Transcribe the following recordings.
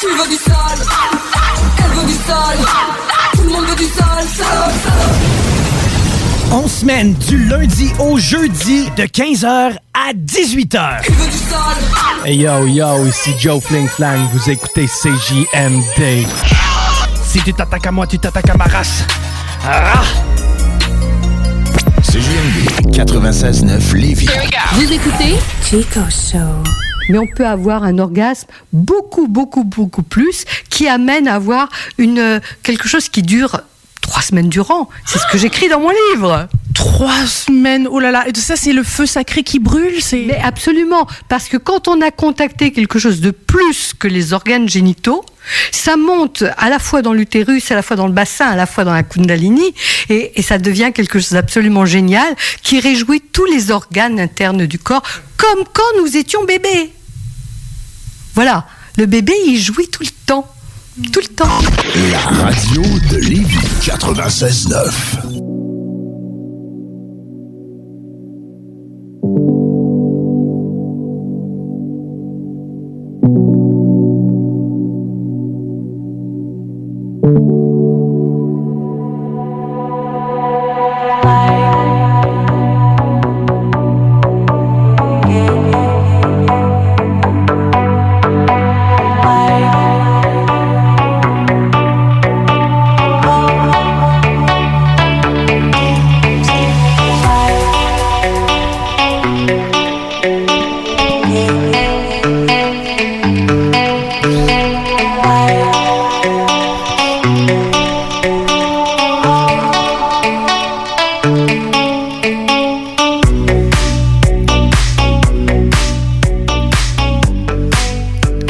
Tu veux du sol Elle veut du sol Tout le monde veut du sol Salaud, On semaine du lundi au jeudi de 15h à 18h. Tu veux du sol Hey yo yo, ici Joe Fling Flang, vous écoutez CJMD. Si tu t'attaques à moi, tu t'attaques à ma race. Ah. CJMD 96.9 Lévis. Vous écoutez Chico Show. Mais on peut avoir un orgasme beaucoup, beaucoup, beaucoup plus qui amène à avoir une, euh, quelque chose qui dure trois semaines durant. C'est ce que j'écris dans mon livre. Trois semaines, oh là là, et tout ça c'est le feu sacré qui brûle, c'est... Mais absolument, parce que quand on a contacté quelque chose de plus que les organes génitaux, ça monte à la fois dans l'utérus, à la fois dans le bassin, à la fois dans la kundalini, et, et ça devient quelque chose d'absolument génial qui réjouit tous les organes internes du corps, comme quand nous étions bébés. Voilà, le bébé, il jouit tout le temps. Tout le temps. La radio de Lévis 96.9.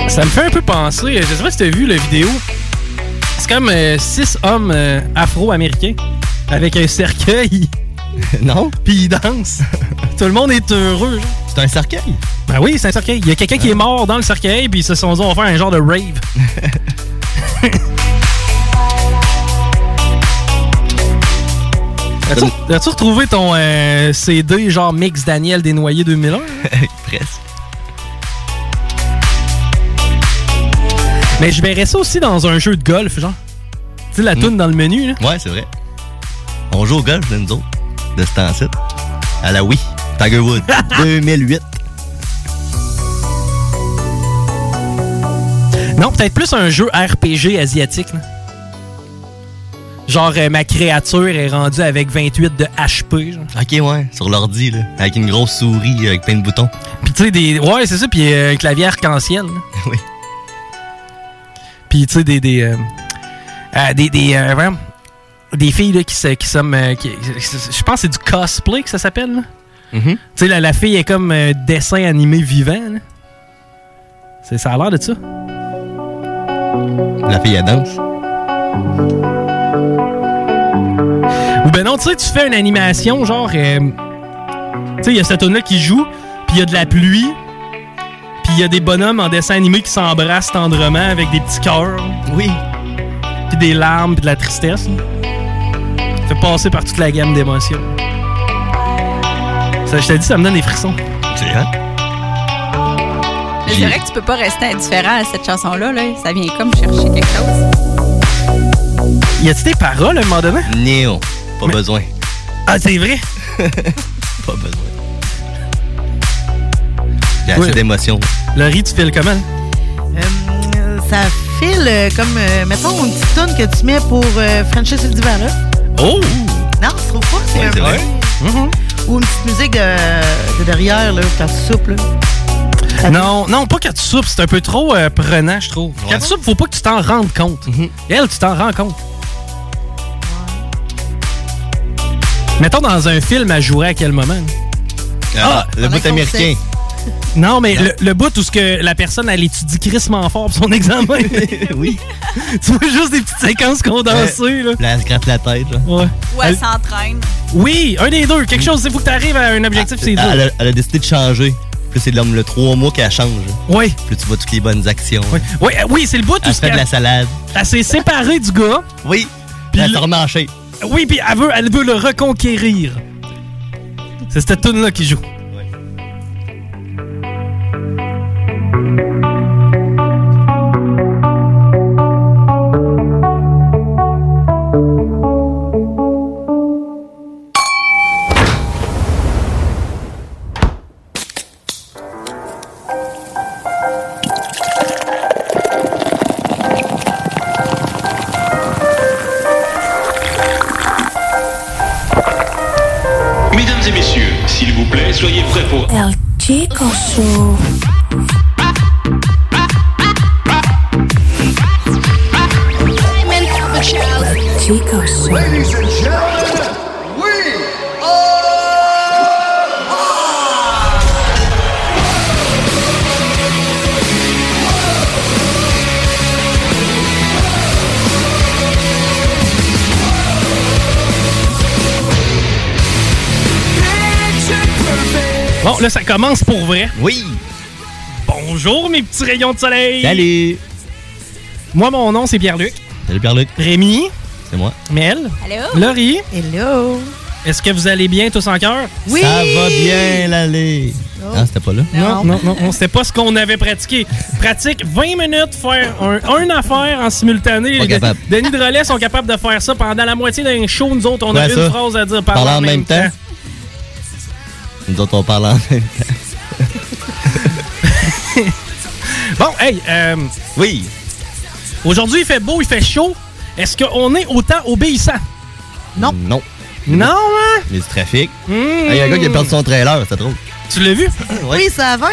Ça me fait un peu penser, euh, je sais pas si t'as vu la vidéo, c'est comme euh, six hommes euh, afro-américains avec un cercueil, Non, puis ils dansent. Tout le monde est heureux. là. c'est un cercueil. Ben oui, c'est un cercueil. Il y a quelqu'un qui est mort dans le cercueil, puis ils se sont dit, on va faire un genre de rave. As-tu as-tu retrouvé ton euh, CD genre Mix Daniel Desnoyers 2001? Presque. Mais je verrais ça aussi dans un jeu de golf, genre. Tu sais, la Hmm. toune dans le menu, là. Ouais, c'est vrai. On joue au golf, là, nous autres, de ce temps-ci. À la Wii. Tiger Woods, 2008. Non, peut-être plus un jeu RPG asiatique, là. Genre, euh, ma créature est rendue avec 28 de HP, genre. Ok, ouais, sur l'ordi, là. Avec une grosse souris, euh, avec plein de boutons. Puis tu sais, des. Ouais, c'est ça, puis euh, un clavier arc-en-ciel. là. Oui. Puis tu sais, des. Des. euh, euh, des, des, euh, vraiment, des filles là, qui se. Qui sommes, euh, qui- je pense que c'est du cosplay que ça s'appelle. là. Mhm. Tu sais, la, la fille est comme un dessin animé vivant. là. C'est, ça a l'air de ça. La fille, elle danse. Ou ben non, tu sais, tu fais une animation, genre. euh, tu sais, il y a cette tune là qui joue, puis il y a de la pluie, puis il y a des bonhommes en dessin animé qui s'embrassent tendrement avec des petits cœurs, Oui. puis des larmes, puis de la tristesse. Ça fait passer par toute la gamme d'émotions. Ça, je t'ai dit, ça me donne des frissons. C'est hot. Mais C'est vrai que tu peux pas rester indifférent à cette chanson-là. Là. Ça vient comme chercher quelque chose. Y a-tu des paroles à un moment donné? Néo. Pas Mais- besoin. Ah, c'est vrai? Pas besoin. J'ai Oui. assez d'émotions. Le riz, tu files comment? Euh, ça file euh, comme, euh, mettons, une petite toune que tu mets pour euh, Frenchie sur le divan, là. Oh! Non, tu trouves pas? C'est Ouais, un c'est vrai. Mm-hmm. Ou une petite musique euh, de, de derrière, là, quand tu soupes, là. Non, non, pas quand tu soupes, c'est un peu trop euh, prenant, je trouve. Quand tu soupes, faut pas que tu t'en rendes compte. Elle, tu t'en rends compte. Mettons dans un film, elle jouerait à quel moment? Ah, le bout américain. Non, mais Le, le bout où ce que la personne, elle étudie crissement fort pour son examen. oui. tu vois juste des petites séquenses condensées. là. Là, elle se gratte la tête. Là. Ouais. Ou elle s'entraîne. Oui, un des deux. Quelque chose, c'est faut que tu arrives à un objectif, c'est Ah, Elle, deux. a, elle a décidé de changer. Puis là, c'est l'homme le trois mois qu'elle change. Oui. Puis là, tu vois toutes les bonnes actions. Oui, oui c'est le bout où Elle ce fait de qu'elle- la salade. Elle s'est séparée du gars. Oui. Puis elle s'est remanchée. Oui, puis elle veut, elle veut le reconquérir. C'est cette tune-là qui joue. Mesdames et messieurs, s'il vous plaît, soyez prêts pour El Chico Show. Chico Show. Ladies and gentlemen, we Bon, là, ça commence pour vrai. Oui. Bonjour, mes petits rayons de soleil. Salut. Moi, mon nom, c'est Pierre-Luc. Salut, Pierre-Luc. Rémi. C'est moi. Mel. Allô. Laurie. Hello. Est-ce que vous allez bien tous en cœur? Oui. Ça va bien, l'aller. Ah, c'était pas là. Non, non, non, non, c'était pas ce qu'on avait pratiqué. Pratique 20 minutes, faire un, un affaire en simultané. Pas Les- capable. Denis de relais sont capables de faire ça pendant la moitié d'un show. Nous autres, on a Ouais, une ça. phrase à dire Parler en même temps. Nous autres, on parle en même temps. Bon, hey. euh, oui. Aujourd'hui, il fait beau, il fait chaud. Est-ce qu'on est autant obéissant? Non. Non. Non, hein? Il y a du trafic. Mmh. Ah, Il y a un gars qui a perdu son trailer, c'est drôle. Tu l'as vu? Oui, ça va?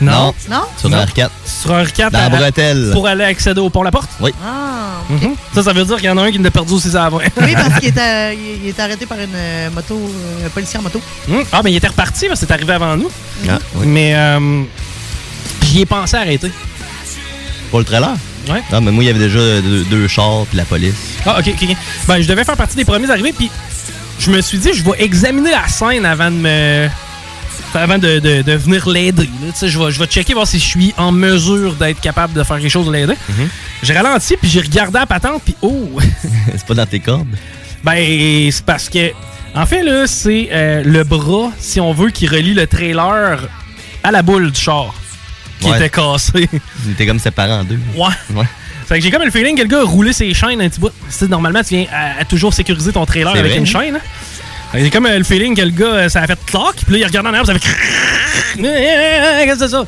Non. Non? Sur Non. la R4. Sur un R4 Dans à- la bretelle. pour aller accéder au pont La Porte? Oui. Ah. Mhm. Ça, ça veut dire qu'il y en a un qui l'a perdu aussi avant. Oui, parce qu'il est, euh, il il est arrêté par une euh, moto, euh, un policier en moto. Hmm. Ah, mais il était reparti parce que c'est arrivé avant nous. Ah, oui. Mais euh, j'y ai pensé à arrêter. Pour le trailer? Ouais. Non, mais moi, il y avait déjà deux, deux chars puis la police. Ah, ok, ok. ok. Ben, je devais faire partie des premiers arrivés, puis je me suis dit, je vais examiner la scène avant de me. Avant de, de- de venir l'aider. là. Tu sais, Je vais, je vais checker, voir si je suis en mesure d'être capable de faire quelque chose de l'aider. Mhm. J'ai ralenti, puis j'ai regardé la patente, puis oh! c'est pas dans tes cordes? Ben, c'est parce que. En fait, là, c'est euh, le bras, si on veut, qui relie le trailer à la boule du char, qui Ouais. était cassé. Ils étaient comme séparés en deux. Ouais. Ouais. Fait que j'ai comme le feeling que le gars a roulé ses chaînes un petit bout. Tu sais, normalement, tu viens à, à toujours sécuriser ton trailer C'est avec vrai. une chaîne. hein. Fait que J'ai comme euh, le feeling que le gars, euh, ça a fait clac, puis là, il regarde en arrière, ça fait crrrr. Eh, eh, eh, Qu'est-ce que c'est ça?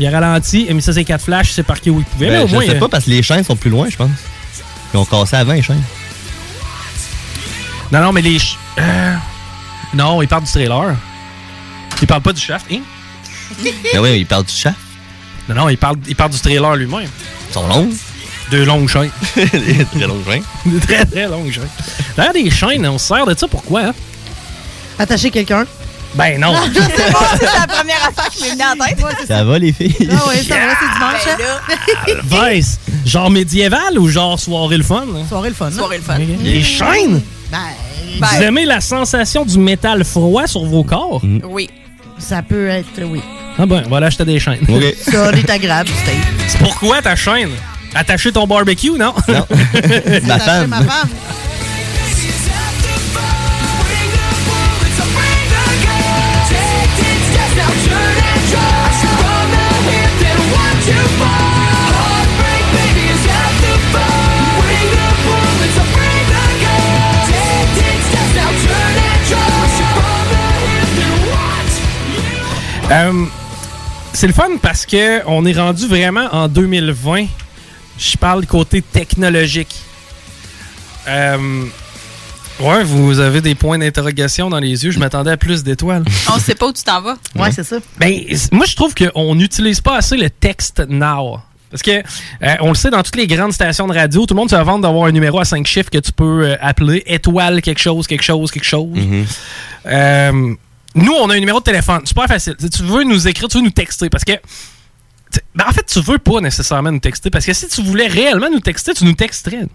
Il a ralenti, il a mis ça ses quatre flashs, c'est parqué où il pouvait. mais Ben, au je moins, sais euh, pas parce que les chaînes sont plus loin, je pense. Ils ont cassé avant les chaînes. Non, non, mais les. ch- Euh, Non, il parle du trailer. Il parle pas du shaft, hein? Ben oui, ils parlent du chat. Non, non, il parle, il parle du trailer lui-même. Ils sont longs. Deux longues chaînes. Des très longues chaînes. Des très, très longues chaînes. D'ailleurs, des chaînes, on se sert de ça pourquoi? hein? Attacher quelqu'un. Ben non. c'est la première affaire qui m'est venue en tête. Ben Ça va, les filles? Ah oui, ça va, c'est dimanche. hein? Vice, Ah, genre médiéval ou genre soirée le fun? hein? Soirée le fun. Soirée le fun. Les chaînes! Ben, Vous aimez la sensation du métal froid sur vos corps? Mm. Oui. Ça peut être, oui. Ah ben, voilà, acheter des chaînes. Ça, est agréable, c'était. C'est pourquoi ta chaîne? Attacher ton barbecue, non? Non. Ma femme. Ma femme. Euh, c'est le fun parce que on est rendu vraiment en 2020. Je parle côté technologique. Euh, ouais, vous avez des points d'interrogation dans les yeux. Je m'attendais à plus d'étoiles. On sait pas où tu t'en vas. Ouais, c'est ça. Ben, c- moi, je trouve qu'on n'utilise pas assez le texte now. Parce que, euh, on le sait, dans toutes les grandes stations de radio, tout le monde se vante d'avoir un numéro à cinq chiffres que tu peux euh, appeler étoile, quelque chose, quelque chose, quelque chose. Euh, nous, on a un numéro de téléphone. C'est pas facile. Si tu veux nous écrire, tu veux nous texter. Parce que, tu- ben, en fait, tu veux pas nécessairement nous texter. Parce que si tu voulais réellement nous texter, tu nous texterais.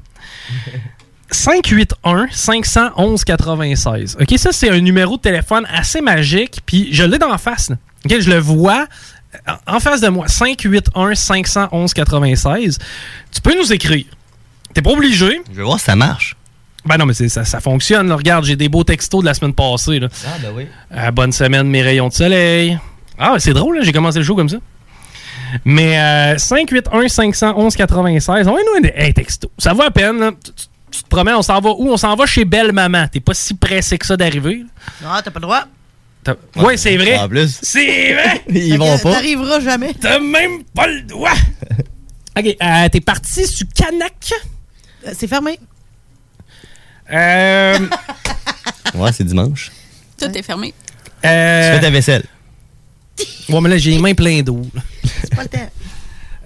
581 511 96. OK, ça c'est un numéro de téléphone assez magique puis je l'ai d'en face. là. OK, je le vois euh, en- en face de moi 581 511 96. Tu peux nous écrire. T'es pas obligé. Je vais voir si ça marche. Ben non, mais c'est- ça, ça fonctionne. là. Regarde, j'ai des beaux textos de la semaine passée. là. Ah, ben oui. Euh, bonne semaine, mes rayons de soleil. Ah, c'est drôle, hein, j'ai commencé le show comme ça. Mais euh, 581-511-96, on nous un texto. Ça va à peine. là. Tu, tu- tu te promets, on s'en va où? On s'en va chez Belle Maman. T'es pas si pressé que ça d'arriver. Non, Ah, t'as pas le droit. T'as- Ouais, c'est vrai. Ah, En plus. C'est vrai. Ils Fait que T'arriveras jamais. T'as même pas le doigt. OK, euh, t'es parti sur Canac. C'est fermé. Euh, Ouais, c'est dimanche. Tout est fermé. euh, Tu fais ta vaisselle. Ouais, mais là, j'ai les mains pleines d'eau. là. C'est pas le temps.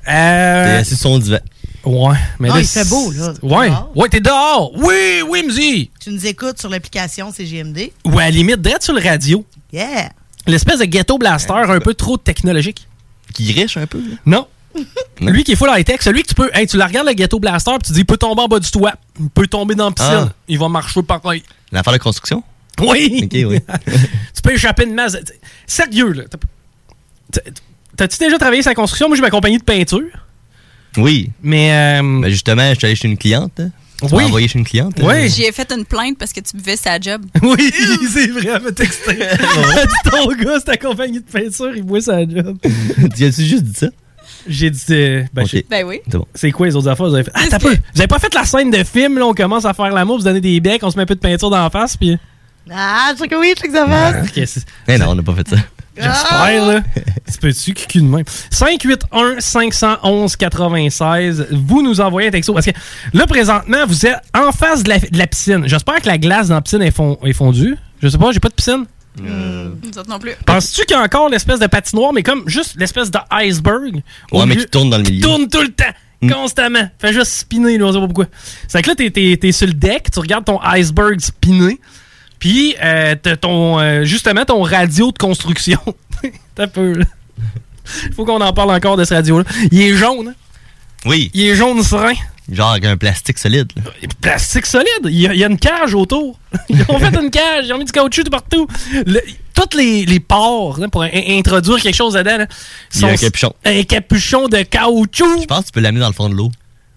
Euh... T'es assis sur son divan. Ouais, mais Non, là, Ah, il fait beau, là. Ah. c'est- Ouais, Dehors. ouais, t'es dehors. Oui, oui, Mzi. Tu nous écoutes sur l'application CGMD. Ou à la limite, direct sur le radio. Yeah. L'espèce de ghetto blaster un peu trop technologique. Qui riche un peu. Non. Lui qui est full high-tech, celui que tu peux. Hey, tu la regardes le ghetto blaster puis tu dis, il peut tomber en bas du toit, il peut tomber dans la piscine, Ah. il va marcher pareil. L'affaire de construction? Oui! Ok, oui. tu peux échapper de masse. T'sais, Sérieux, là. T'as- t'as- T'as-tu déjà travaillé sur la construction? Moi, j'ai ma compagnie de peinture. Oui. Mais. euh, Ben justement, je suis allé chez une cliente. hein. Tu Oui. m'as envoyé chez une cliente. euh, J'y ai fait une plainte parce que tu buvais sa job. Oui, c'est vrai, elle m'a texté. Elle dit, ton gars, c'est ta compagnie de peinture, il boit sa job. tu as-tu juste dit ça? J'ai dit. euh, ben, j'ai- Ben oui. C'est bon. C'est quoi les autres affaires? Vous avez fait, ah, t'as pas, vous avez pas fait la scène de film, là, on commence à faire l'amour, vous donnez des becs, on se met un peu de peinture dans la face, puis. Ah, je sais que oui, je sais que ça va. Ok, c'est- Mais Eh non, on n'a pas fait ça. Ah! J'espère, là. Tu peux-tu cucu de même? 581-511-96. Vous nous envoyez un texto. Parce que là, présentement, vous êtes en face de la, de la piscine. J'espère que la glace dans la piscine est, fon- est fondue. Je sais pas, j'ai pas de piscine. Euh, Nous autres non plus. Penses-tu qu'il y a encore l'espèce de patinoire, mais comme juste l'espèce d'iceberg? Ouais, au mais lieu- qui tourne dans le milieu. Mm. tourne tout le temps, constamment. Fais juste spinner, là, on sait pas pourquoi. C'est que là, t'es, t'es- t'es sur le deck, tu regardes ton iceberg spinner, puis euh, t'as ton, euh, justement ton radio de construction. T'as peu, là. Faut qu'on en parle encore de ce radio-là. Il est jaune. hein? Oui. Il est jaune serein. Genre avec un plastique solide. là. Euh, Plastique solide. Il y, a, il y a une cage autour. Ils ont fait une cage. Ils ont mis du caoutchouc de partout. Le- toutes les, les pores, là, pour in- introduire quelque chose dedans, là, Il y a un sont- capuchon. Un capuchon de caoutchouc. Je pense que tu peux l'amener dans le fond de l'eau.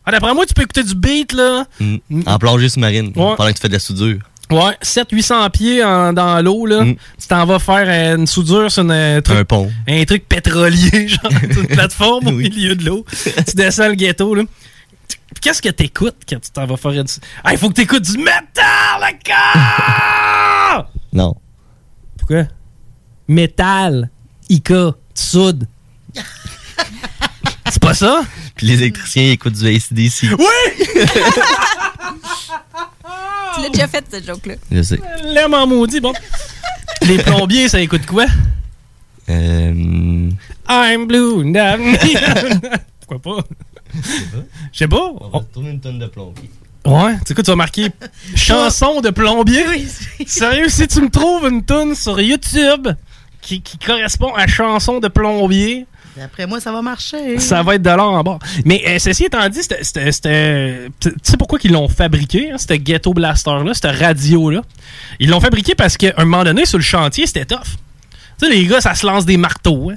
Ah, d'après moi, tu peux écouter du beat, là. Mm. En plongée sous-marine. Ouais. Pendant que tu fais de la soudure. Ouais, 700-800 pieds en- dans l'eau, là. Tu t'en vas faire euh, une soudure sur une, euh, truc, Mm. Un pont. un truc pétrolier, genre, sur une plateforme au milieu de l'eau. tu descends le ghetto, là. Tu- Qu'est-ce que t'écoutes quand tu t'en vas faire une... Ah, il faut que t'écoutes du metal, d'accord! Non. Pourquoi? Métal, Ica, tu soudes. C'est pas ça? Puis les électriciens ils écoutent du ACDC. Oui! Tu l'as déjà fait, cette joke-là. Je sais. L'aime en maudit, bon. Les plombiers, ça écoute quoi? Euh, I'm blue. na- Pourquoi pas? Je sais pas. On va tourner une tonne de plomb. Ouais, tu sais quoi, tu vas marquer chanson de plombier. Sérieux, si tu me trouves une tune sur YouTube qui, qui correspond à chanson de plombier, D'après Ben, moi, ça va marcher. ça va être de l'or en bas. Mais euh, ceci étant dit, c'était- c'était- c'était- tu tu sais pourquoi ils l'ont fabriqué, hein, ce ghetto blaster-là, cette radio-là? Ils l'ont fabriqué parce qu'à un moment donné, sur le chantier, c'était tough. Tu sais, les gars, ça se lance des marteaux. Hein?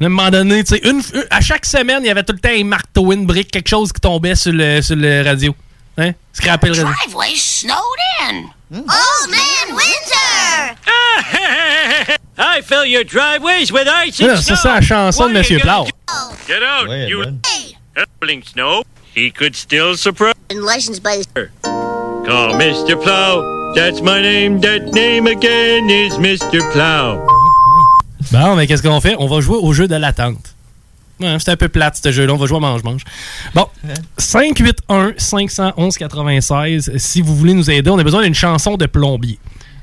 À un moment donné, tu sais, une, une- à chaque semaine, il y avait tout le temps un marteau, une brique, quelque chose qui tombait sur le, sur le radio. Hein? Scrapper le radio. Driveway snowed in. Old man winter. I fill your driveways with ice and Ah, ça, snow. c'est la chanson de What are Monsieur you gonna Plow. do? Get out, you hurling snow. He could still surprise. And licensed by the. Call Mr. Plow. That's my name. That name again is Mr. Plow. Bon, mais qu'est-ce qu'on fait? On va jouer au jeu de l'attente. Ouais, c'est un peu plate, ce jeu-là. On va jouer à mange-mange. Bon, 581-511-96. Si vous voulez nous aider, on a besoin d'une chanson de plombier.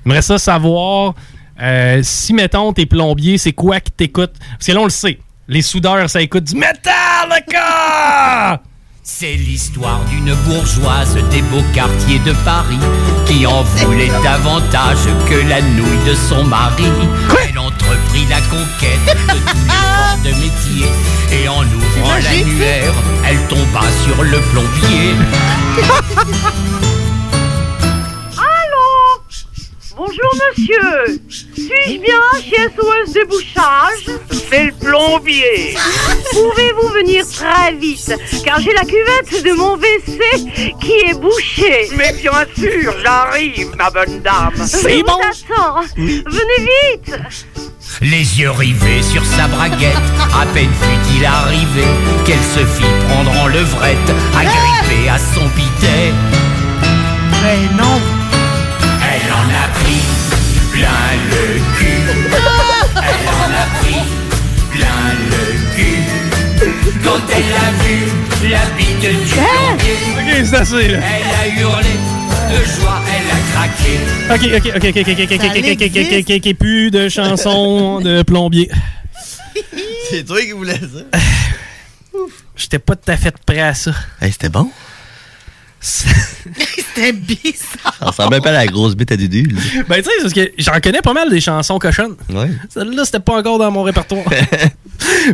J'aimerais ça savoir euh, si, mettons, t'es plombier, c'est quoi que t'écoutes? Parce que là, on le sait. Les soudeurs, ça écoute du Metallica! C'est l'histoire d'une bourgeoise des beaux quartiers de Paris qui en voulait davantage que la nouille de son mari. Elle entreprit la conquête de tous les corps de métier et en ouvrant C'est magique, l'annuaire, elle tomba sur le plombier. Allô Bonjour monsieur Suis-je bien chez SOS Débouchage C'est le plombier Pouvez-vous venir très vite Car j'ai la cuvette de mon WC qui est bouchée. Mais bien sûr, j'arrive, ma bonne dame Je vous attends. Venez vite Les yeux rivés sur sa braguette, à peine fut-il arrivé qu'elle se fit prendre en levrette, agrippée à son pitet. Mais non. Elle en a pris plein le cul. Elle en a pris plein le cul. Quand elle a vu la bite du Hein plombier, c'est assez, là. elle a hurlé de joie, elle a craqué. Ok, ok, ok, ok, ok, ok, ok, Ça ok, ok, ok, n'existe. ok, ok, ok, plus de chansons de plombier. C'est toi qui voulais ça. J'étais pas tout à fait prêt à ça. c'était bon. C'était bizarre. Ça ressemblait pas à la grosse bite à Dudu. là. Ben, tu sais, parce que j'en connais pas mal des chansons cochonnes. Ouais. Celle-là, c'était pas encore dans mon répertoire.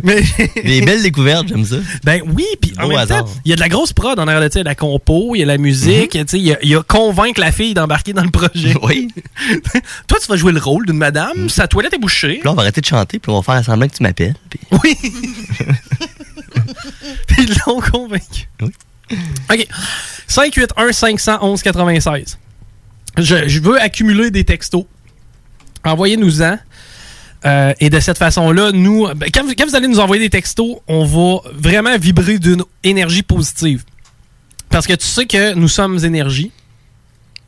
Mais... Des belles découvertes, j'aime ça. Ben oui, puis en Beau même hasard. Mhm. temps, il y a de la grosse prod en arrière de ça, il y a de la compo, il y a de la musique, tu sais, il y a- il y, a convaincre la fille d'embarquer dans le projet. Oui. Mhm. Toi, tu vas jouer le rôle d'une madame, sa toilette est bouchée. Puis là, on va arrêter de chanter, puis on va faire semblant que tu m'appelles. Puis... Oui. Puis ils l'ont convaincu. OK. 581 511 96. Je, je veux accumuler des textos. Envoyez-nous-en. Euh, et de cette façon-là, nous, ben, quand, vous- quand vous allez nous envoyer des textos, on va vraiment vibrer d'une énergie positive. Parce que tu sais que nous sommes énergie.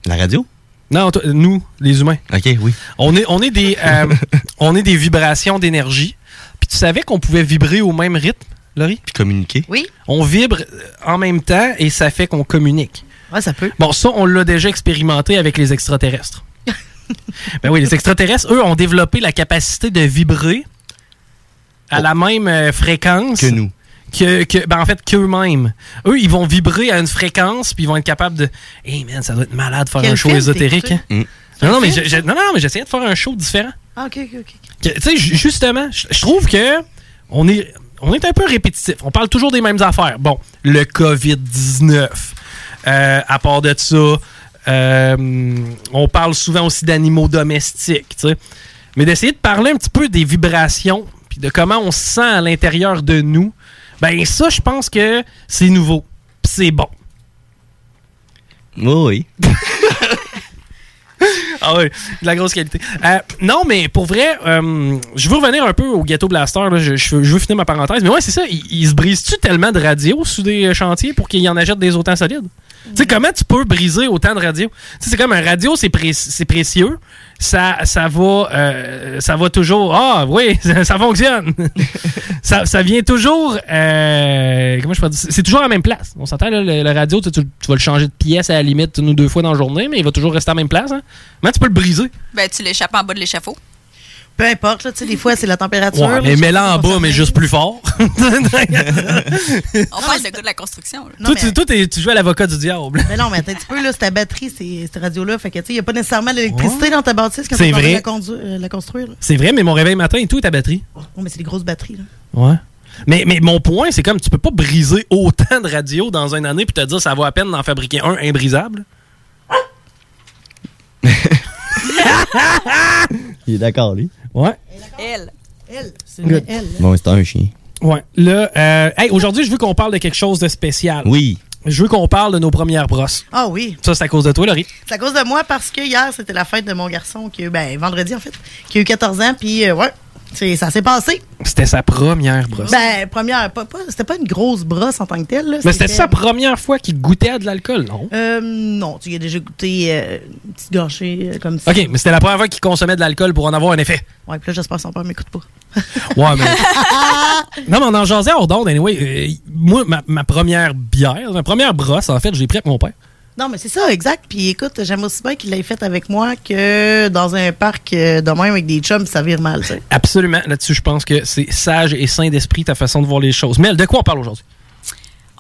La radio? Non, toi, nous, les humains. OK, oui. On est, on est, des, euh, on est des vibrations d'énergie. Puis tu savais qu'on pouvait vibrer au même rythme, Laurie? Puis communiquer. Oui. On vibre euh, en même temps et ça fait qu'on communique. Ouais, ça peut. Bon, ça, on l'a déjà expérimenté avec les extraterrestres. ben oui, les extraterrestres, eux, ont développé la capacité de vibrer à la même euh, fréquence. Que nous. Que, ben en fait, qu'eux-mêmes. Eux, ils vont vibrer à une fréquence, puis ils vont être capables de. Hey man, ça doit être malade de faire Quel un show film ésotérique. t'écoutais? hein. Non, non, mais je- je- non, non, mais j'essayais de faire un show différent. Ah, ok, ok, ok. Que, Tu sais, ju- justement, je je trouve que on est, on est un peu répétitif. On parle toujours des mêmes affaires. Bon, le COVID-19. Euh, à part de ça, euh, on parle souvent aussi d'animaux domestiques. tu sais. Mais d'essayer de parler un petit peu des vibrations puis de comment on se sent à l'intérieur de nous, ben ça, je pense que c'est nouveau. Puis c'est bon. Oui, oui. ah oui, de la grosse qualité. Euh, non, mais pour vrai, euh, je veux revenir un peu au Ghetto Blaster. là. Je, je veux- je veux finir ma parenthèse. Mais ouais, c'est ça. Ils, ils se brisent-tu tellement de radios sous des euh, chantiers pour qu'ils en achètent des autant solides? Tu sais, comment tu peux briser autant de radios? Tu sais, c'est comme un radio, c'est pré- c'est précieux. Ça, ça, va, euh, ça va toujours. Ah oui, ça, ça fonctionne. ça, ça vient toujours. euh, comment je pourrais dire? C'est toujours à la même place. On s'entend, là, le, le radio, tu, tu- tu vas le changer de pièce à la limite une ou deux fois dans la journée, mais il va toujours rester à la même place. Hein? Comment tu peux le briser? Ben, tu l'échappes en bas de l'échafaud. Peu importe, là, tu sais, des fois, c'est la température. Ouais, mais mets-la en bas, mais juste plus fort. On parle de gars de la construction. là. toi, tu, toi, t'es- tu joues à l'avocat du diable. Mais non, mais attends un petit peu, là, c'est ta batterie, c'est cette radio-là. Fait que, tu sais, il n'y a pas nécessairement l'électricité dans ta bâtisse quand C'est tu vas vrai. la, condu- euh, la construire. là. C'est vrai, mais mon réveil matin et tout, ta batterie. Oh, mais c'est des grosses batteries, là. Ouais. Mais, mais mon point, c'est comme tu peux pas briser autant de radios dans une année puis te dire ça vaut à peine d'en fabriquer un imbrisable. Il est d'accord, lui. Ouais. Elle. Elle. C'est Good. elle. Bon, c'est un chien. Ouais. Là, euh, hey, aujourd'hui, je veux qu'on parle de quelque chose de spécial. Oui. Je veux qu'on parle de nos premières brosses. Ah oui. Ça, c'est à cause de toi, Laurie. C'est à cause de moi parce que hier, c'était la fête de mon garçon qui a eu, ben, vendredi en fait, qui a eu 14 ans, puis euh, ouais. C'est- Ça s'est passé. C'était sa première brosse. Ben, première, pas- pas- c'était pas une grosse brosse en tant que telle. là. Mais c'était sa première fois qu'il goûtait à de l'alcool, non? Euh, non, tu y as déjà goûté euh, une petite gâchée euh, comme ça. OK, mais c'était la première fois qu'il consommait de l'alcool pour en avoir un effet. Ouais, puis là, j'espère que son père m'écoute pas. Ouais, mais... non, mais on en jasait hors d'ordre, anyway. Euh, moi, ma, ma première bière, ma première brosse, en fait, j'ai pris avec mon père. Non, mais c'est ça, exact. Puis écoute, j'aime aussi bien qu'il l'ait fait avec moi que dans un parc euh, de même avec des chums, ça vire mal, tu sais. Absolument. Là-dessus, je pense que c'est sage et sain d'esprit ta façon de voir les choses. Mais de quoi on parle aujourd'hui?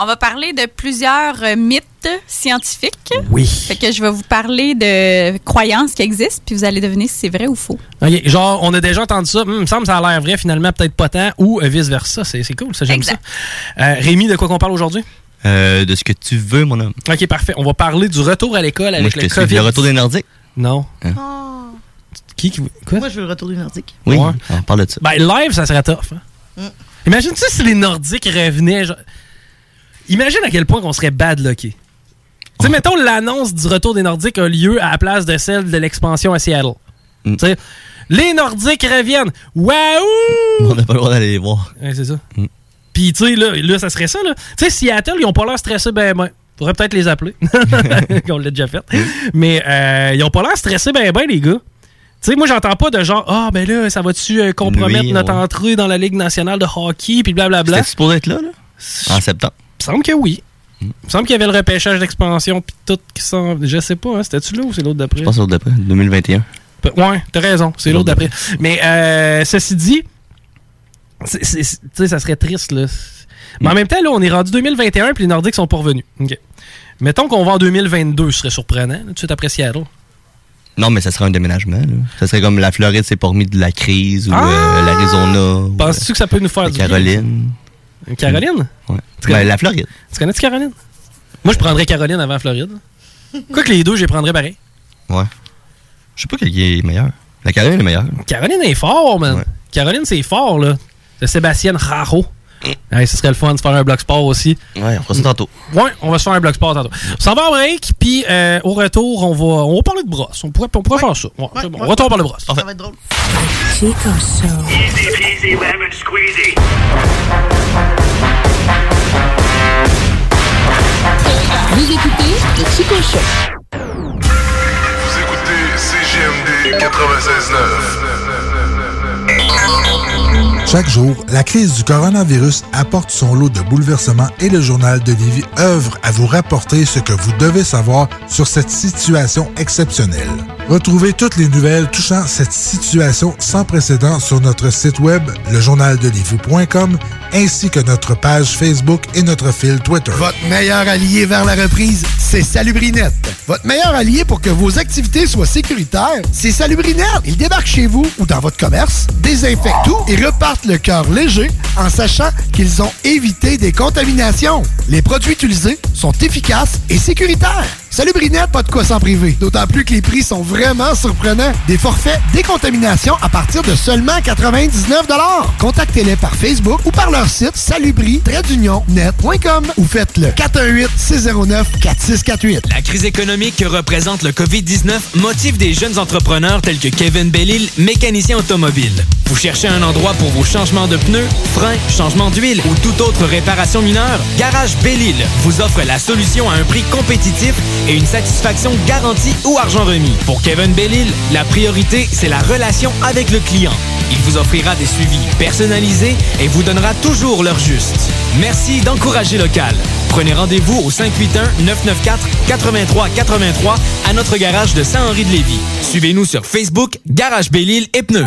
On va parler de plusieurs euh, mythes scientifiques. Oui. Fait que je vais vous parler de croyances qui existent, puis vous allez deviner si c'est vrai ou faux. OK, genre, on a déjà entendu ça. Hum, il me semble que ça a l'air vrai, finalement, peut-être pas tant, ou euh, vice-versa. C'est c'est cool, ça, j'aime ça. Euh, Rémi, de quoi qu'on parle aujourd'hui? Euh, de ce que tu veux, mon homme. OK, parfait. On va parler du retour à l'école Moi, avec je le te suis. COVID. Le retour des Nordiques? Non. Hein? Qui, qui- quoi? Moi, je veux le retour du Nordique. Oui, Ah, Ouais. on parle de ça. Ben, live, ça serait tough. hein. Mm. Imagine-tu si les Nordiques revenaient. genre- Imagine à quel point qu'on serait bad lucky. Tu sais, mettons, l'annonce du retour des Nordiques a lieu à la place de celle de l'expansion à Seattle. Mm. Tu sais, les Nordiques reviennent. Waouh! On n'a pas le droit d'aller les voir. Ouais, c'est ça. Mm. Puis, tu sais, là, là, ça serait ça, là. Tu sais, Seattle, ils ont pas l'air stressés, ben, ben. Faudrait peut-être les appeler. On l'a déjà fait. Mais, euh, ils ont pas l'air stressés, ben, ben, les gars. Tu sais, moi, j'entends pas de genre, ah, ben là, ça va-tu euh, compromettre Oui, notre ouais. entrée dans la Ligue nationale de hockey, puis blablabla. C'était supposé être là, Mm. là? En septembre. Il me semble que oui. Il me semble qu'il y avait le repêchage d'expansion, puis tout qui s'en. Je sais pas, hein, c'était-tu là ou c'est l'autre d'après? Je pense au d'après, 2021. Pe- Ouais, t'as raison, c'est l'autre d'après. Mais euh, ceci dit, c'est- c'est- c'est- tu sais, ça serait triste. Là. Mais en même temps, là, on est rendu 2021 puis les Nordiques sont pas revenus. OK. Mettons qu'on va en 2022, ce serait surprenant, là, tout de suite après Seattle. Non, mais ça serait un déménagement. là. Ça serait comme la Floride s'est pas remis de la crise ou euh, l'Arizona. ou, Penses-tu que ça peut nous faire euh, Ah! du bien? Caroline. Caroline? Ouais. Tu connais- Ben, la Floride. Tu connais-tu Caroline? Moi, je prendrais Caroline avant Floride. Quoi que les deux, je les prendrais pareil. Ouais. Je sais pas quel qui est meilleur. La Caroline est meilleure. Caroline est fort, man. Caroline, c'est fort, là. De Sébastien Raro. Ouais, ce serait le fun de se faire un bloc sport aussi. Mm. Ouais, on fera ça tantôt. Ouais, on va se faire un bloc sport tantôt. On s'en va en break, puis euh, au retour, on va, on va parler de brosse. On pourrait, on pourrait faire ça. Ouais, c'est bon. ouais. on retour, on parle de brosse. va être drôle. Chico Easy peasy lemon squeezy. Vous écoutez le Chico Show. Vous écoutez CGMD 96.9. Chaque jour, la crise du coronavirus apporte son lot de bouleversements et le journal de Livy œuvre à vous rapporter ce que vous devez savoir sur cette situation exceptionnelle. Retrouvez toutes les nouvelles touchant cette situation sans précédent sur notre site web, lejournaldelivy.com, ainsi que notre page Facebook et notre fil Twitter. Votre meilleur allié vers la reprise, c'est Salubrinette. Votre meilleur allié pour que vos activités soient sécuritaires, c'est Salubrinette. Ils débarquent chez vous ou dans votre commerce, désinfectent tout et repartent le cœur léger en sachant qu'ils ont évité des contaminations. Les produits utilisés sont efficaces et sécuritaires. Salubrinette, pas de quoi s'en priver. D'autant plus que les prix sont vraiment surprenants. Des forfaits décontamination à partir de seulement 99 Contactez-les par Facebook ou par leur site salubri-net.com ou faites-le 418-609-4648. La crise économique que représente le COVID-19 motive des jeunes entrepreneurs tels que Kevin Bellil, mécanicien automobile. Vous cherchez un endroit pour vos changements de pneus, freins, changements d'huile ou toute autre réparation mineure? Garage Bellil vous offre la solution à un prix compétitif et une satisfaction garantie ou argent remis. Pour Kevin Bellil, la priorité, c'est la relation avec le client. Il vous offrira des suivis personnalisés et vous donnera toujours leur juste. Merci d'encourager local. Prenez rendez-vous au 581-994-8383 à notre garage de Saint-Henri-de-Lévis. Suivez-nous sur Facebook, Garage Bellil et Pneus.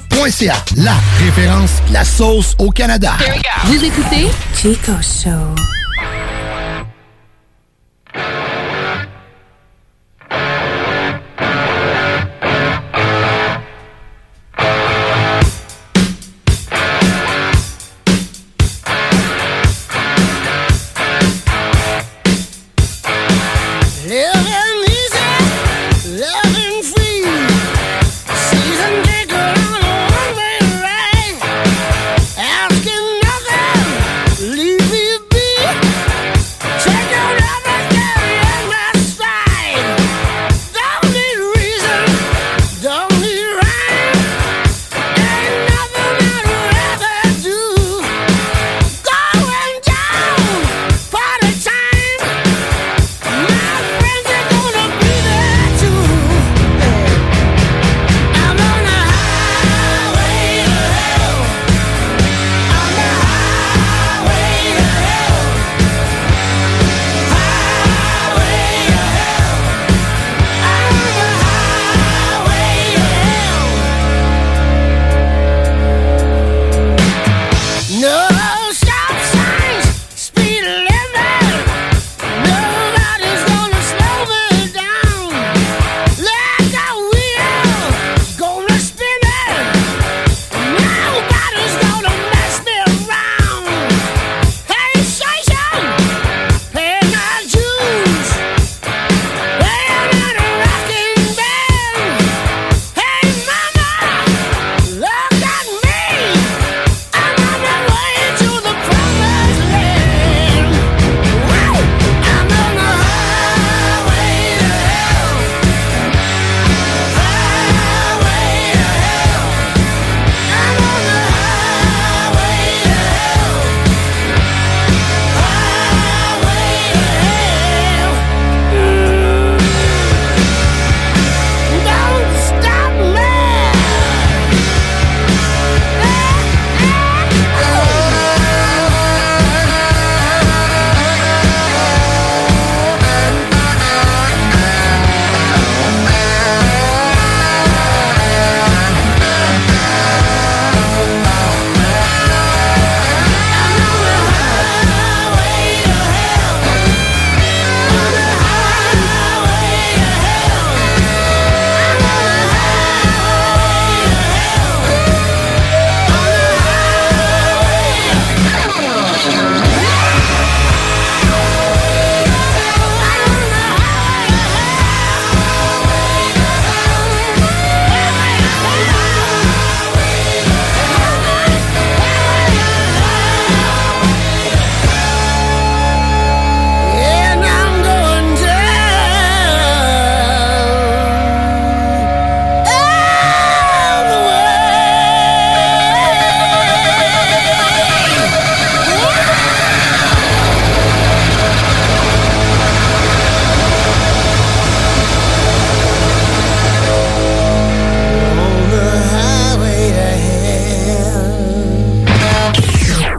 La référence la sauce au Canada. Vous écoutez Chico Show.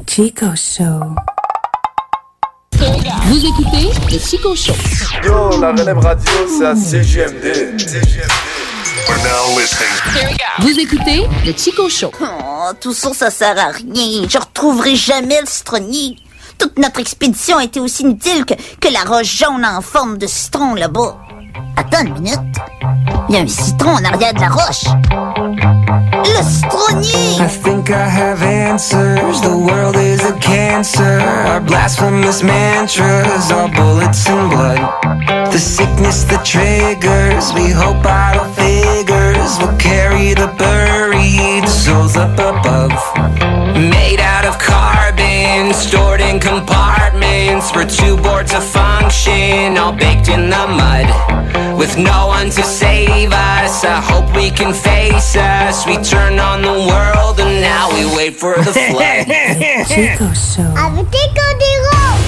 Chico Show. Vous écoutez le Chico Show. Yo, la relève radio, c'est à CGMD. We're now listening. Vous écoutez le Chico Show. Oh, tout ça, ça sert à rien. Je retrouverai jamais le Stroni. Toute notre expédition a été aussi inutile que, que la roche jaune en forme de citron là-bas. Attends une minute. Il y a un citron en arrière de la roche. Le citronnier! I think I have answers. The world is a cancer. Our blasphemous mantras are bullets and blood. The sickness that triggers. We hope idle figures will carry the buried souls up above. Made out of carbon, stored in compartments. We're too bored to function, all baked in the mud. With no one to save us, I hope we can face us. We turn on the world and now we wait for the flood. Chico Show. Avec Chico Diro!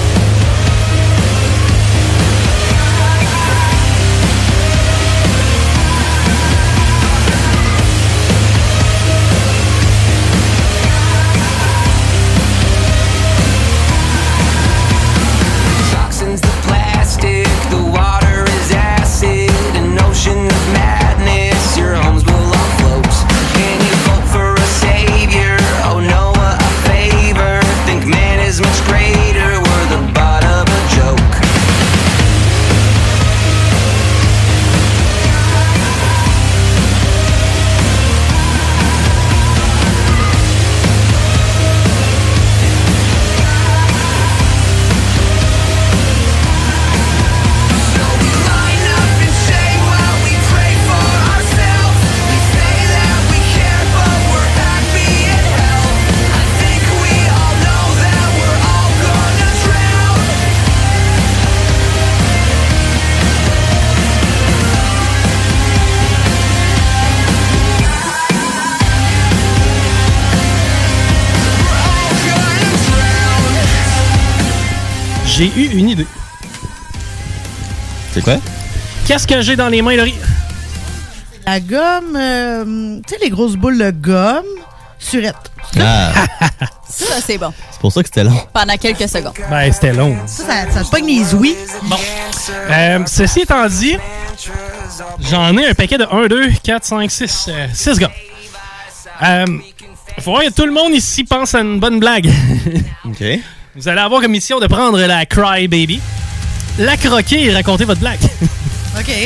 Toxins, the plastic, the water is acid, an ocean of madness. Your homes will all float. Can you vote for a savior? Oh, Noah, a favor. Think man is much greater. We're the butt of a joke. J'ai eu une idée. C'est quoi? Qu'est-ce que j'ai dans les mains, Laurie? La gomme, euh, tu sais, les grosses boules de gomme, surette. Ah, Ça, c'est bon. c'est pour ça que c'était long. Pendant quelques secondes. Ben, c'était long. Ça, ça, ça te pogne les ouïes. Bon. Euh, ceci étant dit, j'en ai un paquet de 1, 2, 4, 5, 6, 6 gars. Euh, faut voir que tout le monde ici pense à une bonne blague. OK. Vous allez avoir comme mission de prendre la Cry Baby, la croquer et raconter votre blague. OK.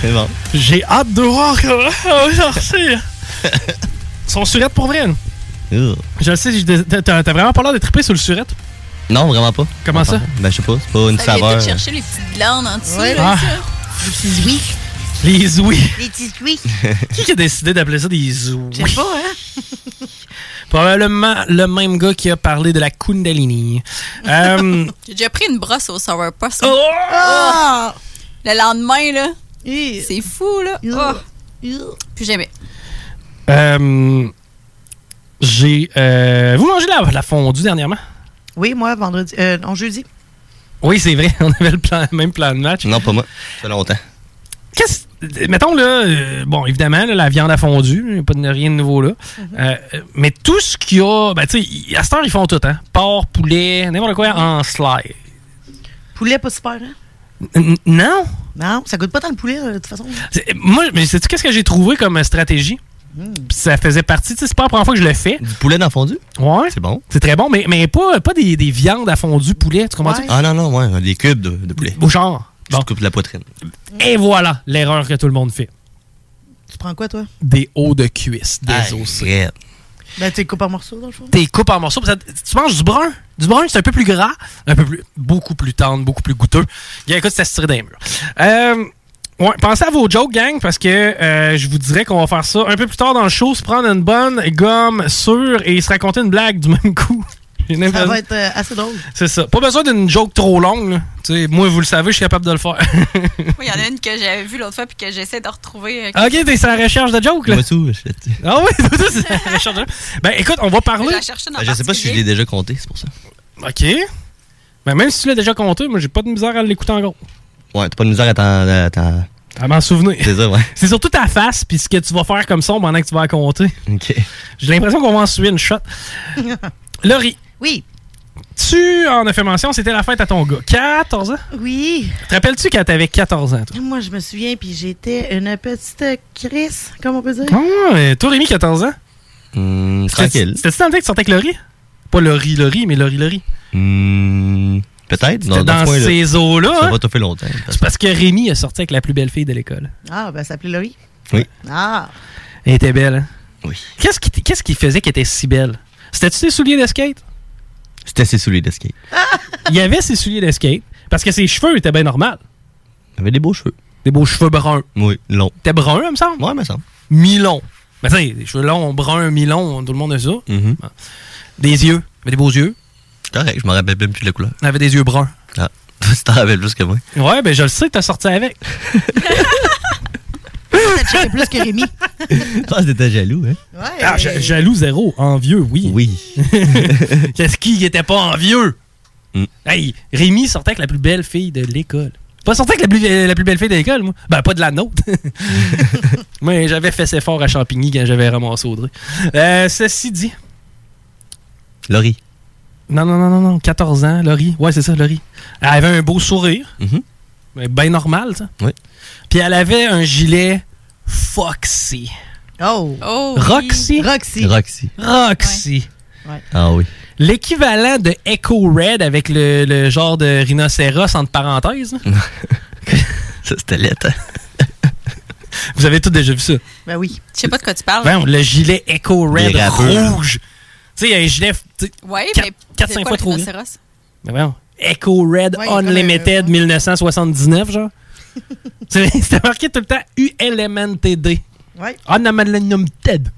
C'est bon. J'ai hâte de voir Oh, comment ça va sortir. Ils sont surettes pour vrai. là. Ugh. Je le sais, je dé- t'as t'as vraiment pas l'air de triper sur le surette. Non, vraiment pas. Comment ça? Ben, je sais pas. C'est pas une Ça vient saveur. de chercher les petites glandes en dessous. Ouais. là, Ah. ça. Les petits ouïes. Les ouïes. Les petits ouïes. Qui qui a décidé d'appeler ça des ouïes? Je sais pas, hein? Probablement le même gars qui a parlé de la Kundalini. Euh, J'ai déjà pris une brosse au sourpuss. Oh! Ah! Oh! Le lendemain, là. C'est fou, là. Oh. Plus jamais. euh, J'ai. euh, vous mangez la, la fondue dernièrement? Oui, moi, vendredi. Euh, non, jeudi. Oui, c'est vrai, on avait le plan- même plan de match. Non, pas moi. Ça fait longtemps. Qu'est-ce. Mettons, là, euh, bon, évidemment, là, la viande à fondue, il n'y a pas de, rien de nouveau là. Mm-hmm. Euh, mais tout ce qu'il y a. Ben, tu sais, à cette heure, ils font tout, hein? Porc, poulet, n'importe quoi, en slide. Poulet, pas super, hein? N- non! Non, ça goûte pas tant le poulet, euh, de toute façon. C'est- Moi, mais sais-tu qu'est-ce que j'ai trouvé comme stratégie? Puis Ça faisait partie, tu sais, c'est pas la première fois que je le fais. Du poulet dans le fondu? Ouais. C'est bon. C'est très bon, mais, mais pas, pas des, des viandes à fondu poulet, tu comprends? Ah non, non, ouais. Des cubes de, de poulet. Au genre. Tu te coupes la poitrine. Et voilà l'erreur que tout le monde fait. Tu prends quoi, toi? Des hauts de cuisse, des os. Arrête. Ben, tu les coupes en morceaux, dans le fond. T'es coupes en morceaux. puis ça- tu manges du brun. Du brun, c'est un peu plus gras, un peu plus, beaucoup plus tendre, beaucoup plus goûteux. Il y a écoute, ça se tire des murs. Euh, ouais, pensez à vos jokes, gang, parce que euh, je vous dirais qu'on va faire ça un peu plus tard dans le show, se prendre une bonne gomme sûre et se raconter une blague du même coup. J'ai Ça l'impression- va être euh, assez drôle. C'est ça. Pas besoin d'une joke trop longue. là. Tu sais, moi, vous le savez, je suis capable de le faire. Il y en a une que j'avais vue l'autre fois puis que j'essaie de retrouver. euh, ok, t'es sur la recherche de joke, là. Moi, tout. Je, Ah oui, toi, t'es sur la recherche de joke. Ben, écoute, on va Je parler. la cherchais dans Euh, je sais pas si je l'ai déjà compté, c'est pour ça. Ok. Ben, même si tu l'as déjà compté, moi, j'ai pas de misère à l'écouter encore. Ouais, t'as pas de misère à t'en- à t'en. À m'en souvenir. C'est ça, ouais. C'est surtout ta face puis ce que tu vas faire comme son pendant que tu vas la compter. Ok. J'ai l'impression qu'on va en suivre une shot. Laurie. Oui. Tu en as fait mention, c'était la fête à ton gars. 14 ans? Oui. Te rappelles-tu quand t'avais 14 ans, toi? Moi, je me souviens, puis j'étais une petite Chris, comme on peut dire. Ah, mais toi, Rémi, 14 ans? Hmm, tranquille. C'était-tu dans le temps que tu sortais avec Laurie? Pas Laurie, Laurie, mais Laurie, Laurie. Hmm, Peut-être. C'était dans ce coin-là. ces eaux-là, Ça hein? va tout fait longtemps. C'est parce que Rémi a sorti avec la plus belle fille de l'école. Ah, ben, ça s'appelait Laurie. Oui. Ah. Elle était belle, hein? Oui. Qu'est-ce qui, t- qu'est-ce qui faisait qu'elle était si belle? C'était-tu ses souliers de skate? C'était ses souliers de skate. Il y avait ses souliers de skate parce que ses cheveux étaient bien normaux. Il avait des beaux cheveux. Des beaux cheveux bruns. Oui, long. T'es brun, il me semble? Ouais, me semble. Mi-long. Mais tu sais, des cheveux longs, bruns, mi-longs, tout le monde a ça. Ah. Des yeux. Il avait des beaux yeux. Mm-hmm. Correct, je me rappelle même plus de la couleur. Il avait des yeux bruns. Ah, toi, tu t'en rappelles plus que moi. Ouais, ben je le sais que t'as sorti avec. T'as checké plus que Rémi. Je pense que t'étais jaloux, hein? Ah, ja- jaloux zéro. Envieux, oui. Oui. Qu'est-ce qui était pas envieux? Hmm. Hey, Rémi sortait avec la plus belle fille de l'école. Pas sorti avec la plus, la plus belle fille de l'école, moi. Ben, pas de la nôtre. moi, j'avais fait ses fort à Champigny quand j'avais ramassé Audrey. Euh, ceci dit. Laurie. Non, non, non, non, non. 14 ans, Laurie. Ouais, c'est ça, Laurie. Elle avait un beau sourire. Mais Bien normal, ça. Mm-hmm. Oui. Puis elle avait un gilet Foxy. Oh. Roxy. Roxy. Roxy. Roxy. Ah oui. L'équivalent de Echo Red avec le, le genre de rhinocéros entre parenthèses. là. Ça, c'était laid, hein? Vous avez tous déjà vu ça. Ben oui. Je sais pas de quoi tu parles. Voyons, Ben, le gilet Echo Red Les rappeurs. rouge. Tu sais, il y a un gilet. tu sais, Ouais, quatre- mais. quatre, c'est cinq fois quoi le trop grand. rhinocéros? Mais voyons, Echo Red Ouais, il y a comme un- Unlimited 1979, genre. Tu sais, C'était marqué tout le temps ULMNTD. Ouais. Unlimited.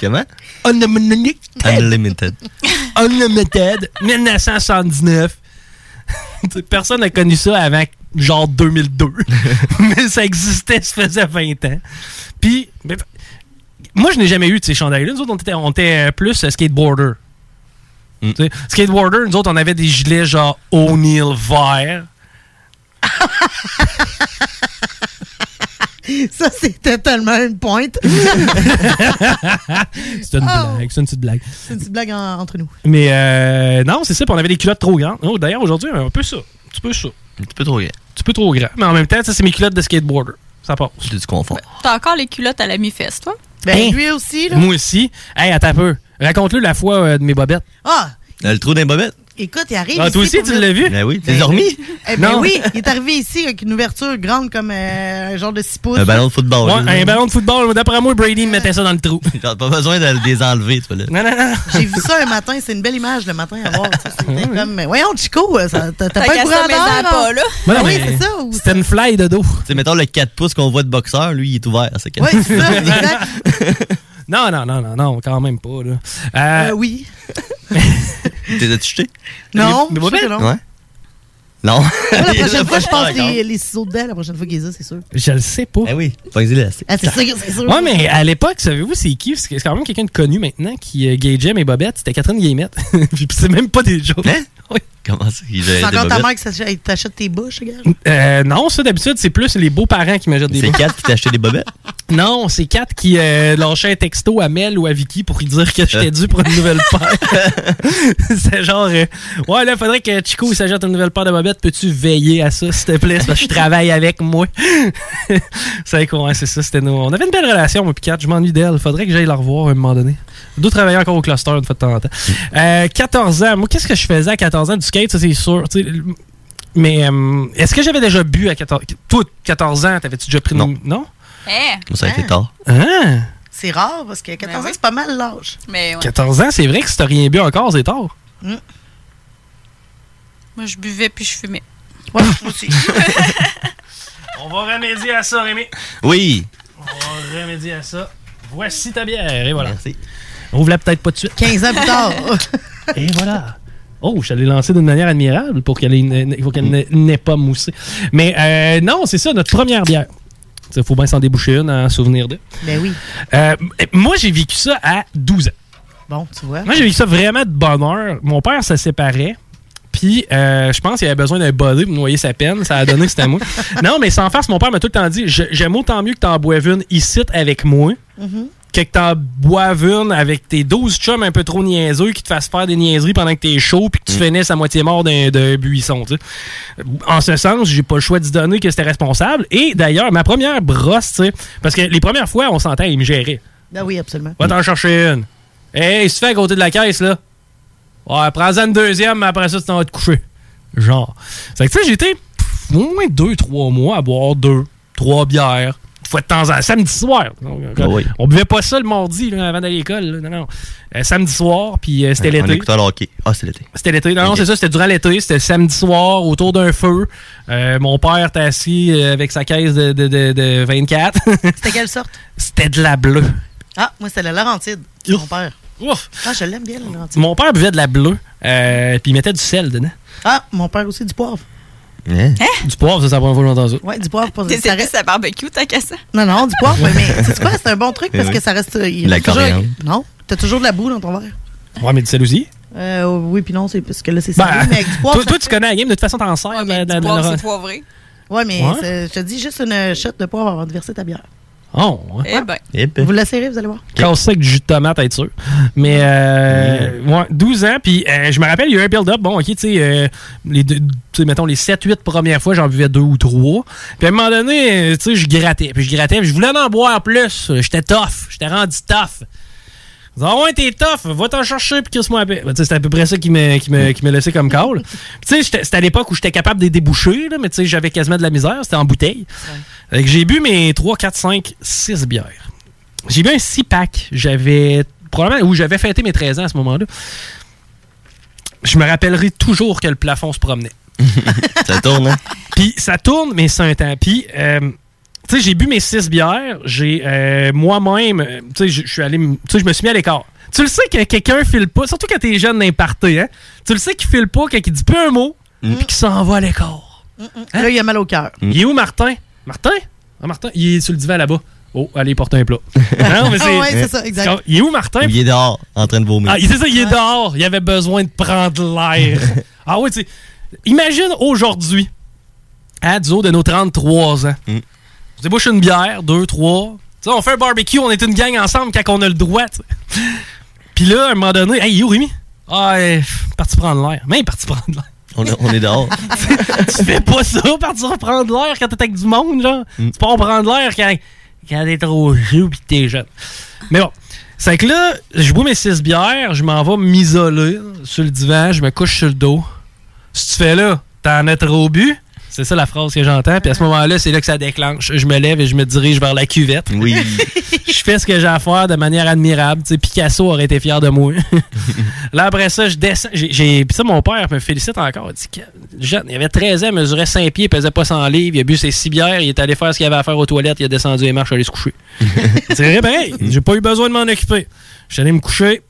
Comment? Unlimited. Unlimited. Unlimited 1979. Tu sais, Personne n'a connu ça avant genre 2002. Mais ça existait, ça faisait 20 ans. Puis, ben, moi, je n'ai jamais eu de ces chandails-là. Nous autres, on était, on était, euh, plus euh, skateboarder. Mm. Tu sais, Skateboarder, nous autres, on avait des gilets genre O'Neill vert. Ça, c'était tellement une pointe. c'est une Oh. blague, c'est une petite blague. C'est une petite blague en- entre nous. Mais euh, non, c'est ça, puis on avait des culottes trop grandes. Oh, D'ailleurs, aujourd'hui, un peu ça. Un petit peu ça. Un petit peu trop grand. Un petit peu trop grand. Mais en même temps, ça, c'est mes culottes de skateboarder. Ça passe. Tu du confort. T'as encore les culottes à la mi-fesse, toi? Ben, lui aussi, Moi aussi. Hey, attends un peu. Raconte-le la fois euh, de mes bobettes. Ah, Dans Euh, le trou d'un bobette? écoute, il arrive. Ah, toi ici aussi, pour tu le- l'as vu? Ben oui, t'es dormi? Eh ben Non. oui, il est arrivé ici avec une ouverture grande comme euh, un genre de 6 pouces. Ouais, un ballon de football. D'après moi, Brady mettait ça dans le trou. T'as pas besoin de le désenlever, toi, là. Non, non, Ah non. J'ai vu ça un matin, c'est une belle image le matin à voir. tu sais, C'était comme, mais voyons Chico, euh, ça- t'as t'as T'as pas qu'à le ça, courant mais d'air, dans pas, là. Ben non, Ah oui, mais c'est ça. ou- C'était une fly de dos. Tu sais, mettons le 4 pouces qu'on voit de boxeur, lui, il est ouvert. C'est Ouais, c'est ça, exact. Non, non, non, non, non, quand même pas. Là. Euh, oui. T'es as jeté? Non, Mais ben. je sais que non. Ouais. Non. Moi, la Il est là, prochaine fois, pas je passe d'accord. les, les ciseaux dedans. La prochaine fois qu'ils ont, c'est sûr. Je le sais pas. Eh oui, pas exilé assez. Ah, c'est sûr, c'est sûr. Ouais, mais à l'époque, savez-vous, c'est qui? Parce que C'est quand même quelqu'un de connu maintenant qui euh, gageait mes bobettes. C'était Catherine Guillemette. Puis c'est même pas des jokes. Oui. Hein? Comment ça? Il C'est a des encore ta bobettes? mère qui s'ach- elle t'achète tes bouches, gars. Euh, non, ça d'habitude, c'est plus les beaux-parents qui me jettent des C'est bobettes. Kat qui t'a acheté des bobettes? Non, c'est Kat qui euh, lâchait un texto à Mel ou à Vicky pour lui dire que j'étais dû pour une nouvelle paire. c'est genre, euh, ouais, là, faudrait que Chico il s'ajoute une nouvelle paire de bobettes. Peux-tu veiller à ça, s'il te plaît? C'est Parce que je travaille avec moi. c'est quoi, ouais, c'est ça, c'était nous. On avait une belle relation, moi, puis Kat. Je m'ennuie d'elle. Faudrait que j'aille la revoir à un moment donné. D'autres travailler encore au cluster une fois de temps en temps. Euh, 14 ans, moi, qu'est-ce que je faisais à 14 ans? Du skate, ça, c'est sûr. Tu sais, mais euh, est-ce que j'avais déjà bu à 14 ans? Toi, 14 ans, t'avais-tu déjà pris non. non? Eh. Ça a été Ah. tard. Hein? C'est rare parce que 14 ans, c'est pas mal l'âge. Ben Mais 14 ans, c'est vrai que si t'as rien bu encore, c'est tard. Hum. Moi, je buvais puis je fumais. Ouais, moi aussi. On va remédier à ça, Rémi. Oui. On va remédier à ça. Voici ta bière, Eh, et voilà. Merci. Ouvre-la peut-être pas de suite. 15 ans plus tard. Et voilà. Oh, je l'ai lancée d'une manière admirable pour qu'elle ait- n'ait- pour qu'elle n'ait n'ait pas moussé. Mais euh, non, c'est ça, notre première bière. Il faut bien s'en déboucher une en souvenir d'eux. Ben oui. Euh, moi, j'ai vécu ça à 12 ans. Bon, tu vois. Moi, j'ai vécu ça vraiment de bonheur. Mon père se séparait. Puis, euh, je pense qu'il avait besoin d'un body pour noyer sa peine. Ça a donné que c'était moi. Non, mais sans farce, mon père m'a tout le temps dit Je- J'aime autant mieux que t'en boives une ici avec moi Mhm. que que t'en boives une avec tes 12 chums un peu trop niaiseux qui te fassent faire des niaiseries pendant que t'es chaud puis que tu finisses à moitié mort d'un d'un buisson. tu sais. En ce sens, j'ai pas le choix d'y donner que c'était responsable. Et d'ailleurs, ma première brosse, tu sais, parce que les premières fois, on s'entend, ils me géraient. Ben oui, absolument. Va t'en chercher une. Hey, il se fait à côté de la caisse, là. Ouais, prends-en une deuxième, mais après ça, tu t'en vas te coucher. Genre. C'est que, tu sais, j'étais pff, au moins deux, trois mois à boire deux, trois bières. Une fois de temps en temps, samedi soir. Donc, euh, Ah oui. On buvait pas ça le mardi, là, avant d'aller à l'école. là. Non, non. Euh, samedi soir, puis euh, c'était On l'été. écoutait le hockey. Ah, c'est l'été. C'était l'été. Non, non, c'est ça, c'était durant l'été. C'était le samedi soir, autour d'un feu. Euh, mon père était assis euh, avec sa caisse de, de- de- de 24. C'était quelle sorte? c'était de la bleue. Ah, moi, c'était la Laurentide. c'est Mon père. Ouf! Ah, je l'aime bien, la Laurentide. Mon père buvait de la bleue, euh, puis il mettait du sel dedans. Ah, mon père aussi, du poivre. Hein? Hein? Du poivre, ça, c'est la première fois que j'entends ça. Ouais, du poivre. Pas... T'es services à barbecue, t'as qu'à ça? Non, non, du poivre, mais c'est quoi? C'est un bon truc Eh parce oui. que ça reste. euh, il La reste toujours- coriandre. Non, t'as toujours de la boue dans ton verre. Ouais, mais du sel aussi. Euh, oui, puis non, c'est parce que là, c'est Ben, salé, mais avec du poivre. toi, toi, tu connais la game, de toute façon, t'en sers. dans- dans- dans- dans- poivré. Ouais, mais Ouais. c'est- je te dis juste une shot de poivre avant de verser ta bière. Oh, ouais. Eh ben. Vous l'essayerez, vous allez voir. Casse ça avec du jus de tomate, à être sûr. Mais, euh, Mm. ouais, 12 ans, puis euh, je me rappelle, il y a eu un build-up. Bon, OK, tu sais, euh, les deux- tu sais, mettons, les 7-8 premières fois, j'en buvais deux ou trois. Puis à un moment donné, euh, tu sais, je grattais, puis je grattais, puis je voulais en boire plus. J'étais tough, j'étais rendu tough. Ils disent, Ah ouais, t'es tough, va t'en chercher, puis qu'est-ce moi C'était à peu près ça qui me, qui me, qui me laissait comme call. Puis tu sais, j'étais- c'était à l'époque où j'étais capable de les déboucher, là, mais tu sais, j'avais quasiment de la misère, c'était en bouteille. Fait que j'ai bu mes 3, 4, 5, 6 bières. J'ai bu un 6 pack. J'avais. Probablement où j'avais fêté mes 13 ans à ce moment-là. Je me rappellerai toujours que le plafond se promenait. Ça tourne, hein? Puis ça tourne, mais c'est un temps. Puis, euh, tu sais, j'ai bu mes 6 bières. J'ai euh, moi-même. euh, Tu sais, je je suis allé. m- Tu sais, je me suis mis à l'écart. Tu le sais que quelqu'un file pas, surtout quand t'es jeune d'imparté, hein? Tu le sais qu'il file pas, quand il dit peu un mot, Mm. puis qu'il s'en va à l'écart. Là, il a mal au cœur. Il est où Martin? Martin? Ah, Martin, il est sur le divan là-bas. Oh, allez, porte un plat. Non, mais Ah ouais, c'est ça, exact. Il est où Martin? Il est dehors, en train de vomir. Ah, c'est ça, il est dehors. Il avait besoin de prendre l'air. ah oui, tu sais. Imagine aujourd'hui, à du haut de nos 33 ans, Mm. on débouche une bière, deux, trois. Tu sais, on fait un barbecue, on est une gang ensemble quand on a le droit. tu sais. Puis là, à un moment donné, hey, yo, Rémi? Ah, il est parti prendre l'air. Mais il est parti prendre l'air. On, est- on est dehors. tu fais pas ça, partir prendre l'air quand t'es avec du monde, genre. Tu pars prendre l'air quand, quand t'es trop vieux pis t'es jeune. Mais bon. C'est que là, je bois mes six bières, je m'en vais m'isoler sur le divan, je me couche sur le dos. Si tu fais là, t'en as trop bu. C'est ça la phrase que j'entends. Puis à ce moment-là, c'est là que ça déclenche. Je me lève et je me dirige vers la cuvette. Oui. je fais ce que j'ai à faire de manière admirable. Tu sais, Picasso aurait été fier de moi. Là, après ça, je descends. J'ai, j'ai- Puis ça, mon père me félicite encore. Il dit que- Jeune, il avait 13 ans, mesurait 5 pieds, il pesait pas 100 livres, il a bu ses 6 bières, il est allé faire ce qu'il avait à faire aux toilettes, il a descendu les marches, allé se coucher. C'est vrai, pareil. J'ai pas eu besoin de m'en occuper. Je suis allé me coucher.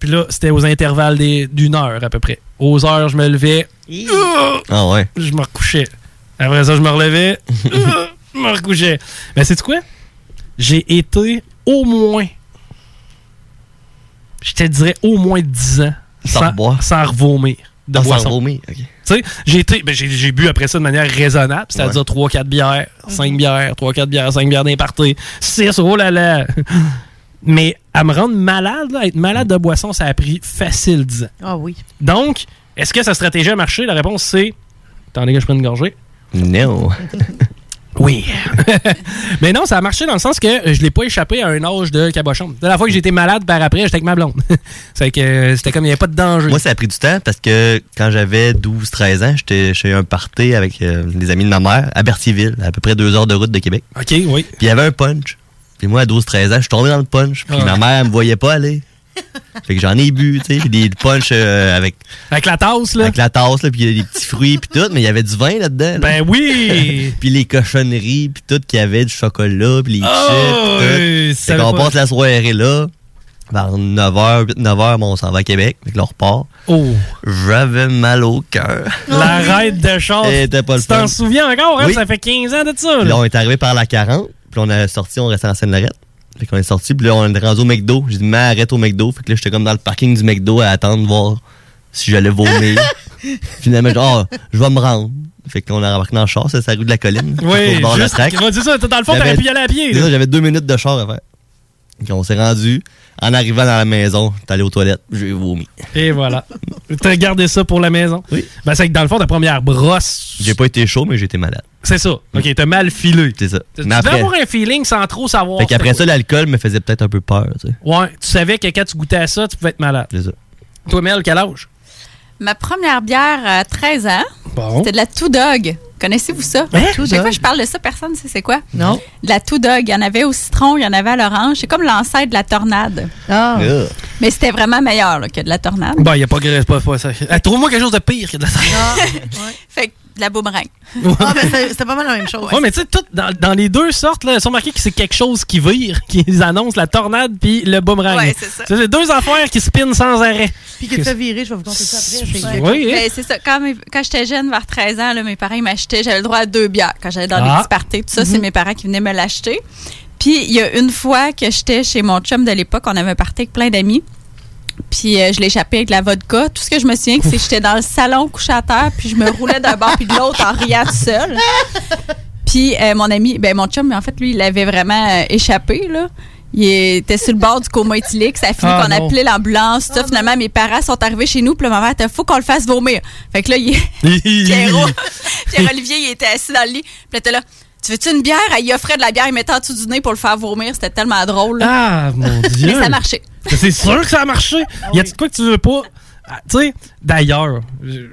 Puis là, c'était aux intervalles des- d'une heure à peu près. Aux heures, je me levais. Ah! Ah ouais. Je me recouchais. Après ça, je me relevais. Ah! je me recouchais. Mais c'est quoi? J'ai été au moins, je te dirais au moins 10 ans Sans boire. sans revomir. De Ah, sans boisson. vomir, ok. Tu sais, j'ai été- ben, j'ai- j'ai bu après ça de manière raisonnable, c'est-à-dire 3-4 bières, 5 bières, 3-4 bières, 5 bières d'imparté, 6, oh là là! Mais à me rendre malade, là, être malade de boisson, ça a pris facile 10 ans. Ah oui. Donc, est-ce que sa stratégie a marché? La réponse, c'est... Attendez que je prenne une gorgée. No. Oui. Mais non, ça a marché dans le sens que euh, je l'ai pas échappé à un âge de cabochon. La fois que j'étais malade par après, j'étais avec ma blonde. c'est que euh, c'était comme il n'y avait pas de danger. Moi, ça a pris du temps parce que quand j'avais 12-13 ans, j'étais chez un party avec euh, les amis de ma mère à Berthierville, à peu près deux heures de route de Québec. OK, oui. Puis il y avait un punch. Puis moi, à 12-13 ans, je suis tombé dans le punch. Puis Ah. ma mère, elle me voyait pas aller. Fait que j'en ai bu, tu sais. Puis des punchs euh, avec. Avec la tasse, là. Avec la tasse, là. Puis il y a des petits fruits, puis tout. Mais il y avait du vin là-dedans. Ben oui! puis les cochonneries, puis tout, qu'il y avait du chocolat, puis les chips. Oh, puis tout. oui, tu fait savais qu'on pas. passe la soirée là. Vers 9h, 9h, on s'en va à Québec. Fait que là, on repart. Oh! J'avais mal au cœur. La raide de char. Eh, t'as pas le Tu t'en fun. souviens encore, hein? Oui. Ça fait 15 ans de ça. Puis là, là. on est arrivé par la 40, puis on est sorti, on restait en Seine-Lorette. Fait qu'on est sorti, puis là, on est rendu au McDo. J'ai dit, mais arrête au McDo. Fait que là, j'étais comme dans le parking du McDo à attendre, voir si j'allais vomir. Finalement, j'ai dit, Ah, je vais me rendre. Fait qu'on a embarqué dans le char, ça, c'est la rue de la colline. Oui, au bord de la juste- track. on dit ça, dans le fond, J'avais- t'aurais pu y aller à pied, C'est là. ça, J'avais deux minutes de char à faire. Puis on s'est rendu. En arrivant dans la maison, j'étais allé aux toilettes, j'ai vomi. Et voilà. T'as gardé ça pour la maison? Oui. Ben, c'est que dans le fond, ta première brosse. J'ai pas été chaud, mais j'étais malade. Mm. C'est ça. Ok, t'as mal filé. C'est ça. Tu Mais devais après, avoir un feeling sans trop savoir. fait qu'après ça, c'était l'alcool me faisait peut-être un peu peur, tu sais. quoi. Ouais, tu savais que quand tu goûtais à ça, tu pouvais être malade. C'est ça. Toi, Mel, quel âge? Ma première bière à 13 ans, Bon. c'était de la Two Dog. Connaissez-vous ça? La Two Chaque Dog? fois que je parle de ça, personne ne sait c'est quoi. Hein? Non. De la Two Dog. Il y en avait au citron, il y en avait à l'orange. C'est comme l'ancêtre de la tornade. Ah. Yeah. Mais c'était vraiment meilleur là, que de la tornade. Ben, y a pas, c'est pas, pas ça. Ah, Trouve-moi quelque chose de pire que de la Fait que de la boomerang. Ah, mais c'est- c'était pas mal la même chose. Ouais, mais tu sais, tout- dans, dans les deux sortes, là, ils sont marqués que c'est quelque chose qui vire, qu'ils annoncent la tornade puis le boomerang. Ouais, c'est ça. Tu sais, C'est deux affaires qui spinent sans arrêt. Puis que tu fais virer, je vais vous compter ça après. c'est- Oui, hein? Ben, c'est ça. Quand, mes- quand j'étais jeune, vers 13 ans, là, mes parents ils m'achetaient. J'avais le droit à deux bières quand j'allais dans Ah. les petits parties. Tout ça, c'est mes parents qui venaient me l'acheter. Puis il y a une fois que j'étais chez mon chum de l'époque, on avait un party avec plein d'amis. Puis euh, je l'échappais avec de la vodka. Tout ce que je me souviens, c'est que j'étais dans le salon couché à terre, puis je me roulais d'un bord puis de l'autre en riant tout seul. Puis euh, mon ami, ben mon chum, en fait, lui, il avait vraiment euh, échappé, là. Il était sur le bord du coma éthylique. Ça a fini Ah, qu'on non. appelait l'ambulance. tout ça, finalement, mes parents sont arrivés chez nous. Puis là, ma mère était, faut qu'on le fasse vomir. Fait que là, il... Pierrot, Pierre-Olivier, il était assis dans le lit. Puis là, était là, tu veux-tu une bière? Elle y offrait de la bière. Il mettait en dessous du nez pour le faire vomir. C'était tellement drôle. là. Ah, mon Dieu. Mais ça marchait. Mais C'est sûr que ça a marché. Y a-tu de quoi que tu veux pas? Ah, tu sais, d'ailleurs, je-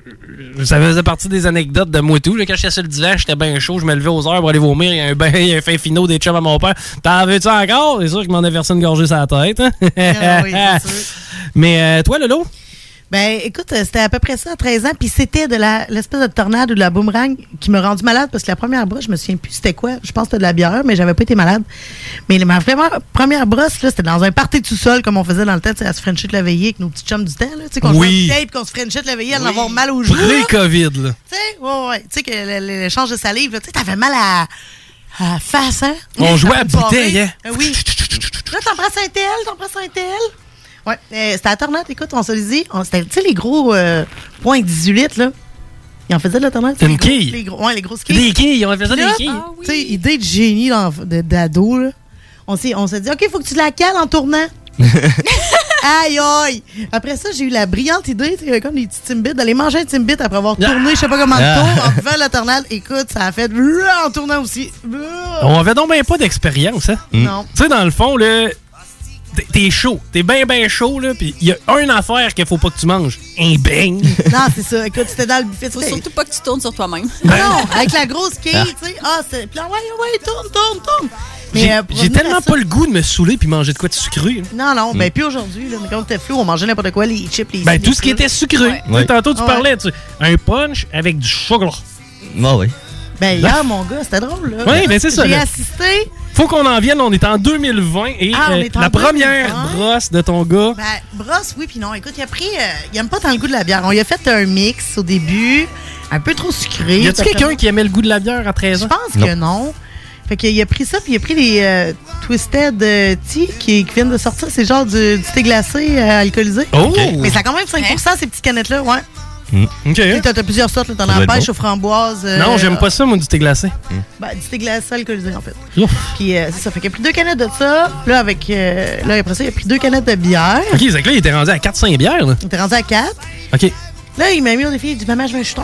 je- ça faisait partie des anecdotes de moi et tout. Là, Quand j'étais sur le divan, j'étais bien chaud, je me levais aux heures pour aller vomir. Il y a un bain, il y a un fin finot des chums à mon père. T'en veux-tu encore? C'est sûr qu'il m'en a versé une gorgée sur la tête. hein? Ah oui, c'est sûr. Mais euh, toi, Lolo? Ben, écoute, euh, c'était à peu près ça à 13 ans, puis c'était de la- l'espèce de tornade ou de la boomerang qui m'a rendu malade parce que la première brosse, je me souviens plus c'était quoi. Je pense que c'était de la bière, mais j'avais pas été malade. Mais ma vraiment première brosse, là, c'était dans un party tout seul, comme on faisait dans le temps, tu sais, à se frenchit la veillée avec nos petits chums du temps, là. Tu sais, qu'on Oui. se fait une tape, qu'on se frenchit la veillée, à en Oui. avoir mal aux joues. là. Pré-COVID, là. Tu sais, ouais, ouais. Tu sais, que le- le- l'échange de salive, là, tu sais, t'avais mal à, à la face, hein? On jouait à Dans une bouteille, soirée. hein? Euh, Oui. Là, t'embrasses un tel, t'embrasses un tel. Ouais, euh, c'était à Tornade, écoute, on se le dit. On- C'était, tu sais, les gros euh, points 18, là. Ils en faisaient de la Tornade. Une les gros- quille. Les gros, ouais, les grosses quilles. Des quilles, on en Puis faisait là, des ah quilles. Tu sais, idée de génie d'enf- de- d'ado, là. On s'est, on s'est dit, OK, faut que tu la cales en tournant. aïe, aïe! Après ça, j'ai eu la brillante idée, tu sais, comme des petits Timbits, d'aller manger un Timbit après avoir tourné, je sais pas comment de Ah. tour, en buvant la tornade. Écoute, ça a fait en tournant aussi. On avait donc bien pas d'expérience, hein? Mm. Non. Tu sais, dans le fond, là, t'es- t'es chaud. T'es bien, bien chaud, là, pis y a une affaire qu'il faut pas que tu manges. Un beigne. Non, c'est ça. Écoute, c'était dans le buffet. Ah Faut surtout pas que tu tournes sur toi-même. Non, avec la grosse quille, Ah. tu sais. Ah, c'est. Puis là, ouais, ouais, tourne, tourne, tourne. J'ai euh, pour j'ai revenir à tellement ça- pas le goût de me saouler puis manger de quoi de sucré. là. Non, non, ben, Mm. puis aujourd'hui, là, mais quand t'es flou, on mangeait n'importe quoi, les chips, les. Ben, tout ce qui était sucré. Tu sais, Ouais. Tantôt, tu Ouais. parlais, tu sais, un punch avec du chocolat. Ah oui. Ben, hier, mon gars, c'était drôle, là. Ouais, ben, c'est ça, J'ai là. assisté. Faut qu'on en vienne, on est en 2020 et Ah, on euh, est en la première 2020. brosse de ton gars. Ben, brosse, oui, puis non. Écoute, il a pris. euh, il aime pas tant le goût de la bière. On lui a fait un mix au début, un peu trop sucré. y a-tu Fait quelqu'un que- qui aimait le goût de la bière à 13 ans? Je pense que non. Fait qu'il a pris ça, puis il a pris les euh, Twisted euh, Tea qui, qui viennent de sortir. C'est genre du, du thé glacé euh, alcoolisé. Oh! Mais ça a quand même 5 ces petites canettes-là, ouais. Mm. Ok. Tu as, plusieurs sortes, là. T'en Ça doit as être pêche bon. aux framboises. euh, Non, j'aime pas ça, moi, du thé glacé. Mm. ben, du thé glacé alcoolisé, en fait. Ouf. Puis euh, c'est ça. Fait qu'il a pris deux canettes de ça. Là, avec. euh, là, après ça, il a pris deux canettes de bière. Ok, c'est que là, il était rendu à 4-5 bières, là. On était rendu à 4. Ok. Là, il m'a mis au défi. Il dit Maman, je veux un shooter.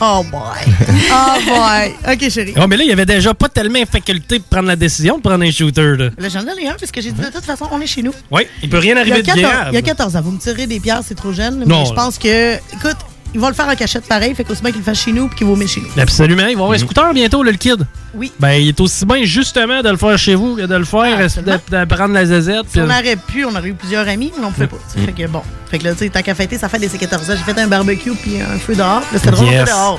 Oh boy. oh boy. Ok, chérie. Oh, mais là, il y avait déjà pas tellement de faculté de prendre la décision de prendre un shooter, là. Là, j'en ai un, parce que j'ai dit de toute façon, on est chez nous. Oui, il peut rien Il y a arriver de 14 grave. Il y a 14 ans. Vous me tirez des pierres, c'est trop jeune. là, Non, mais je là. pense que. Écoute, ils vont le faire en cachette pareil. Fait qu'au moment qu'ils le fassent chez nous puis qu'ils vont mettre chez nous. Absolument. Il va avoir un scooter bientôt, là, le kid. Oui. Ah, Ben, il est aussi bien, justement, de le faire chez vous que de le faire, de, de prendre la zazette. Si puis- euh, Mm. on aurait pu, on aurait eu plusieurs amis, mais on ne pouvait pas. tu sais. Fait que bon. Fait que là, tu sais, tant qu'à fêter, ça fait des 14 ans. J'ai fait un barbecue puis un feu dehors. Là, c'était drôle, un Yes. feu dehors.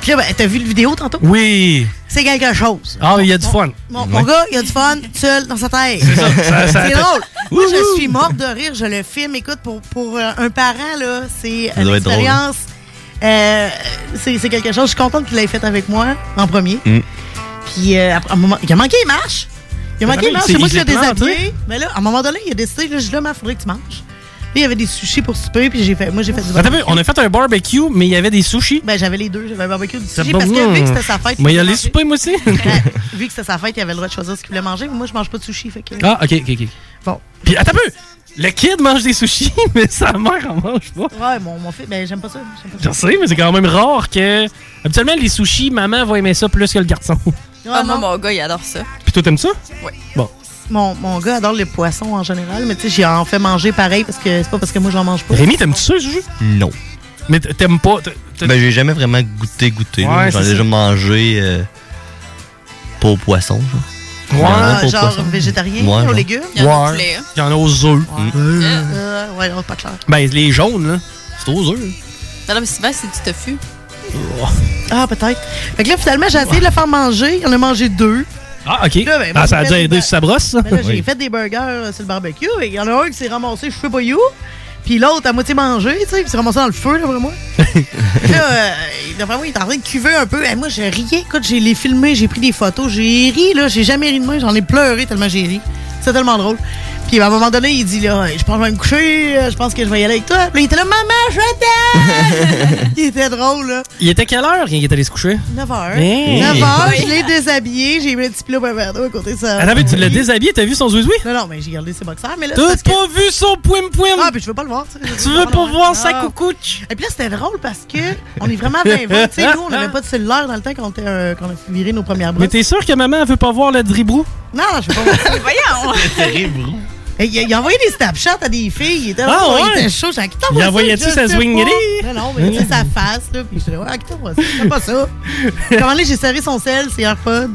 Puis là, ben, t'as vu le vidéo tantôt? Oui. C'est quelque chose. Ah, il y a du fun. Mon, mon Ouais. gars, il a du fun seul dans sa tête. ça- ça- C'est drôle. Moi, Wouhou. je suis morte de rire. Je le filme. Écoute, pour, pour euh, un parent, là, c'est Ça une doit être drôle, hein. expérience. euh, c'est c'est quelque chose. Je suis contente qu'il l'ait fait avec moi en premier. Mm. Puis, euh, après, à un moment- il a manqué les marches. Il a Ah manqué les oui, marches. c'est- C'est moi il qui l'ai s'est planté. déshabillé. Mais là, à un moment donné, il a décidé, là, je dis là, il faudrait que tu manges. il y avait des sushis pour souper, puis j'ai fait, moi, j'ai fait du Attends un peu, on a fait un barbecue, mais il y avait des sushis. Ben, j'avais les deux. J'avais un barbecue du Ça sushi va parce bien. que vu que c'était sa fête. Mais il y a il les mangeait- soupers, moi aussi. Vu que c'était sa fête, il avait le droit de choisir ce qu'il voulait manger, mais moi, je mange pas de sushi. Fait que... Ah, ok, ok, ok. Bon. Puis attends un peu! Le kid mange des sushis, mais sa mère en mange pas. Ouais, mon, mon fils, ben, j'aime pas ça. j'aime pas ça. Je sais, mais c'est quand même rare que. Habituellement, les sushis, maman va aimer ça plus que le garçon. Ah, moi, mon gars, il adore ça. Puis toi, t'aimes ça? Oui. Bon. Mon, mon gars adore les poissons en général, mais tu sais, j'y en fais manger pareil parce que c'est pas parce que moi, j'en mange pas. Rémi, t'aimes-tu ça, Juju? Non. Mais t- t'aimes pas. t- t- Ben, j'ai jamais vraiment goûté, goûté. là. Ouais, J'en ai c'est déjà ça. mangé euh, pas au poisson. Genre. Vraiment pas au genre poisson. végétarien, Ouais, aux genre. légumes. Il y en a au Ouais. poulet, hein. Il y en a aux œufs. Euh. Euh, ouais, non, pas clair. Ben, les jaunes, là. C'est aux œufs. Non, non, mais souvent, c'est du tofu. Oh. Ah, peut-être. Fait que là, finalement, j'ai essayé de le faire manger. Il en a mangé deux. Ah, ok. Là, ben, moi, ah, ça a j'ai dû fait aider des- sur sa brosse, ça. Ben là, j'ai fait des burgers euh, sur le barbecue et il y en a un qui s'est ramassé, je sais pas où. Puis l'autre à moitié mangé, tu sais, il s'est ramassé dans le feu, là, vraiment. là, euh, d'après moi, il est en train de cuver un peu. Et moi, j'ai ri. Écoute, j'ai les filmé, j'ai pris des photos, j'ai ri, là. J'ai jamais ri de moi, j'en ai pleuré tellement j'ai ri. C'est tellement drôle. Puis à un moment donné, il dit, là, je pense que je vais me coucher, euh, je pense que je vais y aller avec toi. Puis là, il était là, maman, je t'aime! il était drôle, là. Il était quelle heure quand il est allé se coucher? 9h. Hey. 9h, je l'ai déshabillé, j'ai mis un petit plat un verre d'eau à côté de ça. Attends, mais tu l'as déshabillé, t'as vu son zouzoui? Euh, Non, non, mais j'ai gardé ses boxers, Ah, mais là. T'as c'est parce pas vu son poum poum? Ah, puis je veux pas le voir, tu sais. Tu veux pas voir sa coucouche? Et puis là, c'était drôle parce que on est vraiment 20 Tu sais, nous, on n'avait pas de cellulaire dans le temps quand on, était, euh, quand on a viré nos premières Mais brosses. t'es sûr que maman, elle veut pas voir le dribrou? Non, je veux pas voir ça. Voyons! Et Il a, il a envoyé des snapshots à des filles. Il était, Ah, oh, il ouais? était chaud. J'ai dit, qui t'envoie Il ça? envoyait-tu Je sa sais swingerie? pas. Non, non, mais tu sais, sa face, là. Puis je disais, ouais, qui t'envoie ça? C'est pas ça. Comment là, j'ai serré son sel, ses AirPods.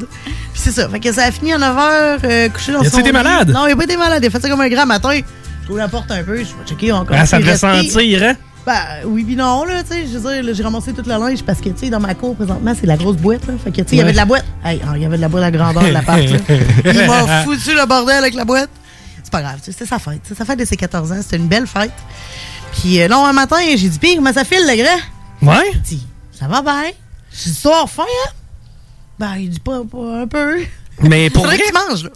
Puis c'est ça. Fait que ça a fini à 9h, couché dans son. Y a-tu été lit. malade? Non, il a pas été malade. Il a fait ça comme un grand matin. Je ouvre la porte un peu. Je vais checker encore. Ah, ça Il est devait resté- sentir, hein? ben oui, puis non, là, tu sais, je veux dire, là, j'ai ramassé toute la linge parce que, tu sais, dans ma cour, présentement, c'est la grosse boîte, là. Fait que, tu sais, il y Ouais. avait de la boîte. Hey, ah, il y avait de la boîte à la grandeur de l'appart, là. Il m'a foutu le bordel avec la boîte. C'est pas grave, tu sais, c'était sa fête. C'était sa fête de ses 14 ans. C'était une belle fête. Puis, euh, là, un matin, j'ai dit, pire, comment ça file, le grand? Ouais? Il dit, ça va bien. J'ai dit, soir fin, hein? Ben, il dit, pas, pas un peu. Mais pour Faudrait vrai, que tu manges, là.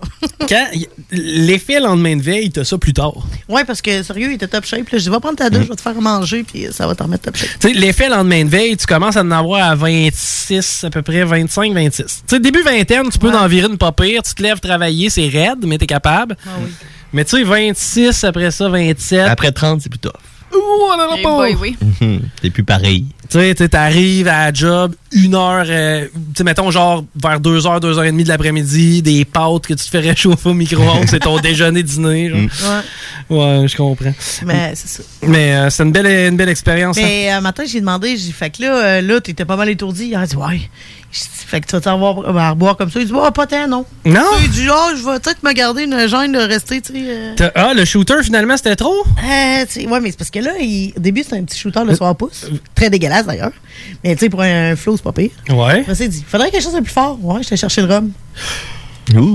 quand y- l'effet lendemain de veille, t'as ça plus tard. Ouais, parce que, sérieux, il était top shape. Là, je dis, va prendre ta Mm. douche, je vais te faire manger, puis euh, ça va t'en mettre top shape. Tu sais, l'effet lendemain de veille, tu commences à en avoir à 26, à peu près 25, 26. Tu sais, début vingtaine, tu peux en virer une pas pire. Tu te lèves travailler, c'est raide, mais t'es capable. Ah Mais tu sais, 26, après ça, 27. Après 30, c'est plus tough. Ouh, on en a Eh pas. boy, oui. Mhm. c'est plus pareil. Tu sais, tu sais, t'arrives à la job une heure, euh, tu sais, mettons genre vers 2 h 2 h 30 de l'après-midi, des pâtes que tu te fais réchauffer au micro-ondes, c'est ton déjeuner-dîner. Mm. genre. Ouais, je comprends. Mais c'est ça. Mais euh, c'est une belle, une belle expérience. hein. Mais un matin, j'ai demandé, j'ai dit, fait que là, euh, là, t'étais pas mal étourdi. Il a dit, ouais. J'ai dit, fait que tu vas t'en voir- euh, à reboire comme ça. Il dit, ouais, pas tant, non. Non? Il dit, genre, je vais peut-être me garder une gêne de rester, tu sais. euh. T'as- Ah, le shooter, finalement, c'était trop? Euh, tu sais, ouais, mais c'est parce que là, il- au début, c'était un petit shooter Euh, de 3 pouces. Très dégueulasse, d'ailleurs. Mais tu sais, pour un flow, c'est pas pire. Ouais. Après, ça, il dit, faudrait quelque chose de plus fort. Ouais, j'étais chercher le rhum.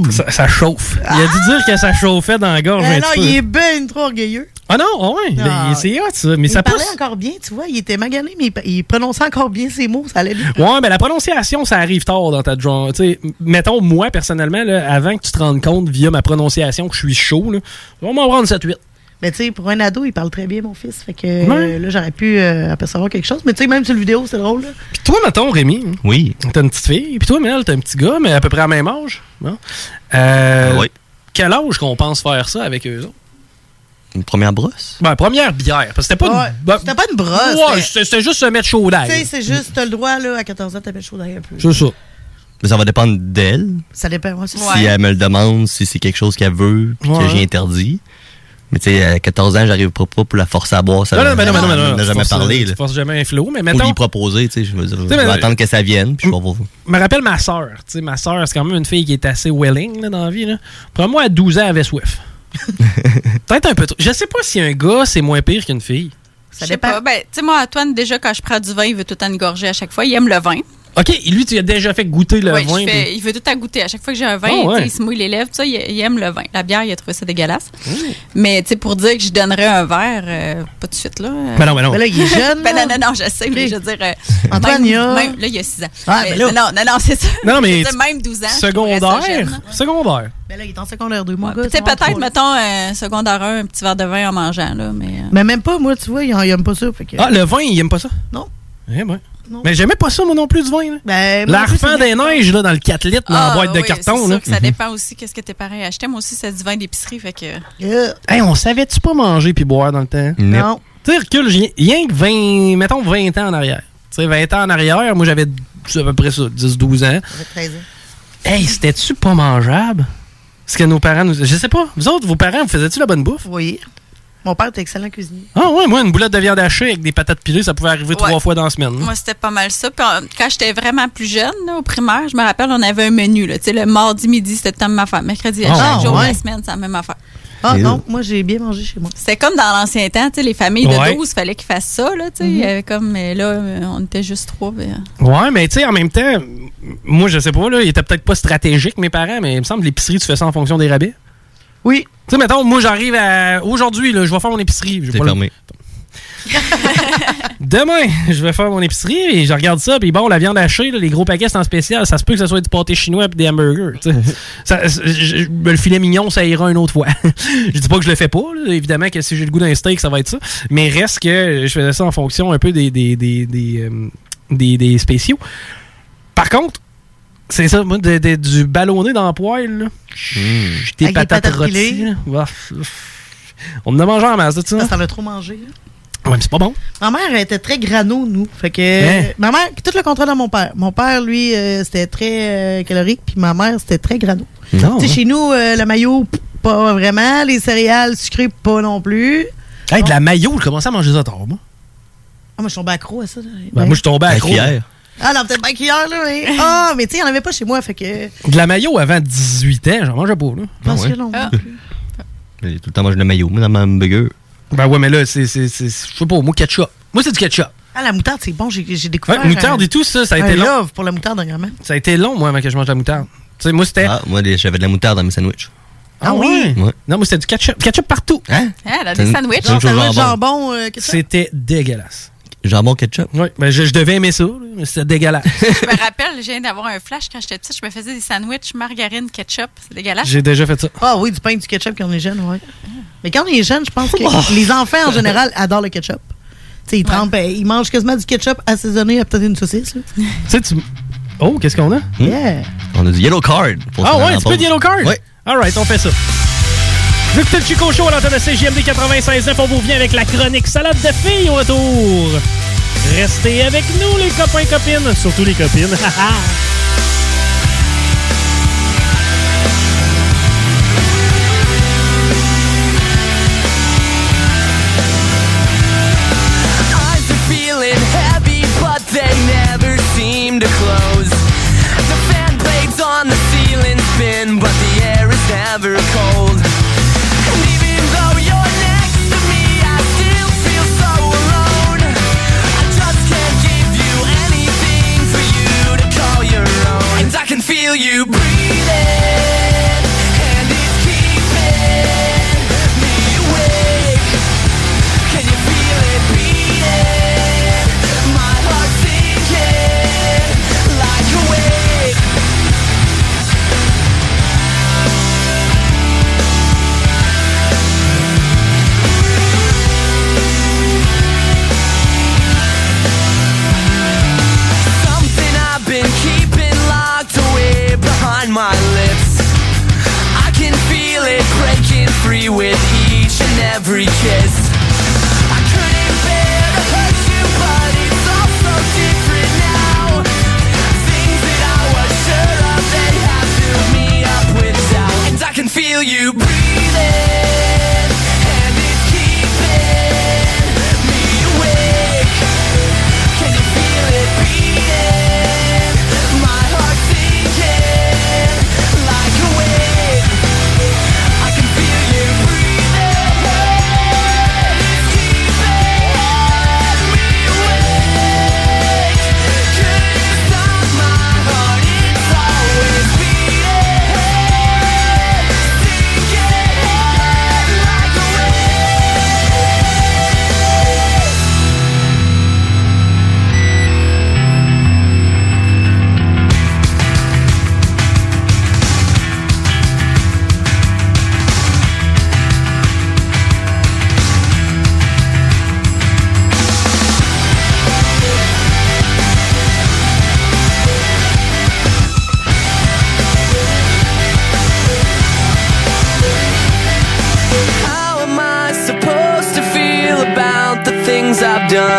Ça, ça chauffe. Il a dû dire que ça chauffait dans la gorge. Euh, un Ah! non, petit peu. il est ben trop orgueilleux. Ah non, ah ouais, Non. il- c'est hot ça. Mais il ça parlait pousse. encore bien, tu vois. Il était magané, mais il, pa- il prononçait encore bien ses mots. Ça allait bien. Ouais, ben la prononciation, ça arrive tard dans ta genre. Tu sais, m- mettons, moi, personnellement, là, avant que tu te rendes compte via ma prononciation que je suis chaud, là, on va m'en prendre 7-8. Mais tu sais, pour un ado, il parle très bien, mon fils. Fait que Ouais. euh, là, j'aurais pu euh, apercevoir quelque chose. Mais tu sais, même sur le vidéo, c'est drôle. là. Puis toi, mettons, Rémi, hein, Oui. t'as une petite fille. Puis toi, Mel, t'as un petit gars, mais à peu près à même âge. Bon. Euh, oui. Quel âge qu'on pense faire ça avec eux autres? Une première brosse? Ben, première bière. Parce que c'était pas, Ouais, une, ben, C'était pas une brosse. Ouais, mais- c'était c'était juste se mettre chaud Tu sais, d'ail. c'est juste, t'as le droit, là, à 14 ans, t'appelles chaud d'ail un peu. C'est ça. Mais ça va dépendre d'elle. Ça dépend, ouais, c'est ça. Si elle me le demande, si c'est quelque chose qu'elle veut, puis Ouais. que j'ai interdit. Mais tu sais, à 14 ans, j'arrive pas pour la forcer à boire. Ça Non, non, ben non, ben non, ben non, on n'a tu jamais forces- parlé. tu là. forces jamais un flow, mais Ou mettons- lui proposer, tu sais. Je veux dire, je sais, vais mais- attendre que ça vienne, puis je vais voir. Je me rappelle ma sœur. Tu sais, ma sœur, c'est quand même une fille qui est assez willing là, dans la vie. Là. Prends-moi à 12 ans, elle avait Swift. Peut-être un peu trop. Je sais pas si un gars, c'est moins pire qu'une fille. Ça dépend. Ben, tu sais, moi, Antoine, déjà, quand je prends du vin, il veut tout le temps une gorgée à chaque fois. Il aime le vin. OK, lui, tu as déjà fait goûter le Ouais, je vin. fais- puis- il veut tout à goûter. À chaque fois que j'ai un vin, Ah, tu sais, ouais. il se mouille les lèvres, tout ça, il, il aime le vin. La bière, il a trouvé ça dégueulasse. Mmh. Mais tu sais, pour dire que je donnerais un verre, euh, pas de suite là. euh. Ben non, ben non. Ben là, il est jeune, ben non, non, non, je sais, mais je veux dire. euh, Antoine, même- il a- même- là, il a 6 ans. Ah, ben là. non, non, non, c'est ça. Non, non, mais Je veux dire, même 12 ans. je trouverais ça jeune. hein. Secondaire. Secondaire. Ben là, il est en secondaire 2, mon gars. Tu sais, peut-être, mettons, euh, secondaire 1, un petit verre de vin en mangeant, là. Mais, euh, Mais même pas, moi, tu vois, il n'aime pas ça. fait que- Ah, le vin, il aime pas ça? Non. Eh ben. Mais j'aimais pas ça, moi non plus, du vin. là. Ben, moi, en plus, L'arfan c'est- des neiges, là, dans le 4 litres, dans ah, la boîte de oui, carton. c'est sûr là. Mhm. que ça dépend aussi qu'est-ce que tes parents achetaient. Moi aussi, c'est du vin d'épicerie, fait que... Euh, Hey, on savait-tu pas manger puis boire dans le temps? Nip. Non. Tu sais, recule, j'ai- rien que 20, mettons 20 ans en arrière. Tu sais, 20 ans en arrière, moi j'avais à peu près ça, 10-12 ans. Hey, c'était-tu pas mangeable? Ce que nos parents nous. Je sais pas. Vous autres, vos parents, vous faisiez-tu la bonne bouffe? Oui. Mon père était excellent cuisinier. Ah ouais, moi, une boulette de viande hachée avec des patates pilées, ça pouvait arriver trois fois dans la semaine. Moi, c'était pas mal ça. Puis, en- quand j'étais vraiment plus jeune, là, au primaire, je me rappelle, on avait un menu. Là. Tu sais, Le mardi midi, c'était la même affaire. Mercredi, Ah, chaque ouais. jour de Ouais. la semaine, c'est la même affaire. Ah non, moi, j'ai bien mangé chez moi. C'était comme dans l'ancien temps, tu sais, les familles de Ouais. 12, il fallait qu'ils fassent ça. Là, tu sais. Il y avait comme, mais là, euh, on était juste trois. puis, euh, Ouais, mais tu sais, en même temps, m- moi, je sais pas, là, il était peut-être pas stratégique, mes parents, mais il me semble que l'épicerie, tu fais ça en fonction des rabais. Oui. Tu sais, mettons, moi, j'arrive à. Aujourd'hui, là, je vais faire mon épicerie. Je vais T'es pas le- fermé. Demain, je vais faire mon épicerie et je regarde ça. Puis bon, la viande hachée, là, les gros paquets, c'est en spécial. Ça se peut que ce soit du pâté chinois et des hamburgers. tu sais. Ça- c- je- je- le filet mignon, ça ira une autre fois. je dis pas que je le fais pas. là. Évidemment que si j'ai le goût d'un steak, ça va être ça. Mais reste que je faisais ça en fonction un peu des, des, des, des, euh, des- des spéciaux. Par contre, c'est ça, moi, de- de- du ballonné dans le poêle. là. Des Avec des patates, patates rôties, pilées. là. Ouf, ouf. On en a mangé en masse, tu sais. Parce qu'on a trop mangé. là. Ouais, mais c'est pas bon. Ma mère elle était très grano, nous. Fait que. euh, Hein? Ma mère, tout le contraire de mon père. Mon père, lui, euh, c'était très euh, calorique, puis ma mère, c'était très grano. Non. hein? Tu sais, chez nous, euh, le maillot, p- pas vraiment. Les céréales sucrées, pas non plus. Hey, de la maillot, je commençais à manger ça tard, moi. Ah, moi, je suis tombée accro à ça. là. Ben, moi, je suis tombé accro. hier. Ah, non, peut-être pas qu'hier, là. hein. Ah, mais tu sais, il n'y en avait pas chez moi, fait que. De la maillot avant 18 ans, j'en mangeais pas, là. Parce que non. Ah. J'ai Ah tout le temps mangé le maillot, moi, dans ma hamburger. Ben ouais, mais là, c'est. c'est- c'est- Je sais pas, moi, ketchup. Moi, c'est du ketchup. Ah, la moutarde, c'est bon, j'ai j'ai Ouais, découvert. euh, moutarde et tout, ça, ça a un été long. love pour la moutarde, dernièrement. Ça a été long, moi, avant que je mange de la moutarde. Tu sais, moi, c'était. Ah, moi, les- j'avais de la moutarde dans mes sandwichs. Ah oui? Non, moi, c'était du ketchup. Ketchup partout. Hein? Ah, elle a T'as des une- sandwichs. t'as une chose Sandwich au jambon. Bon, euh, qu'est-ce que C'était dégueulasse. Jambon ketchup. Oui, ben je, je devais aimer ça, là, mais c'était dégueulasse. Je me rappelle, j'ai d'avoir un flash quand j'étais petite, je me faisais des sandwichs margarine, ketchup. C'est dégueulasse. J'ai déjà fait ça. Ah oui, du pain et du ketchup quand on est jeune, oui. Mais quand on est jeune, je pense Oh. que les enfants en général adorent le ketchup. Tu sais, ils trempent, euh, ils mangent quasiment du ketchup assaisonné à peut-être une saucisse. là. Tu Hmm. sais, tu. Oh, qu'est-ce qu'on a? Yeah. On a du yellow card. pour se Ah rendre ouais, un en petit peu pause. de yellow card? Ouais. Alright, on fait ça. Vous écoutez le Chico Show à l'antenne de CJMD 96.9. On vous revient avec la chronique Salade de filles au retour. Restez avec nous, les copains et copines. Surtout les copines. Eyes are feeling heavy, but they never seem to close. The fan blades on the ceiling spin, but the air is never cold. And even though you're next to me, I still feel so alone. I just can't give you anything for you to call your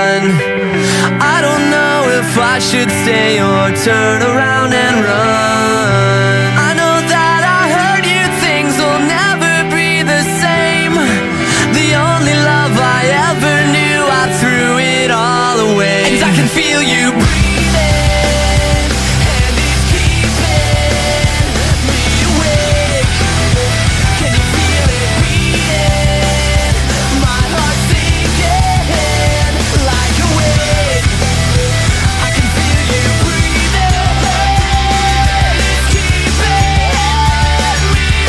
I don't know if I should stay or turn around and run. I know that I heard you, things will never be the same. The only love I ever knew, I threw it all away. And I can feel you breathing, and it's keeping me awake. Can you feel it beating? My heart's sinking like a wave. I can feel you breathing, and it's keeping me awake.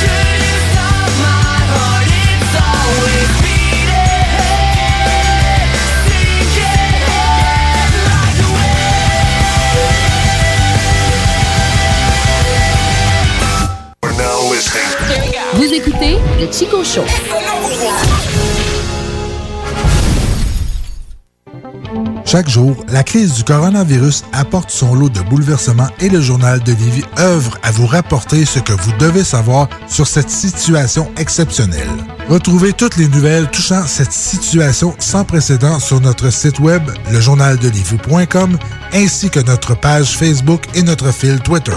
Could you stop my heart? It's always beating, sinking like a We're now listening. Vous écoutez le Chico Show. Chaque jour, la crise du coronavirus apporte son lot de bouleversements et le journal de Livy œuvre à vous rapporter ce que vous devez savoir sur cette situation exceptionnelle. Retrouvez toutes les nouvelles touchant cette situation sans précédent sur notre site web, lejournaldelivy.com, ainsi que notre page Facebook et notre fil Twitter.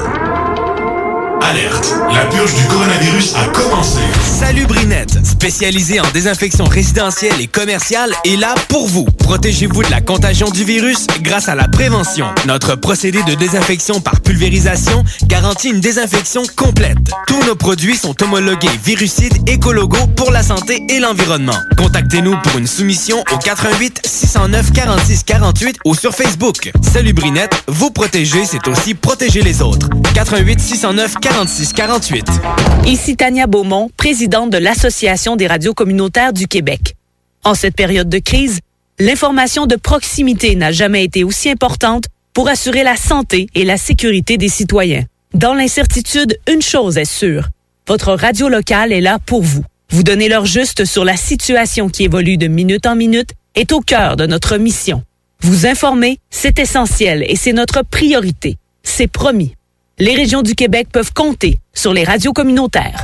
Alerte. La purge du coronavirus a commencé. Salut Brinette, spécialisée en désinfection résidentielle et commerciale, est là pour vous. Protégez-vous de la contagion du virus grâce à la prévention. Notre procédé de désinfection par pulvérisation garantit une désinfection complète. Tous nos produits sont homologués virucides écologaux pour la santé et l'environnement. Contactez-nous pour une soumission au 88 609 46 48 ou sur Facebook. Salut Brinette, vous protéger, c'est aussi protéger les autres. 88 609 46 48. Ici Tania Beaumont, présidente de l'Association des radios communautaires du Québec. En cette période de crise, l'information de proximité n'a jamais été aussi importante pour assurer la santé et la sécurité des citoyens. Dans l'incertitude, une chose est sûre. Votre radio locale est là pour vous. Vous donner leur juste sur la situation qui évolue de minute en minute est au cœur de notre mission. Vous informer, c'est essentiel et c'est notre priorité. C'est promis. Les régions du Québec peuvent compter sur les radios communautaires.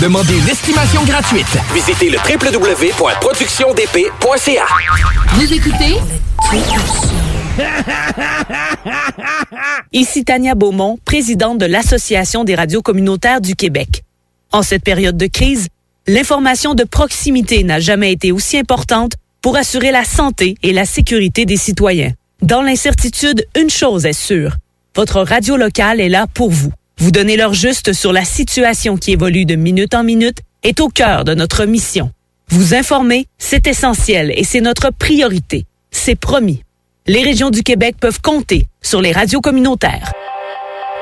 demandez une estimation gratuite. Visitez le www.productiondp.ca. Vous écoutez Ici Tania Beaumont, présidente de l'Association des radios communautaires du Québec. En cette période de crise, l'information de proximité n'a jamais été aussi importante pour assurer la santé et la sécurité des citoyens. Dans l'incertitude, une chose est sûre. Votre radio locale est là pour vous. Vous donner leur juste sur la situation qui évolue de minute en minute est au cœur de notre mission. Vous informer, c'est essentiel et c'est notre priorité. C'est promis. Les régions du Québec peuvent compter sur les radios communautaires.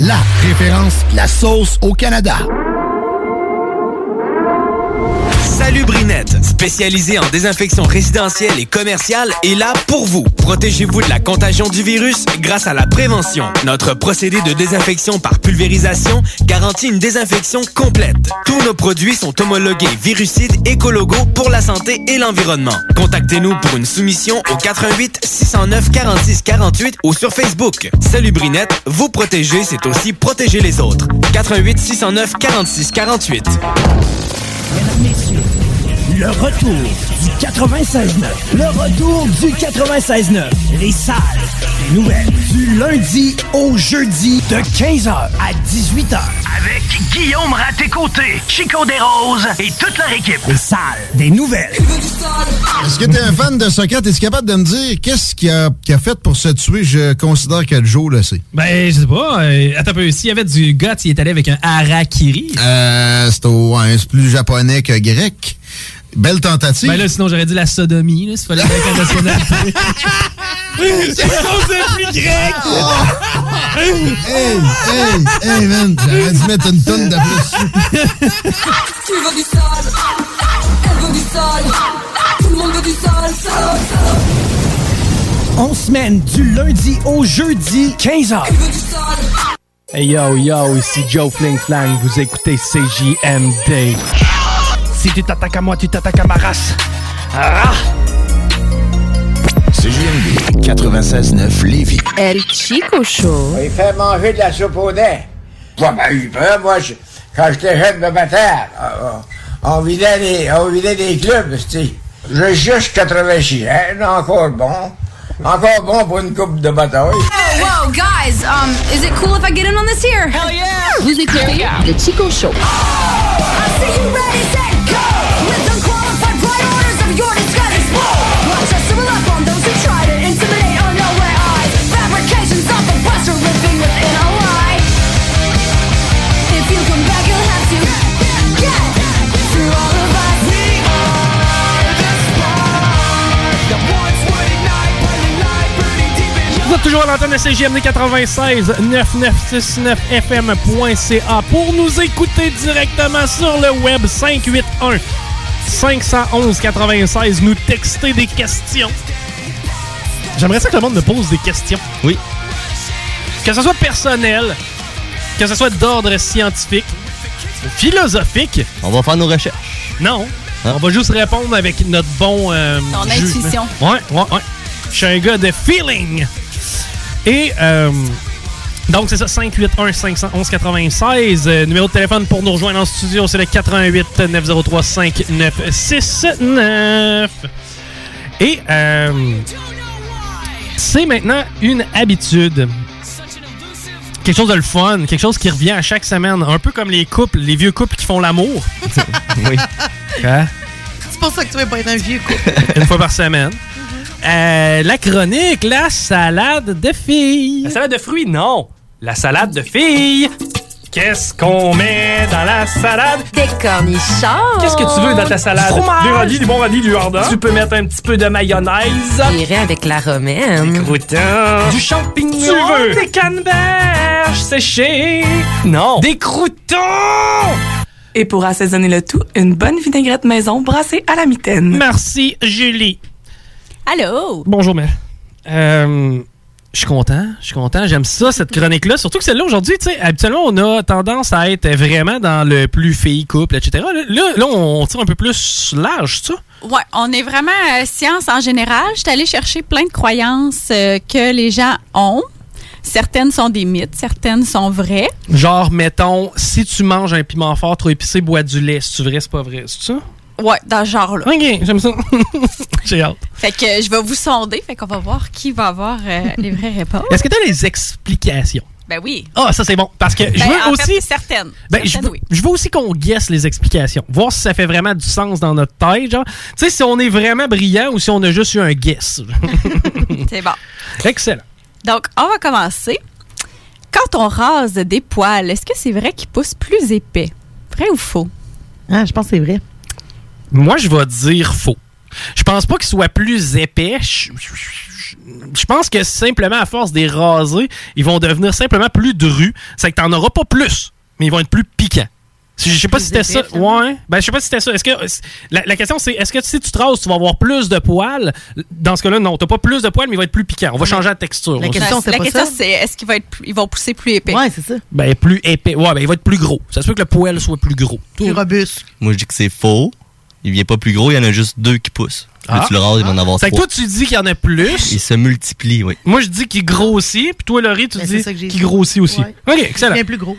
La référence La sauce au Canada. Salut Brinette, Fenêtre, spécialisée en désinfection résidentielle et commerciale, est là pour vous. Protégez-vous de la contagion du virus grâce à la prévention. Notre procédé de désinfection par pulvérisation garantit une désinfection complète. Tous nos produits sont homologués virucides écologaux pour la santé et l'environnement. Contactez-nous pour une soumission au 88 609 46 48 ou sur Facebook. Salut Brinette, vous protéger, c'est aussi protéger les autres. 88 609 46 48. Le retour du 96.9. Le retour du 96.9. Les salles des nouvelles. Du lundi au jeudi de 15h à 18h. Avec Guillaume Raté-Côté, Chico Desroses et toute leur équipe. Les salles des nouvelles. Est-ce que t'es un fan de soccer? Es-tu capable de me dire qu'est-ce qu'il a, qu'il a fait pour se tuer? Je considère que Joe le sait. Ben, je sais pas. euh, attends un peu. S'il y avait du gars, il est allé avec un harakiri. Euh, c'est au- ouais, c'est plus japonais que grec. Belle tentative. Ben là, sinon, j'aurais dit la sodomie, là, s'il fallait bien qu'on soit plus grec! hey, hey, hey, man, j'aurais dû mettre une tonne de plus. Tu veux du sol, elle veut du sol, tout le monde veut du sol, sol, sol. On semaine du lundi au jeudi 15h. Hey yo yo, ici Joe Fling Flang, vous écoutez CJMD. Si tu t'attaques à moi, tu t'attaques à ma race. Ah! CJMD 96.9 Lévis. El Chico Show. Il fait manger de la soupe au nez. Moi, ben, j'ai peur. Moi, je- quand j'étais jeune de ma terre, on, on vidait les, on vidait les clubs, tu sais. J'ai juste 86 ans, encore bon. Encore bon pour une coupe de bataille. Wow, guys, um, is it cool if I get in on this here? Hell yeah! Vous écoutez le Chico Show. Vous êtes toujours à l'antenne de CGMD 96 9969 FM.ca pour nous écouter directement sur le web 581 511 96 nous texter des questions. J'aimerais ça que le monde me pose des questions. Oui. Que ce soit personnel, que ce soit d'ordre scientifique, philosophique. On va faire nos recherches. Hein? Non. On va juste répondre avec notre bon. euh, Ton jugement. intuition. Ouais, ouais, ouais. Je suis un gars de feeling. Et euh, donc, c'est ça, 581 511 96. Euh, numéro de téléphone pour nous rejoindre en studio, c'est le 88 903 5969. Et euh, c'est maintenant une habitude. Quelque chose de le fun, quelque chose qui revient à chaque semaine. Un peu comme les couples, les vieux couples qui font l'amour. oui. C'est pour ça que tu veux pas être un vieux couple. Une fois par semaine. Euh, la chronique, la salade de filles. La salade de fruits, non. La salade de filles. Qu'est-ce qu'on met dans la salade? Des cornichons. Qu'est-ce que tu veux dans ta salade? Du fromage. Du radis, du bon radis, du jardin. Tu peux mettre un petit peu de mayonnaise. J'irai avec la romaine. Des Euh, croûtons. Du champignon. Tu veux? Des canneberges séchées. Non. Des croûtons! Et pour assaisonner le tout, une bonne vinaigrette maison brassée à la mitaine. Merci, Julie. Allô? Bonjour, Mel. Euh, je suis content, je suis content. J'aime ça, cette chronique-là. Surtout que celle-là, aujourd'hui, tu sais, habituellement, on a tendance à être vraiment dans le plus fille, couple, etc. Là, Là, là, on tire un peu plus large, ça. Ouais, on est vraiment euh, science en général. Je suis allée chercher plein de croyances euh, que les gens ont. Certaines sont des mythes, certaines sont vraies. Genre, mettons, si tu manges un piment fort trop épicé, bois du lait. C'est vrai, c'est pas vrai, c'est ça? Ouais, dans ce genre-là. OK, j'aime ça. J'ai hâte. Fait que euh, je vais vous sonder, fait qu'on va voir qui va avoir euh, les vraies réponses. Est-ce que t'as les explications? Ben oui. Ah, ça, c'est bon. Parce que je Ben, veux en aussi. fait, certaines. Ben, je, Certaines, veux, je veux aussi qu'on guesse les explications. Voir si ça fait vraiment du sens dans notre tête. genre. Tu sais, si on est vraiment brillant ou si on a juste eu un guess. oui. C'est bon. Excellent. Donc, on va commencer. Quand on rase des poils, est-ce que c'est vrai qu'ils poussent plus épais? Vrai ou faux? Ah, je pense que c'est vrai. Moi, je vais dire faux. Je pense pas qu'il soit plus épais. Je, je- je- je pense que simplement, à force des rasés, ils vont devenir simplement plus drus. C'est que t'en auras pas plus, mais ils vont être plus piquants. Si- Je sais pas si c'était ça. Ouais. Ben, je sais pas si c'était ça. Est-ce que la, la question c'est est-ce que si tu te rases, tu vas avoir plus de poils Dans ce cas-là, non, t'as pas plus de poils, mais il va être plus piquant. On va changer la texture. Ben, La aussi. question, c'est est-ce qu'ils vont, être plus- ils vont pousser plus épais? Ouais, c'est ça. Ben, plus épais. Ouais, ben, il va être plus gros. Ça se peut que le poil soit plus gros. Plus robuste. Moi, je dis que c'est faux. Il vient pas plus gros, il y en a juste deux qui poussent. Là, Ah. tu le rases, il va en avoir Fait que trois. toi, tu dis qu'il y en a plus. Il se multiplie, oui. Moi, je dis qu'il grossit, puis toi, Laurie, Ben, tu dis qu'il grossit aussi. OK, excellent. plus gros.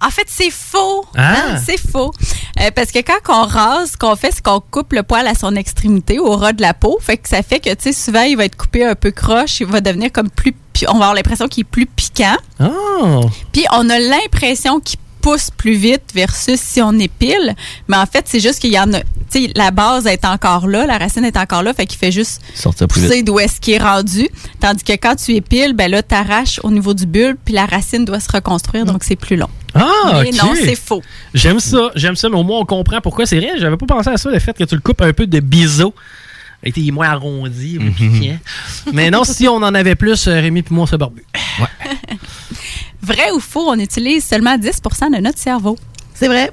En fait, c'est faux. Hein, Ah. C'est faux. Euh, parce que quand on rase, ce qu'on fait, c'est qu'on coupe le poil à son extrémité, au ras de la peau. Fait que ça fait que, tu sais, souvent, il va être coupé un peu croche. Il va devenir comme plus. pi- On va avoir l'impression qu'il est plus piquant. Oh. Puis on a l'impression qu'il pousse plus vite versus si on épile. Mais en fait, c'est juste qu'il y en a. Tu sais, la base est encore là, la racine est encore là, fait qu'il fait juste Sortir plus pousser vite. d'où est-ce qu'il est rendu. Tandis que quand tu épiles, ben là, t'arraches au niveau du bulbe, puis la racine doit se reconstruire, donc c'est plus long. Ah, Mais ok. non, c'est faux. J'aime ça, j'aime ça, mais au moins on comprend pourquoi c'est vrai. J'avais pas pensé à ça, le fait que tu le coupes un peu de biseau. Il était moins arrondi, moins Mhm. piquant. Mais non, si on en avait plus, euh, Rémi puis moi, on serait barbu. Vrai ou faux, on utilise seulement 10 de notre cerveau. C'est vrai.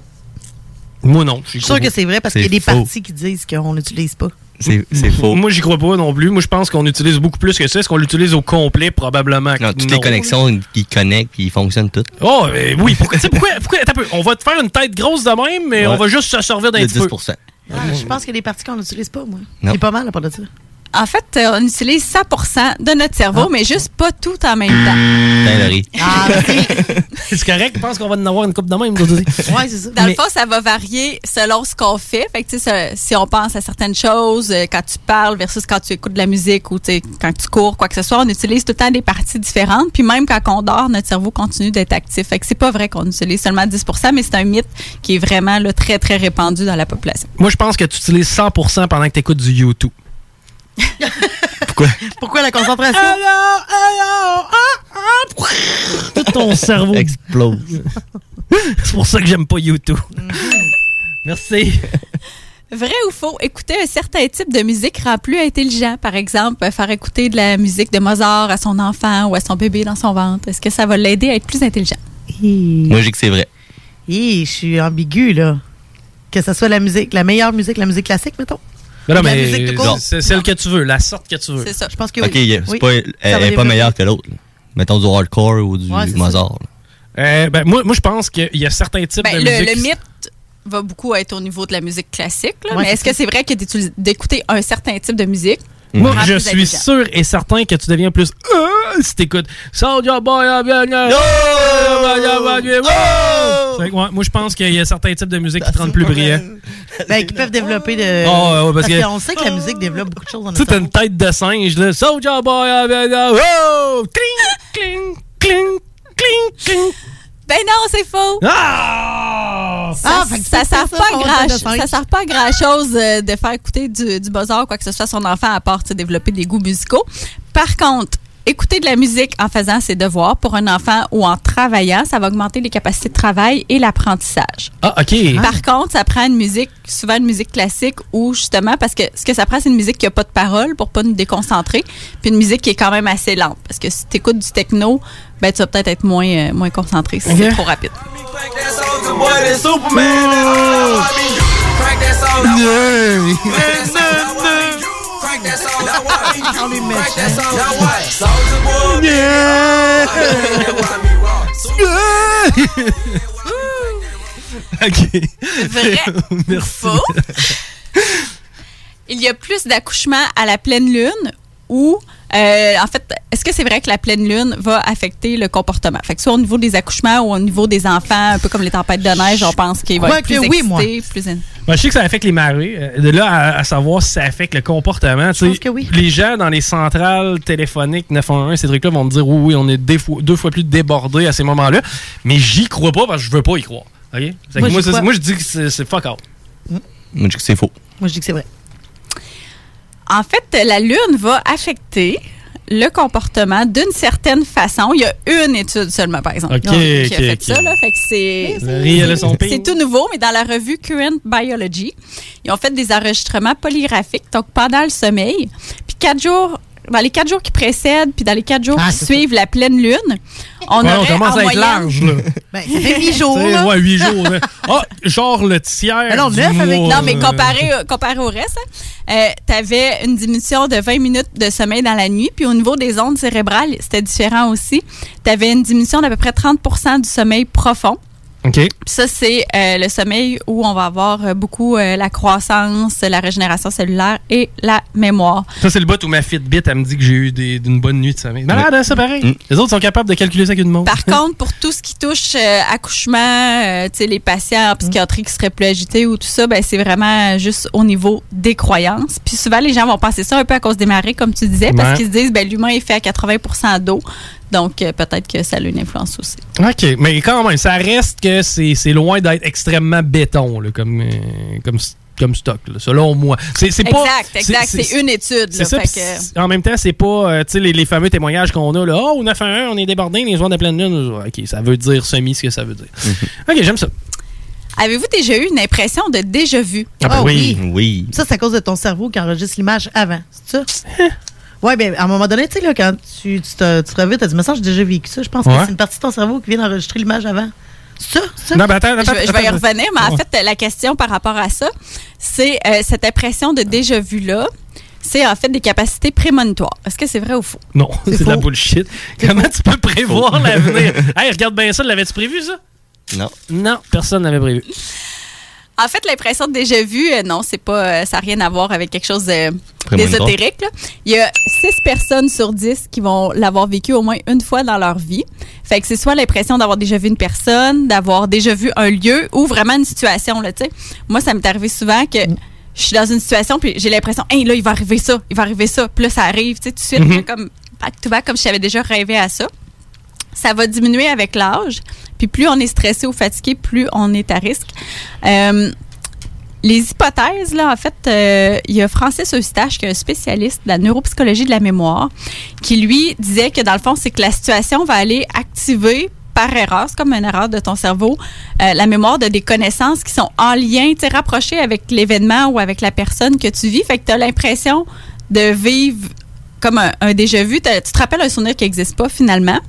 Moi non. Je suis sûr que c'est vrai parce qu'il y a des parties qui disent qu'on n'utilise pas. C'est faux. Moi, j'y crois pas non plus. Moi, je pense qu'on utilise beaucoup plus que ça. Est-ce qu'on l'utilise au complet, probablement? que Non, toutes les non. connexions, ils connectent puis ils fonctionnent toutes. Oh, mais oui. Pourquoi, tu sais, pourquoi, pourquoi- attends un peu, on va te faire une tête grosse de même, mais Ouais. on va juste se servir d'un Le petit peu. 10%. Ah, je pense qu'il y a des parties qu'on n'utilise pas, moi. Non. C'est pas mal à part de ça. En fait, euh, on utilise 100 de notre Ah. cerveau, mais juste pas tout en même temps. Putain, Laurie. Ah, C'est correct? Je pense qu'on va en avoir une coupe de même. Oui, c'est ça. Dans le fond, ça va varier selon ce qu'on fait. Fait que, tu sais, ça- si on pense à certaines choses, euh, quand tu parles versus quand tu écoutes de la musique ou tu sais, quand tu cours, quoi que ce soit, on utilise tout le temps des parties différentes. Puis même quand on dort, notre cerveau continue d'être actif. Fait que c'est pas vrai qu'on utilise seulement 10 mais c'est un mythe qui est vraiment là, très, très répandu dans la population. Moi, je pense que tu utilises 100% pendant que tu écoutes du YouTube. Pourquoi la concentration? ah, Tout ton cerveau explose. C'est pour ça que j'aime pas YouTube. Mm-hmm. Merci. Vrai ou faux, écouter un certain type de musique rend plus intelligent. Par exemple, euh, faire écouter de la musique de Mozart à son enfant ou à son bébé dans son ventre. Est-ce que ça va l'aider à être plus intelligent? Moi, je dis que c'est vrai. Hi, je suis ambigu là. Que ce soit la musique, la meilleure musique, la musique classique, mettons. Ah, Mais non, La mais musique de cours. c'est celle que tu veux, la sorte que tu veux. C'est ça. Je pense que oui. Ok, c'est Oui. Ça pas, elle va elle est pas développer. meilleure que l'autre. là. Mettons du hardcore ou du Ouais, c'est ça. Mozart. Euh, ben, moi, moi je pense qu'il y a certains types Ben, de le, musique. le mythe va beaucoup être au niveau de la musique classique. là. Ouais, mais est-ce c'est que c'est vrai que d'utiliser- d'écouter un certain type de musique? Moi, rend je plus suis intelligent? sûr et certain que tu deviens plus euh, si t'écoutes Soldier Boy, ah, bien, bien, Yo! ah, bien, bien, bien, ah! Fait que, ouais, Moi, je pense qu'il y a certains types de musique qui te rendent plus brillant. Ben, qui peuvent développer de. Ah, ouais, ouais, parce que- qu'on sait que la musique développe beaucoup de choses dans Tu sais, notre t'as une tête de singe, là. Soldier Boy, ah, bien, bien, oh! Cling, cling, cling, cling, cling. Ben non, c'est faux! Ah! Ah! Ça, Ah, fait que ça c'est sert ça, pas qu'on à fait grand, de cinq. ça sert pas à grand chose euh, de faire écouter du, du buzzer ou quoi que ce soit à son enfant à part tu sais, développer des goûts musicaux. Par contre, écouter de la musique en faisant ses devoirs pour un enfant ou en travaillant, ça va augmenter les capacités de travail et l'apprentissage. Ah, OK. Par contre, ça prend une musique, souvent une musique classique ou justement parce que ce que ça prend, c'est une musique qui a pas de paroles pour pas nous déconcentrer, puis une musique qui est quand même assez lente parce que si tu écoutes du techno, ben tu vas peut-être être moins euh, moins concentré si Ok. c'est trop rapide. OK. Vrai ou Merci. faux? Il y a plus d'accouchements à la pleine lune ou, euh, en fait, est-ce que c'est vrai que la pleine lune va affecter le comportement? Fait que soit au niveau des accouchements ou au niveau des enfants, un peu comme les tempêtes de neige, on pense qu'ils vont crois être plus que oui, excités, moi. plus... in- Ben, je sais que ça affecte les marées. Euh, De là à, à savoir si ça affecte le comportement. tu sais, Les gens dans les centrales téléphoniques 911, ces trucs-là vont me dire oui, oui, on est des fois- deux fois plus débordés à ces moments-là. Mais j'y crois pas parce que je veux pas y croire. OK? Fait que Moi, Moi, j'y c'est- crois. moi, je dis que c'est c'est fuck out. Moi, je dis que c'est faux. Moi, je dis que c'est vrai. En fait, la lune va affecter le comportement d'une certaine façon. Il y a une étude seulement, par exemple, Ok, qui a ok, fait ok. ça. Là, fait que c'est, Laurie, elle a son c'est ping. tout nouveau, mais dans la revue Current Biology, ils ont fait des enregistrements polygraphiques, donc pendant le sommeil. Puis quatre jours dans les quatre jours qui précèdent, puis dans les quatre jours qui suivent la pleine lune, on Ah, Ouais, aurait on commence en à être moyenne- large, là. Ben, ça fait huit jours. T'sais, là. Ouais, huit jours. là. Ah, genre le tiers. Ben non, du neuf avec- mois, non, mais euh, comparé, euh, comparé au reste, hein, euh, t'avais une diminution de 20 minutes de sommeil dans la nuit. Puis au niveau des ondes cérébrales, c'était différent aussi. T'avais une diminution d'à peu près 30 du sommeil profond. OK. Puis ça, c'est euh, le sommeil où on va avoir euh, beaucoup euh, la croissance, la régénération cellulaire et la mémoire. Ça, c'est le bot où ma Fitbit, elle me dit que j'ai eu des- d'une bonne nuit de sommeil. Malade, hein, c'est pareil. Mm. Les autres sont capables de calculer ça avec une montre. Par contre, pour tout ce qui touche euh, accouchement, euh, tu sais, les patients Mm. en psychiatrie qui seraient plus agités ou tout ça, ben, c'est vraiment juste au niveau des croyances. Puis souvent, les gens vont penser ça un peu à cause des marées, comme tu disais, Ouais. parce qu'ils se disent, ben, l'humain est fait à 80 d'eau. Donc, euh, peut-être que ça a une influence aussi. OK, mais quand même, ça reste que c'est c'est loin d'être extrêmement béton, là, comme, euh, comme, comme stock, là, selon moi. C'est c'est pas. exact, exact. C'est une étude. C'est là, ça, fait pis que- c'est- en même temps, c'est pas euh, tu sais, les, les fameux témoignages qu'on a. Là, oh, 9 à 1, on est débordé, les joueurs de pleine lune. OK, ça veut dire semi ce que ça veut dire. Mm-hmm. OK, j'aime ça. Avez-vous déjà eu une impression de déjà-vu? ben Ah, oui. Oui. Ça, c'est à cause de ton cerveau qui enregistre l'image avant, c'est ça? Hein? Oui, ben, à un moment donné, tu sais, là, quand tu, tu, te, tu te réveilles, tu as dit, mais ça, j'ai déjà vécu ça. Je pense Ouais. que c'est une partie de ton cerveau qui vient d'enregistrer l'image avant. C'est ça? C'est ça? Non, ben, attends, attends, je, vais- je vais y attends. revenir, mais en Ouais. fait, la question par rapport à ça, c'est euh, cette impression de déjà-vu-là, c'est en fait des capacités prémonitoires. Est-ce que c'est vrai ou faux? Non, c'est de la bullshit. Comment tu peux prévoir Faux. l'avenir? hey, regarde bien ça, l'avais-tu prévu ça? Non. Non, personne n'avait prévu. En fait, l'impression de déjà-vu, euh, non, c'est pas, euh, ça n'a rien à voir avec quelque chose de- Prémonitoire. d'ésotérique. là. Il y a 6 personnes sur 10 qui vont l'avoir vécu au moins une fois dans leur vie. Fait que c'est soit l'impression d'avoir déjà vu une personne, d'avoir déjà vu un lieu ou vraiment une situation. Là, tu sais. Moi, ça m'est arrivé souvent que je suis dans une situation puis j'ai l'impression, hey, là, il va arriver ça, il va arriver ça. Puis là, ça arrive, tu sais, tout de suite, Mhm. là, comme back-to-back, comme si j'avais déjà rêvé à ça ça va diminuer avec l'âge. Puis plus on est stressé ou fatigué, plus on est à risque. Euh, les hypothèses, là, en fait, euh, il y a Francis Eustache, qui est un spécialiste de la neuropsychologie de la mémoire, qui lui disait que dans le fond, c'est que la situation va aller activer par erreur, c'est comme une erreur de ton cerveau, euh, la mémoire de des connaissances qui sont en lien, tu sais, rapprochées avec l'événement ou avec la personne que tu vis. Fait que tu as l'impression de vivre comme un, un déjà vu. T'as- Tu te rappelles un souvenir qui n'existe pas finalement.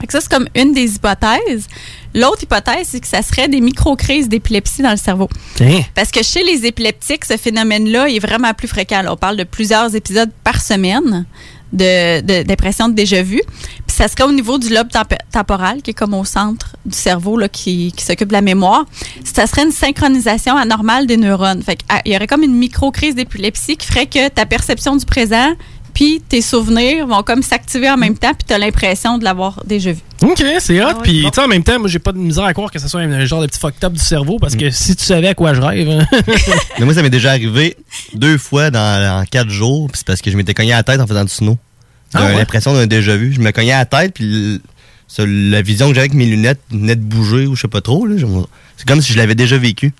Fait que ça, c'est comme une des hypothèses. L'autre hypothèse, c'est que ça serait des micro-crises d'épilepsie dans le cerveau. Tiens. Parce que chez les épileptiques, ce phénomène-là est vraiment plus fréquent. Là, on parle de plusieurs épisodes par semaine de, de- d'impression de déjà-vu. Puis ça serait au niveau du lobe temp- temporal, qui est comme au centre du cerveau, là, qui, qui s'occupe de la mémoire. Ça serait une synchronisation anormale des neurones. Fait que, ah, il y aurait comme une micro-crise d'épilepsie qui ferait que ta perception du présent puis tes souvenirs vont comme s'activer en même temps, puis tu as l'impression de l'avoir déjà vu. Ok, c'est hot. Ah Puis, tu sais, en même temps, moi, j'ai pas de misère à croire que ce soit un genre de petit fucked up du cerveau parce que si tu savais à quoi je rêve. hein. Mm. Mais moi, ça m'est déjà arrivé deux fois dans, en quatre jours, puis c'est parce que je m'étais cogné à la tête en faisant du snow. J'ai Ah ouais? l'impression d'un déjà vu. Je me cognais à la tête, puis le- sur la vision que j'avais avec mes lunettes venait de bouger ou je sais pas trop. là. Je- C'est comme si je l'avais déjà vécu.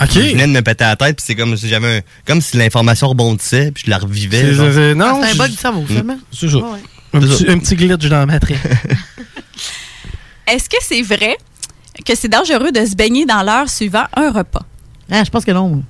Ok. Je venais de me péter à la tête, puis c'est comme si j'avais un- comme si l'information rebondissait, puis je la revivais. C'est- genre. Mm. c'est- non, Ah, C'est un je- bug du cerveau, finalement. C'est ça. Ouais, ouais. Un, C'est petit, ça. un petit glitch dans la matrice. Est-ce que c'est vrai que c'est dangereux de se baigner dans l'heure suivant un repas? Ah, je pense que non.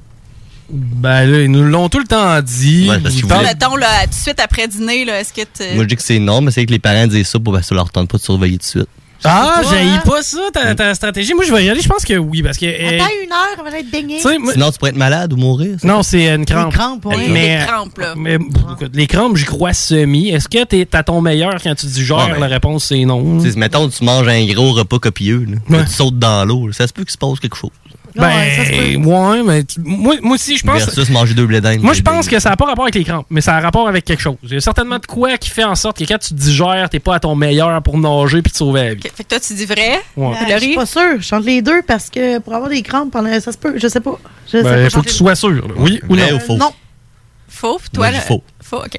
ben là, ils nous l'ont tout le temps dit. Ouais, parce Ils qu'ils parlent- Mettons, là, tout de suite après dîner, là, est-ce que tu... Moi, je dis que c'est non, mais c'est que les parents disent ça pour parce que ça leur tente pas de surveiller tout de suite. Ah, hein? j'ai pas ça, Mm. ta, ta stratégie. Moi, je vais y aller, je pense que oui, parce que. euh, Attends une heure, on va être baigné. Tu sais, moi- Sinon, tu pourrais être malade ou mourir. c'est non, ça? c'est une crampe. crampes, ouais. Mais, Des crampes, là. mais, pff, écoute, les crampes, j'y crois semi. Est-ce que t'es à ton meilleur quand tu dis genre Ouais, ben, La réponse, c'est non. Tu sais, mettons, tu manges un gros repas copieux, là. Là, tu sautes dans l'eau, là. ça se peut qu'il se passe quelque chose. Ben, ouais, mais tu- moi, moi aussi, je pense. Versus manger deux blés d'Inde. Moi, je pense que ça n'a pas rapport avec les crampes, mais ça a rapport avec quelque chose. Il y a certainement de quoi qui fait en sorte que quand tu te digères, t'es pas à ton meilleur pour nager puis te sauver la vie. Fait que toi, tu dis vrai? Ouais. Ben, je suis pas sûre. Je chante les deux parce que pour avoir des crampes, pendant- ça se peut. Je sais pas. Je sais Ben, pas. faut que tu sois sûr. là. Oui ou Ben, Vrai non? ou faux? Non. Faux, puis Moi, toi, je là? dis faux. OK.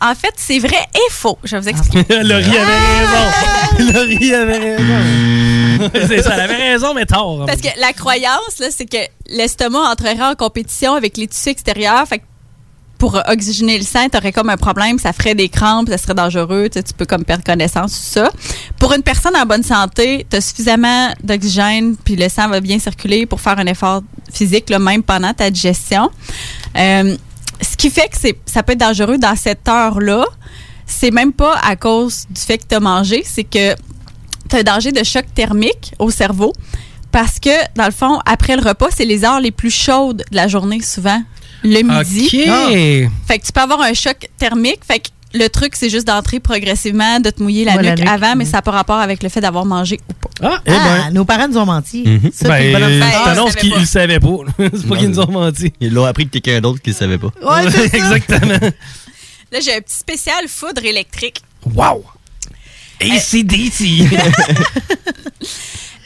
En fait, c'est vrai et faux. Je vais Ah, vous expliquer. Laurie avait raison. Laurie avait raison. c'est ça, elle avait raison, mais tort. Parce que la croyance, là, c'est que l'estomac entrerait en compétition avec les tissus extérieurs. Fait que pour euh, oxygéner le sang, t'aurais comme un problème, ça ferait des crampes, ça serait dangereux, tu sais, tu peux comme perdre connaissance, tout ça. Pour une personne en bonne santé, t'as suffisamment d'oxygène, puis le sang va bien circuler pour faire un effort physique, là, même pendant ta digestion. Euh, ce qui fait que c'est, ça peut être dangereux dans cette heure-là, c'est même pas à cause du fait que tu as mangé, c'est que tu as un danger de choc thermique au cerveau. Parce que, dans le fond, après le repas, c'est les heures les plus chaudes de la journée, souvent. Le midi. Ok. Ah. Fait que tu peux avoir un choc thermique. Fait que le truc, c'est juste d'entrer progressivement, de te mouiller la Ouais, la nuque nuque, Mm. avant, mais ça n'a pas rapport avec le fait d'avoir mangé ou pas. Ah, Eh nos parents nous ont menti. Ça, c'est une bonne affaire. Ben, Ah, Ah, je t'annonce qu'ils le savaient pas. C'est pas qu'ils nous ont menti. Ils l'ont appris que quelqu'un d'autre qui le savait pas. Ouais, c'est ça. Exactement. Là, j'ai un petit spécial foudre électrique. Wow! ACDC!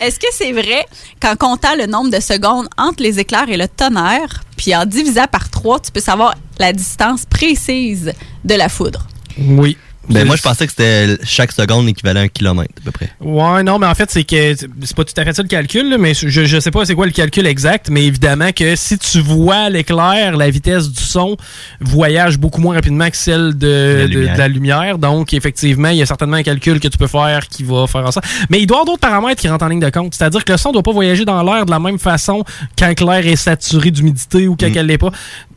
Est-ce que c'est vrai qu'en comptant le nombre de secondes entre les éclairs et le tonnerre, puis en divisant par trois, tu peux savoir la distance précise de la foudre? Oui. Ben, moi, je pensais que c'était chaque seconde équivalent à un kilomètre, à peu près. Ouais, non, mais en fait, c'est que c'est pas tout à fait ça le calcul, là, mais je, je sais pas c'est quoi le calcul exact, mais évidemment que si tu vois l'éclair, la vitesse du son voyage beaucoup moins rapidement que celle de de- de la, lumière. lumière. Donc, effectivement, il y a certainement un calcul que tu peux faire qui va faire ça. Mais il doit y avoir d'autres paramètres qui rentrent en ligne de compte. C'est-à-dire que le son doit pas voyager dans l'air de la même façon quand que l'air est saturé d'humidité ou quand elle l'est pas.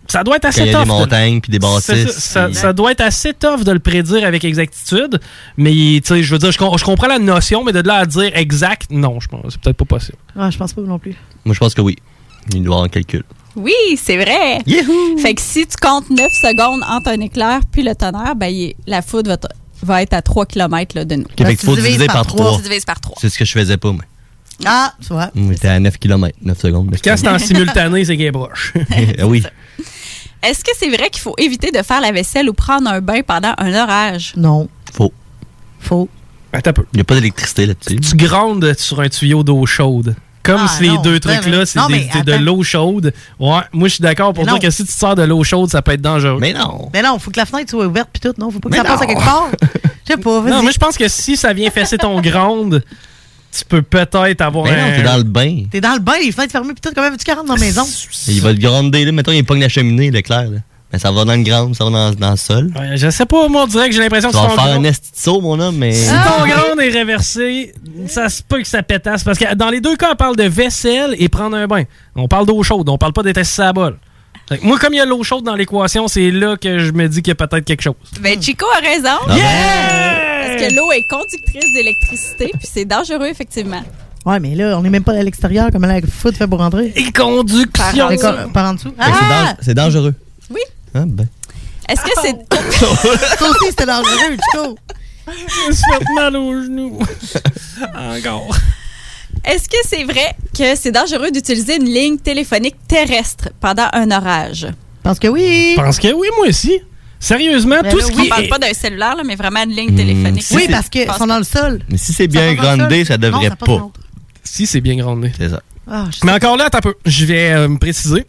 Ça doit être assez Quand il y a tough des de- montagnes puis des c'est bâtisses. Ça, ça, puis- ça doit être assez tough de le prédire avec exactitude, mais tu sais, je veux dire, je, com- je comprends la notion, mais de là à dire exact, non, je pense c'est peut-être pas possible. Ah, je pense pas non plus. Moi, je pense que oui. Il doit y avoir un calcul. Oui, c'est vrai! Fait que si tu comptes 9 secondes entre un éclair puis le tonnerre, ben, il est- la foudre va, t- va être à 3 km de nous. Ok, fait que tu faut diviser par trois. Tu divises Ben, par 3. C'est ce que je faisais pas, moi. Ah, tu vois. On était à 9 km, 9 secondes. mais Quand c'est en simultané, c'est gay broche. Ah oui. Est-ce que c'est vrai qu'il faut éviter de faire la vaisselle ou prendre un bain pendant un orage? Non. Faux. Faux. Attends un peu. Il n'y a pas d'électricité là-dessus. Tu grondes sur un tuyau d'eau chaude. Comme Ah, si les non, ben, deux trucs-là, ben, c'est non, des- mais c'est de attends. l'eau chaude. Ouais, moi, je suis d'accord pour Mais dire non. que si tu te sers de l'eau chaude, ça peut être dangereux. Mais non! Mais non, faut que la fenêtre soit ouverte puis tout. Non, faut pas que Mais ça passe à non. quelque part. Je sais pas. vas-y. Non, moi, je pense que si ça vient fesser ton gronde, tu peux peut-être avoir Mais Ben non, un... t'es dans le bain. T'es dans le bain, les fenêtres fermées puis tout. Comment veux-tu 40 dans la maison? Il va te gronder, là. Mettons, il pogne la cheminée, l'éclair, là. Mais ça va dans le ground, ça va dans, dans le sol. Ouais, je sais pas, moi, on dirait que j'ai l'impression Tu que c'est vas ton faire un gronde. esti de saut, mon homme, mais. Si Ah! ton gronde est réversé, ça se peut que ça pétasse. Parce que dans les deux cas, on parle de vaisselle et prendre un bain. On parle d'eau chaude, on parle pas d'être assis à la bol. Fait que moi, comme il y a l'eau chaude dans l'équation, c'est là que je me dis qu'il y a peut-être quelque chose. Ben, Chico a raison. Ah Parce que l'eau est conductrice d'électricité, puis c'est dangereux, effectivement. Ouais, mais là, on n'est même pas à l'extérieur. Comment la foot fait pour rentrer? Et conduction! Par, en dessous. D'accord, par en dessous. Ah, Fait que c'est dan- C'est dangereux. Ah! Oui. Ah, ben. Est-ce que c'est. Ah, Toi aussi, c'était dangereux, Chico. Je me suis fait mal aux genoux. Encore. Est-ce que c'est vrai que c'est dangereux d'utiliser une ligne téléphonique terrestre pendant un orage? Parce que oui. Je pense que oui, moi aussi. Sérieusement, Ben Hein, tout là, ce oui, qui On parle est- pas d'un cellulaire, là, mais vraiment une ligne téléphonique. si Oui, c'est- parce que Pense- sont dans le sol. Mais si c'est bien grandé, ça devrait ça pas. Si c'est bien grandé. C'est ça. Ah, Mais encore là, attends un peu. Je vais euh, me préciser.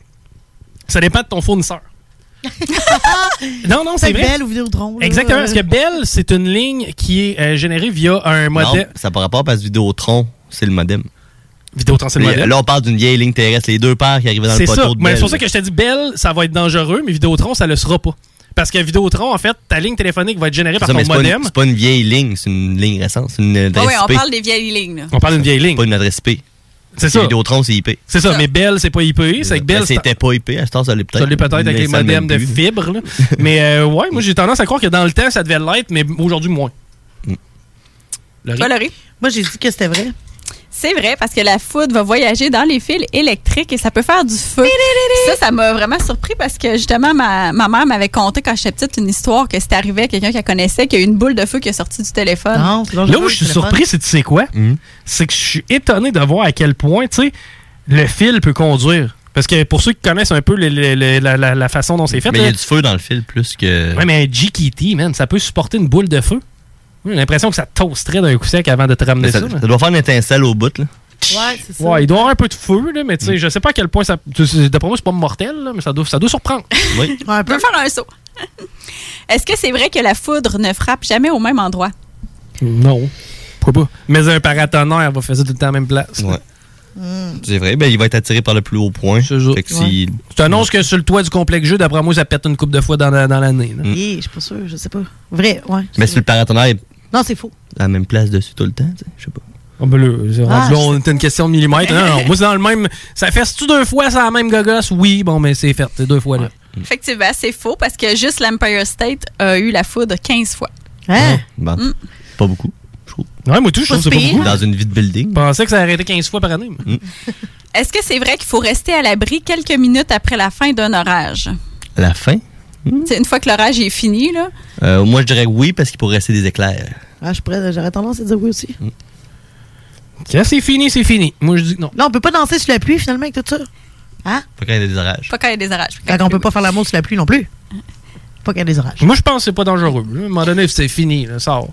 Ça dépend de ton fournisseur. non, non, c'est Peut-être vrai. Belle ou Vidéotron. là. Exactement, parce que Bell, c'est une ligne qui est euh, générée via un Non, modèle. ça par rapport parce que Vidéotron, c'est le modem. Vidéotron, c'est le modem. Là, on parle d'une vieille ligne terrestre, les deux paires qui arrivaient dans le C'est poteau ça. de Mais Bell. c'est pour ça que je t'ai dit Bell, ça va être dangereux, mais Vidéotron, ça le sera pas. Parce que Vidéotron, en fait, ta ligne téléphonique va être générée C'est par ça, mais ton c'est pas une- modem. C'est pas une vieille ligne, c'est une ligne récente, c'est une Ah adresse oui, on IP. parle des vieilles lignes. là. Ben, On parle d'une vieille ligne. Pas une adresse IP. C'est Parce que ça. Vidéotron, c'est IP. C'est ça, mais Bell, c'est pas IP. C'est que Ben, Bell, c'est- c'était pas IP, à ce temps, ça l'est peut-être. ça l'est peut-être avec mais les ça l'est modems de plus. fibres. là. mais euh, ouais, moi, j'ai tendance à croire que dans le temps, ça devait l'être, mais aujourd'hui, moins. Mm. Laurie? Toi, Laurie? Moi, j'ai dit que c'était vrai. C'est vrai, parce que la foudre va voyager dans les fils électriques et ça peut faire du feu. Ça, ça m'a vraiment surpris parce que justement, ma, ma mère m'avait conté quand j'étais petite une histoire que c'était arrivé à quelqu'un qu'elle connaissait, qu'il y a eu une boule de feu qui est sortie du téléphone. Là où je suis surpris, c'est tu sais quoi? Mm. C'est que je suis étonné de voir à quel point, tu sais, le fil peut conduire. Parce que pour ceux qui connaissent un peu le- le- le- la, la- la façon dont c'est fait, Mais il y là, a du feu dans le fil plus que. ouais, mais un GKT, man, ça peut supporter une boule de feu. J'ai l'impression que ça toasterait d'un coup sec avant de te ramener Mais ça. ça, là. ça doit faire une étincelle au bout, là. Mm. Ouais, c'est ça. Ouais, il doit y avoir un peu de feu, là, mais tu sais, je sais pas à quel point ça. tu sais, D'après moi, c'est pas mortel, là, mais ça doit, ça doit surprendre. Oui. On peut faire un saut. Est-ce que c'est vrai que la foudre ne frappe jamais au même endroit? Non. Pourquoi pas? Mais un paratonnerre va faire ça tout le temps à la même place. Ouais. C'est vrai, ben, il va être attiré par le plus haut point. Fait que si- Tu annonces que sur le toit du complexe jeu, d'après moi, ça pète une coupe de fois dans, la- dans l'année. là. Eh, Je suis pas sûre, je sais pas. Vrai, ouais. Mm. Mais si le paratonnerre est Non, c'est faux. à la même place dessus tout le temps, tu sais, je sais pas. Ah ben là, c'est Ah, rendu là, on était une question de hein? millimètres. Non, non, moi c'est dans le même. Ça fesse-tu deux fois, c'est la même gogosse? Oui, bon, mais c'est fait, c'est deux fois là. Effectivement, c'est faux parce que juste l'Empire State a eu la foudre 15 fois. Bon, Mm. Pas beaucoup, je trouve. Hein? Ouais, moi tout, je trouve que c'est pas Pas pire. beaucoup. Dans une vie de building. Mm. Je pensais que ça arrêtait 15 fois par année. mais- Est-ce que c'est vrai qu'il faut rester à l'abri quelques minutes après la fin d'un orage? À la fin, Hmm. C'est Une fois que l'orage est fini, là. euh, moi, je dirais oui parce qu'il pourrait rester des éclairs. Ah, je pourrais- j'aurais tendance à dire oui aussi. Quand c'est fini, c'est fini. Moi, je dis que non. Là, on peut pas danser sur la pluie, finalement, avec tout ça. Hein? Pas quand il y a des orages. Pas quand il y a des orages. Fait qu'on peut pas faire l'amour sur la pluie non plus. Pas qu'il y a des orages. Moi, je pense que c'est pas dangereux. là. À un moment donné, c'est fini, là, sort.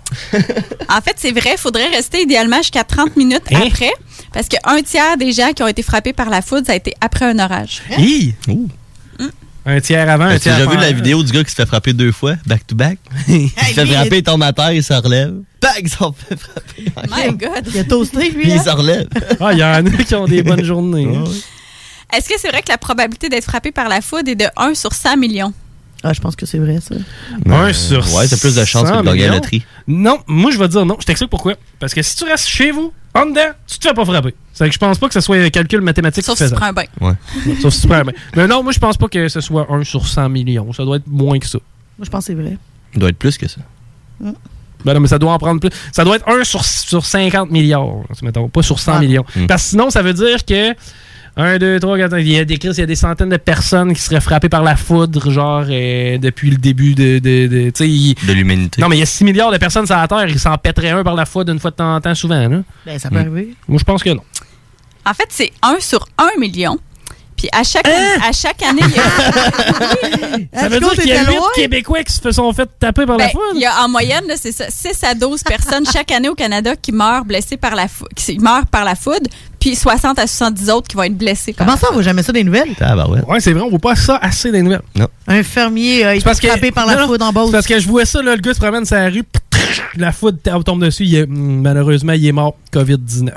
En fait, c'est vrai, il faudrait rester idéalement jusqu'à 30 minutes Hein? après parce qu'un tiers des gens qui ont été frappés par la foudre, ça a été après un orage. Hein? Hi! Un tiers avant, un As-tu tiers Ben, déjà avant. vu la vidéo du gars qui se fait frapper deux fois, back to back? Il se fait lui, frapper, il- il tombe à terre, il se relève. Bang, il s'en fait frapper. Oh My God! Il a toasté, lui. hein? Puis hein? il se relève. Ah, il y en a qui ont des bonnes journées. Ah hein. Est-ce que c'est vrai que la probabilité d'être frappé par la foudre est de 1 sur 100 millions? Ah, je pense que c'est vrai, ça. Un sur Euh, Ben, Ouais, t'as plus de chances que de gagner 100 la millions. loterie. Non, moi je vais te dire non. Je t'explique pourquoi. Parce que si tu restes chez vous, en dedans, tu te fais pas frapper. C'est que je pense pas que ce soit un calcul mathématique. Sauf si tu faisable. prends un bain. Ouais. Ouais, Sauf si tu prends un bain. Mais non, moi je pense pas que ce soit 1 sur 100 millions. Ça doit être moins que ça. Moi, je pense que c'est vrai. Hum. Il doit être plus que ça. Ben non, mais ça doit en prendre plus. Ça doit être 1 sur, sur 50 milliards, là, mettons, pas sur 100 millions. Mm. Parce que sinon, ça veut dire que 1, 2, 3, 4, 5, il y a des crises, il y a des centaines de personnes qui seraient frappées par la foudre, genre, euh, depuis le début de. de, de tu sais, il- De l'humanité. Non, mais il y a 6 milliards de personnes sur la Terre, ils s'en pèteraient un par la foudre une fois de temps en temps, souvent, là. Ben, ça peut Mm. Hmm. arriver. Moi, je pense que non. En fait, c'est 1 sur 1 million. Puis à chaque, Hein? à chaque année, il y a. Ça veut dire qu'il y a 8 Québécois qui se sont fait taper par Ben, la foudre. il y a en moyenne, là, c'est ça, 6 à 12 personnes chaque année au Canada qui meurent blessées par la fou- qui meurent par la foudre, puis 60 à 70 autres qui vont être blessés. Par Comment ça, on voit jamais ça des nouvelles? Ah, bah ouais. Ouais, c'est vrai, on voit pas ça assez des nouvelles. Non. Un fermier a été frappé par la Non, non, foudre en bas. c'est Parce que je vois ça, là, le gars se promène sur la rue, ptrrr, la foudre t- tombe dessus, il est- hmm, malheureusement, il est mort COVID-19.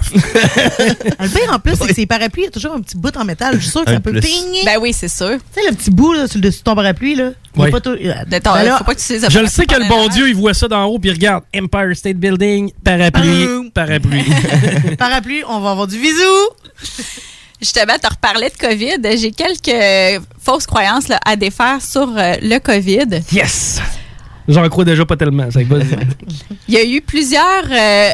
Le pire, en plus, c'est que ces parapluies, il y a toujours un petit bout en métal. Je suis sûr que Un ça peut plus. ping. Ben oui, c'est sûr. Tu sais, le petit bout là, sur le dessus de ton parapluie, là. il est Oui. Pas tout... Ben ton- là, faut pas que tu Je le sais que le bon Dieu, il voit ça d'en haut, puis il regarde Empire State Building, parapluie, parapluie. Parapluie, on va avoir du bisou. Justement, tu reparlais de COVID. J'ai quelques euh, fausses croyances là, à défaire sur euh, le COVID. Yes! J'en crois déjà pas tellement. ça fait que vas-y. Il y a eu plusieurs euh,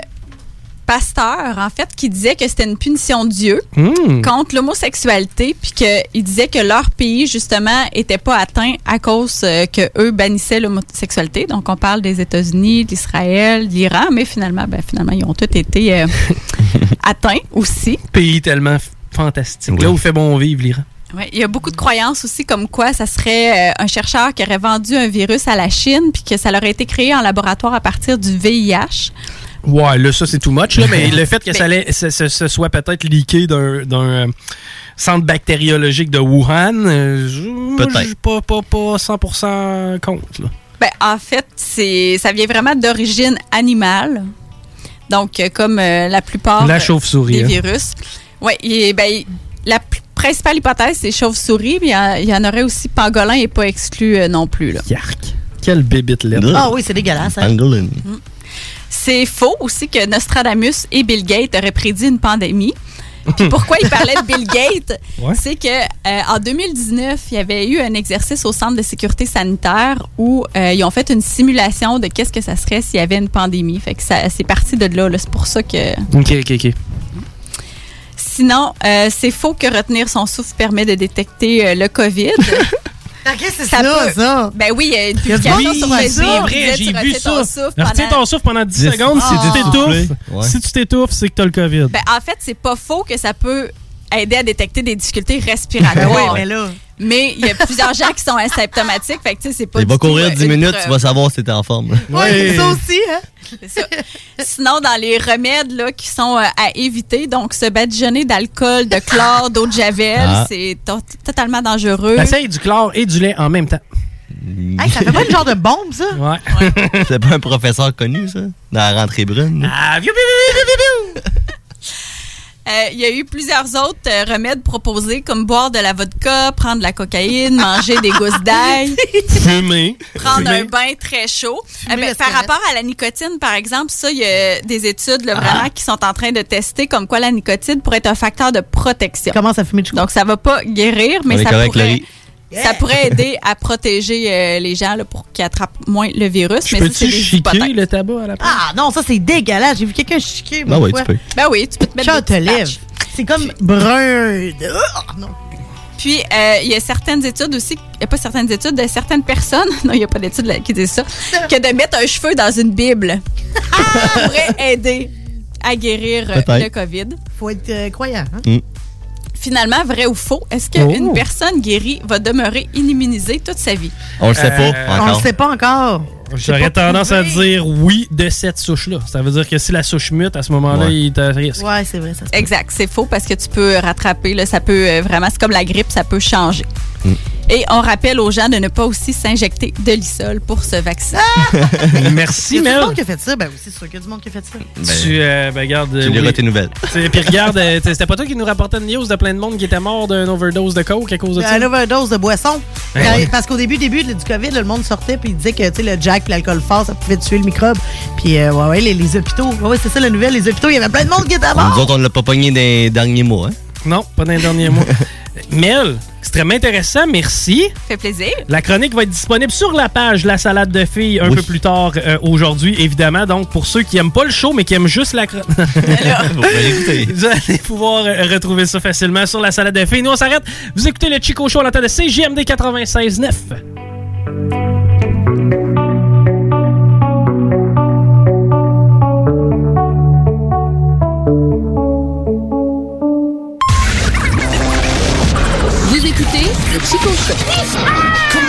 pasteurs, en fait, qui disaient que c'était une punition de Dieu Hmm. contre l'homosexualité, puis qu'ils disaient que leur pays, justement, était pas atteint à cause euh, que eux bannissaient l'homosexualité. Donc, on parle des États-Unis, d'Israël, de l'Iran, mais finalement, ben, finalement, ils ont tous été euh, atteints aussi. Pays tellement f- fantastique. Là où fait bon vivre l'Iran. Ouais, il y a beaucoup de croyances aussi comme quoi ça serait euh, un chercheur qui aurait vendu un virus à la Chine puis que ça aurait été créé en laboratoire à partir du VIH. Ouais, là, ça, c'est too much, là, mais le fait que Mais- ça allait, ce, ce- ce soit peut-être leaké d'un d'un, euh, centre bactériologique de Wuhan, euh, je- moi, je Peut-être. suis pas, pas, pas 100% contre, là. Ben, en fait, c'est ça vient vraiment d'origine animale. Donc euh, comme euh, la plupart La euh, chauve-souris, des hein. virus. Ouais, et ben il- la p- principale hypothèse c'est chauve-souris, mais il y en- il y, en aurait aussi pangolin et pas exclu euh, non plus là. Quelle bébite Mm. laide. Ah oui, c'est dégueulasse, hein. Pangolin. C'est faux aussi que Nostradamus et Bill Gates auraient prédit une pandémie. Puis pourquoi il parlait de Bill Gates? Ouais. C'est que euh, en 2019, il y avait eu un exercice au centre de sécurité sanitaire où euh, ils ont fait une simulation de qu'est-ce que ça serait s'il y avait une pandémie. Fait que ça, c'est parti de là. là. C'est pour ça que. Ok, ok, ok. Sinon, euh, c'est faux que retenir son souffle permet de détecter euh, le COVID. Qu'est-ce que ça, peut- Ben oui, il y a une Il y a du publication monde sur qui dit ça. C'est Facebook. qui vrai, disait, j'ai tu vu retiens ça. ton souffle Retiens pendant- ton souffle pendant 10 Dix- secondes. Si Ah. tu t'étouffes, Ouais. si tu t'étouffes, c'est que t'as le COVID. Ben, en fait, c'est pas faux que ça peut aider à détecter des difficultés respiratoires. Ben oui, mais Mais il y a plusieurs gens qui sont asymptomatiques. Fait que, tu sais, c'est pas Il du va tout, euh, courir 10 une minutes, preuve. tu vas savoir si t'es en forme. Ouais, ça aussi, hein. C'est ça. Sinon, dans les remèdes là, qui sont euh, à éviter, donc se badigeonner d'alcool, de chlore, d'eau de javel, Ah. c'est to- totalement dangereux. Essaye du chlore et du lait en même temps. ça fait pas une genre de bombe, ça? Ouais. c'est pas un professeur connu, ça, dans la rentrée brune. Ah, Euh, Il y a eu plusieurs autres euh, remèdes proposés, comme boire de la vodka, prendre de la cocaïne, manger des gousses d'ail. Fumer. prendre Fumer. un bain très chaud. Eh ben, par rapport à la nicotine, par exemple, ça, il y a des études Ah. là, vraiment qui sont en train de tester comme quoi la nicotine pourrait être un facteur de protection. Commence à fumer du Donc, ça va pas guérir, mais On est ça correct, pourrait Laurie. Ça pourrait aider à protéger euh, les gens là, pour qu'ils attrapent moins le virus. Je mais ça, peux-tu c'est des hypothèses. chiquer le tabac à la Ah non, ça c'est dégueulasse. J'ai vu quelqu'un chiquer. moi, Ben oui, une fois. tu peux. Ben oui, tu peux te mettre Ciao, des petites te lève. patches. C'est comme brun. de- Ah, non. Puis, euh, il y a certaines études aussi, euh, pas certaines études, de certaines personnes, non, il n'y a pas d'études là- qui disent ça, que de mettre un cheveu dans une Bible pourrait aider à guérir euh, Peut-être. le COVID. Faut être euh, croyant. Hein? Finalement, vrai ou faux, est-ce Oh. qu'une personne guérie va demeurer inimmunisée toute sa vie? On le sait Euh, pas On encore. le sait pas encore. J'aurais tendance à dire oui de cette souche-là. Ça veut dire que si la souche mute, à ce moment-là, Ouais. il est à risque. Ouais, c'est vrai, ça. Exact, c'est faux parce que tu peux rattraper, là, ça peut euh, vraiment, c'est comme la grippe, ça peut changer. Mm. Et on rappelle aux gens de ne pas aussi s'injecter de l'isol pour se vacciner. Ah! Il Merci, y a Mel. du monde qui a fait ça. Ben oui, c'est sûr qu'il y a du monde qui a fait ça. Tu, euh, ben, regarde, Tu euh, liras oui. tes nouvelles. T'sais, Puis regarde, euh, t'sais, c'était pas toi qui nous rapportais une news de plein de monde qui était mort d'une overdose de coke à cause de ça? Un overdose de boisson. Ben Quand- ouais. Parce qu'au début, début du COVID, là, le monde sortait puis il disait que tu sais, le jack et l'alcool fort, ça pouvait tuer le microbe. Puis euh, ouais, ouais, les, les hôpitaux. Ouais, ouais, c'est ça la nouvelle. Les hôpitaux, il y avait plein de monde qui était mort. Nous autres, on l'a pas pogné dans les derniers mois. Hein? Non, pas dans les derniers mois. Mel, extrêmement intéressant, merci. fait plaisir. La chronique va être disponible sur la page La Salade de Filles un peu plus tard euh, aujourd'hui, évidemment. Donc, pour ceux qui aiment pas le show, mais qui aiment juste la chronique, vous allez pouvoir euh, retrouver ça facilement sur La Salade de Filles. Nous, on s'arrête. Vous écoutez le Chico Show à l'antenne de CGMD 96.9. Vous écoutez le Chico Show.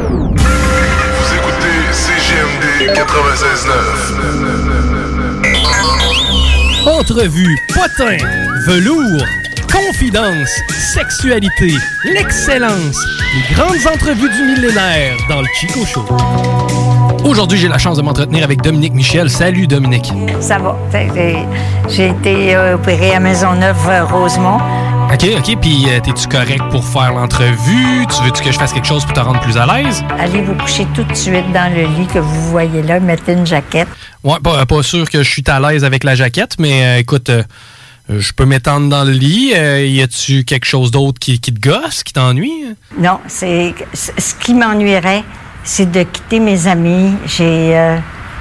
Vous écoutez CGMD 96.9. Entrevue, potin, velours, confidence, sexualité, l'excellence, les grandes entrevues du millénaire dans le Chico Show. Aujourd'hui, j'ai la chance de m'entretenir avec Dominique Michel. Salut Dominique. Ça va. T'sais, j'ai- J'ai été euh, opérée à Maisonneuve euh, Rosemont. OK, OK, puis euh, t'es-tu correct pour faire l'entrevue? Tu veux-tu que je fasse quelque chose pour te rendre plus à l'aise? Allez vous coucher tout de suite dans le lit que vous voyez là, mettez une jaquette. Ouais, pas, euh, pas sûr que je suis à l'aise avec la jaquette, mais euh, écoute, euh, euh, je peux m'étendre dans le lit. Euh, y a-tu quelque chose d'autre qui, qui te gosse, qui t'ennuie? Non, c'est c- ce qui m'ennuierait, c'est de quitter mes amis. J'ai euh,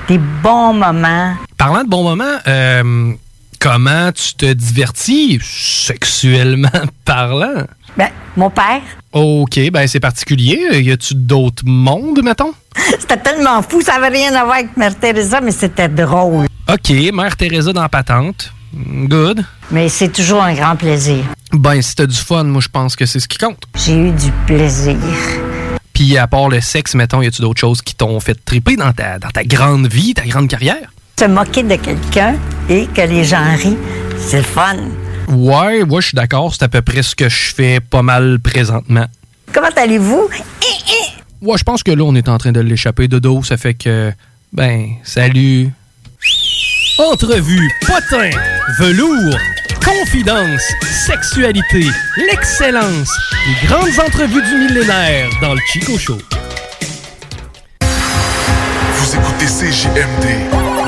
des bons moments. Parlant de bons moments, euh, comment tu te divertis sexuellement parlant? Ben, mon père, OK, ben c'est particulier. Y a-tu d'autres mondes, mettons? c'était tellement fou, ça avait rien à voir avec Mère Teresa, mais c'était drôle. OK, Mère Teresa dans Patente. Good. Mais c'est toujours un grand plaisir. Ben, si t'as du fun, moi, je pense que c'est ce qui compte. J'ai eu du plaisir. Puis, à part le sexe, mettons, y a-tu d'autres choses qui t'ont fait triper dans ta, dans ta grande vie, ta grande carrière? Se moquer de quelqu'un et que les gens rient, c'est le fun. Ouais, ouais, je suis d'accord. C'est à peu près ce que je fais pas mal présentement. Comment allez-vous? Ouais, je pense que là, on est en train de l'échapper de dos. Ça fait que, ben, salut. Entrevue, potin, velours, confidence, sexualité, l'excellence, les grandes entrevues du millénaire dans le Chico Show. Vous écoutez CGMD,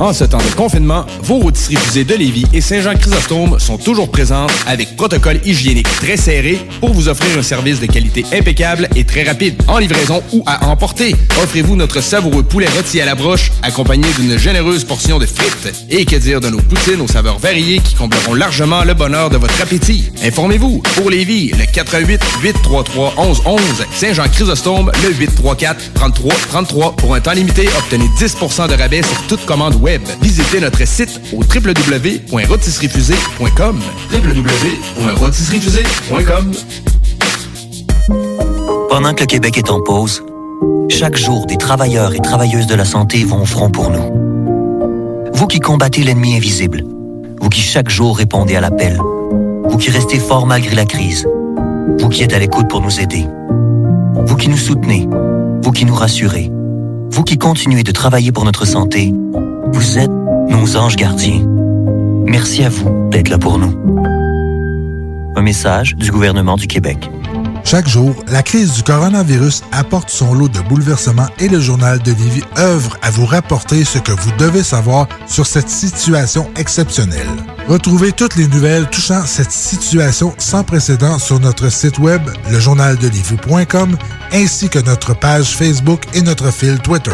En ce temps de confinement, vos rôtisseries fusées de Lévis et Saint-Jean-Chrysostome sont toujours présentes avec protocole hygiénique très serré pour vous offrir un service de qualité impeccable et très rapide. En livraison ou à emporter, offrez-vous notre savoureux poulet rôti à la broche accompagné d'une généreuse portion de frites. Et que dire de nos poutines aux saveurs variées qui combleront largement le bonheur de votre appétit. Informez-vous pour Lévis, le 88 833 1111, Saint-Jean-Chrysostome, le 834 33 33 pour un temps limité, obtenez 10 de rabais sur toute commande web. Visitez notre site au www.rotisseriefusée.com. www.rotisseriefusée.com. Pendant que le Québec est en pause, chaque jour, des travailleurs et travailleuses de la santé vont au front pour nous. Vous qui combattez l'ennemi invisible, vous qui chaque jour répondez à l'appel, vous qui restez fort malgré la crise, vous qui êtes à l'écoute pour nous aider, vous qui nous soutenez, vous qui nous rassurez, vous qui continuez de travailler pour notre santé, vous êtes nos anges gardiens. Merci à vous d'être là pour nous. Un message du gouvernement du Québec. Chaque jour, la crise du coronavirus apporte son lot de bouleversements et le journal de Livy œuvre à vous rapporter ce que vous devez savoir sur cette situation exceptionnelle. Retrouvez toutes les nouvelles touchant cette situation sans précédent sur notre site web, lejournaldelivy.com, ainsi que notre page Facebook et notre fil Twitter.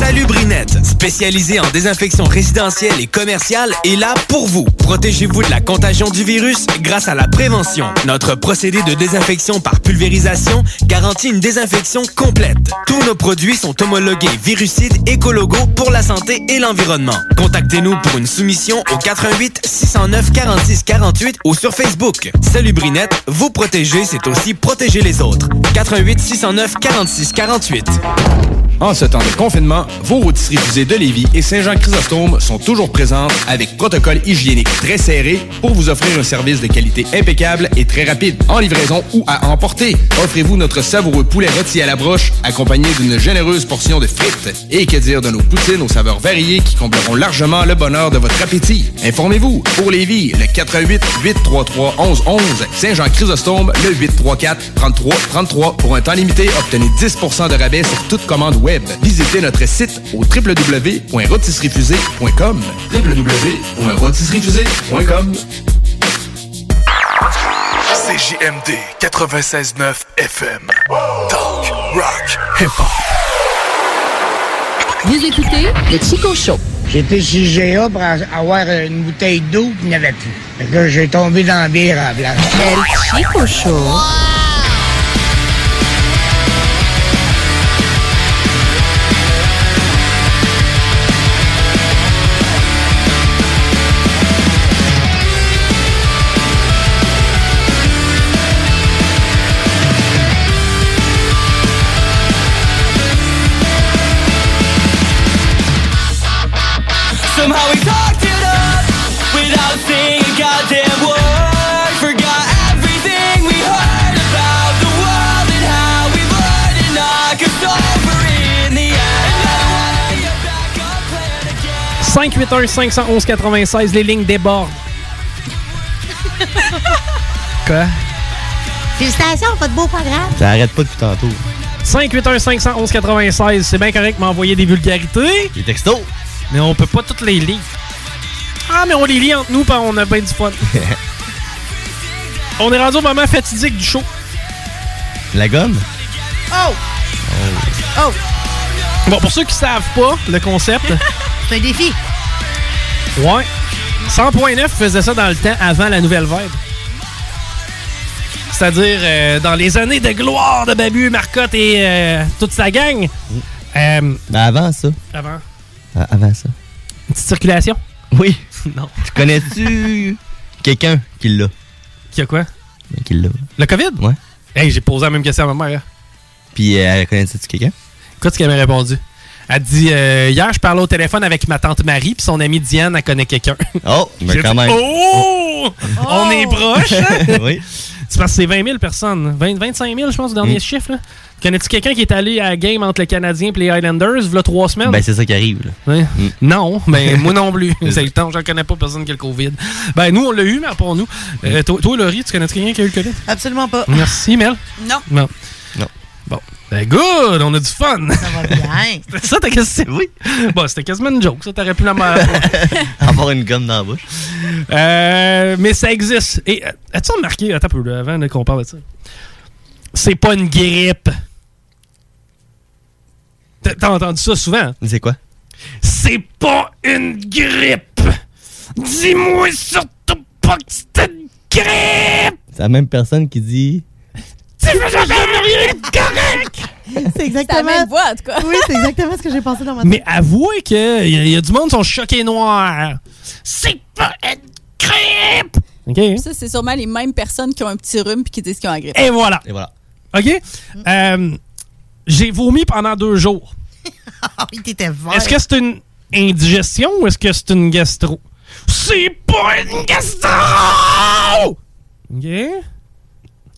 Salut Brinette, spécialisée en désinfection résidentielle et commerciale, est là pour vous. Protégez-vous de la contagion du virus grâce à la prévention. Notre procédé de désinfection par pulvérisation garantit une désinfection complète. Tous nos produits sont homologués virucides écologaux pour la santé et l'environnement. Contactez-nous pour une soumission au 88 609 46 48 ou sur Facebook. Salut Brinette, vous protéger, c'est aussi protéger les autres. 88 609 46 48. En ce temps de confinement, vos rôtisseries fusées de Lévis et Saint-Jean-Chrysostome sont toujours présentes avec protocole hygiénique très serré pour vous offrir un service de qualité impeccable et très rapide. En livraison ou à emporter, offrez-vous notre savoureux poulet rôti à la broche accompagné d'une généreuse portion de frites. Et que dire de nos poutines aux saveurs variées qui combleront largement le bonheur de votre appétit. Informez-vous pour Lévis, le 88 833 1111, Saint-Jean-Chrysostome, le 834 33 33 pour un temps limité, obtenez 10 de rabais sur toute commande web. Visitez notre site au www.rotisseriefusée.com. www.rotisseriefusée.com. CJMD 96.9 FM. Talk, rock, hip-hop. Vous écoutez le Chico Show. J'étais chez GA pour avoir une bouteille d'eau qu'il n'y avait plus. Fait que là, j'ai tombé dans la bière à la place. Le Chico Show. Somehow we talked it up without saying a goddamn word. Forgot everything we heard about the world and how we learned and knock us over in the end. 581 511 96, les lignes débordent. Quoi? Félicitations, votre beau programme. Ça arrête pas depuis tantôt. 581 511 96, c'est bien correct de m'envoyer des vulgarités. Des textos. Mais on peut pas toutes les lire. Ah, mais on les lit entre nous, puis on a bien du fun. on est rendu au moment fatidique du show. Oh. La gomme? Oh! Oh! Bon, pour ceux qui savent pas le concept, C'est un défi. ouais, 100.9 faisait ça dans le temps avant la nouvelle vague. C'est-à-dire euh, dans les années de gloire de Babu, Marcotte et euh, toute sa gang. Euh, Mm. Ben avant ça. avant. Euh, avant ça. Une petite circulation? Oui. non. Tu connais-tu quelqu'un qui l'a? Qui a quoi? Ben, qui l'a. Le COVID? Ouais. Hey, j'ai posé la même question à ma mère. hein. Puis euh, connais-tu quelqu'un? Écoute ce qu'elle m'a répondu. Elle dit euh, Hier, je parlais au téléphone avec ma tante Marie, puis son amie Diane, elle connaît quelqu'un. Oh, mais J'ai quand dit, même. Oh! On est proche! hein? oui. C'est parce que c'est 20 000 personnes. 20 25 000, je pense, le dernier Mm. chiffre. là. Connais-tu quelqu'un qui est allé à la game entre le Canadien et les Highlanders, v'là trois semaines? Ben c'est ça qui arrive. Là. Ouais. Non, mais moi non plus. C'est le temps, j'en connais pas personne qui a le COVID. Ben nous, on l'a eu, mais pour nous. Euh, toi, toi, Laurie, tu connais quelqu'un qui a eu le COVID? Absolument pas. Merci, Mel. Non. Non. Bon. Ben good, on a du fun. Ça va bien. C'était ça ta question? Oui. Bon, c'était quasiment une joke, ça. T'aurais pu la marrer. Avoir une gomme dans la bouche. Euh, mais ça existe. Et euh, as-tu remarqué, attends un peu, là, avant là, qu'on parle de ça, c'est pas une grippe. T'as- T'as entendu ça souvent? C'est quoi? C'est pas une grippe! Dis-moi surtout pas que c'est une grippe! C'est la même personne qui dit. Tu veux jamais rien de correct! C'est exactement. en tout cas. Oui, c'est exactement ce que j'ai pensé dans ma tête. Mais avouez que y, a- y a du monde qui sont choqués noirs. C'est pas une grippe! OK? Ça, c'est sûrement les mêmes personnes qui ont un petit rhume puis qui disent qu'ils ont la grippe. Et voilà. OK? Euh, J'ai vomi pendant deux jours. Ah oui, t'étais vert. Est-ce que c'est une indigestion ou est-ce que c'est une gastro? C'est pas une gastro! OK?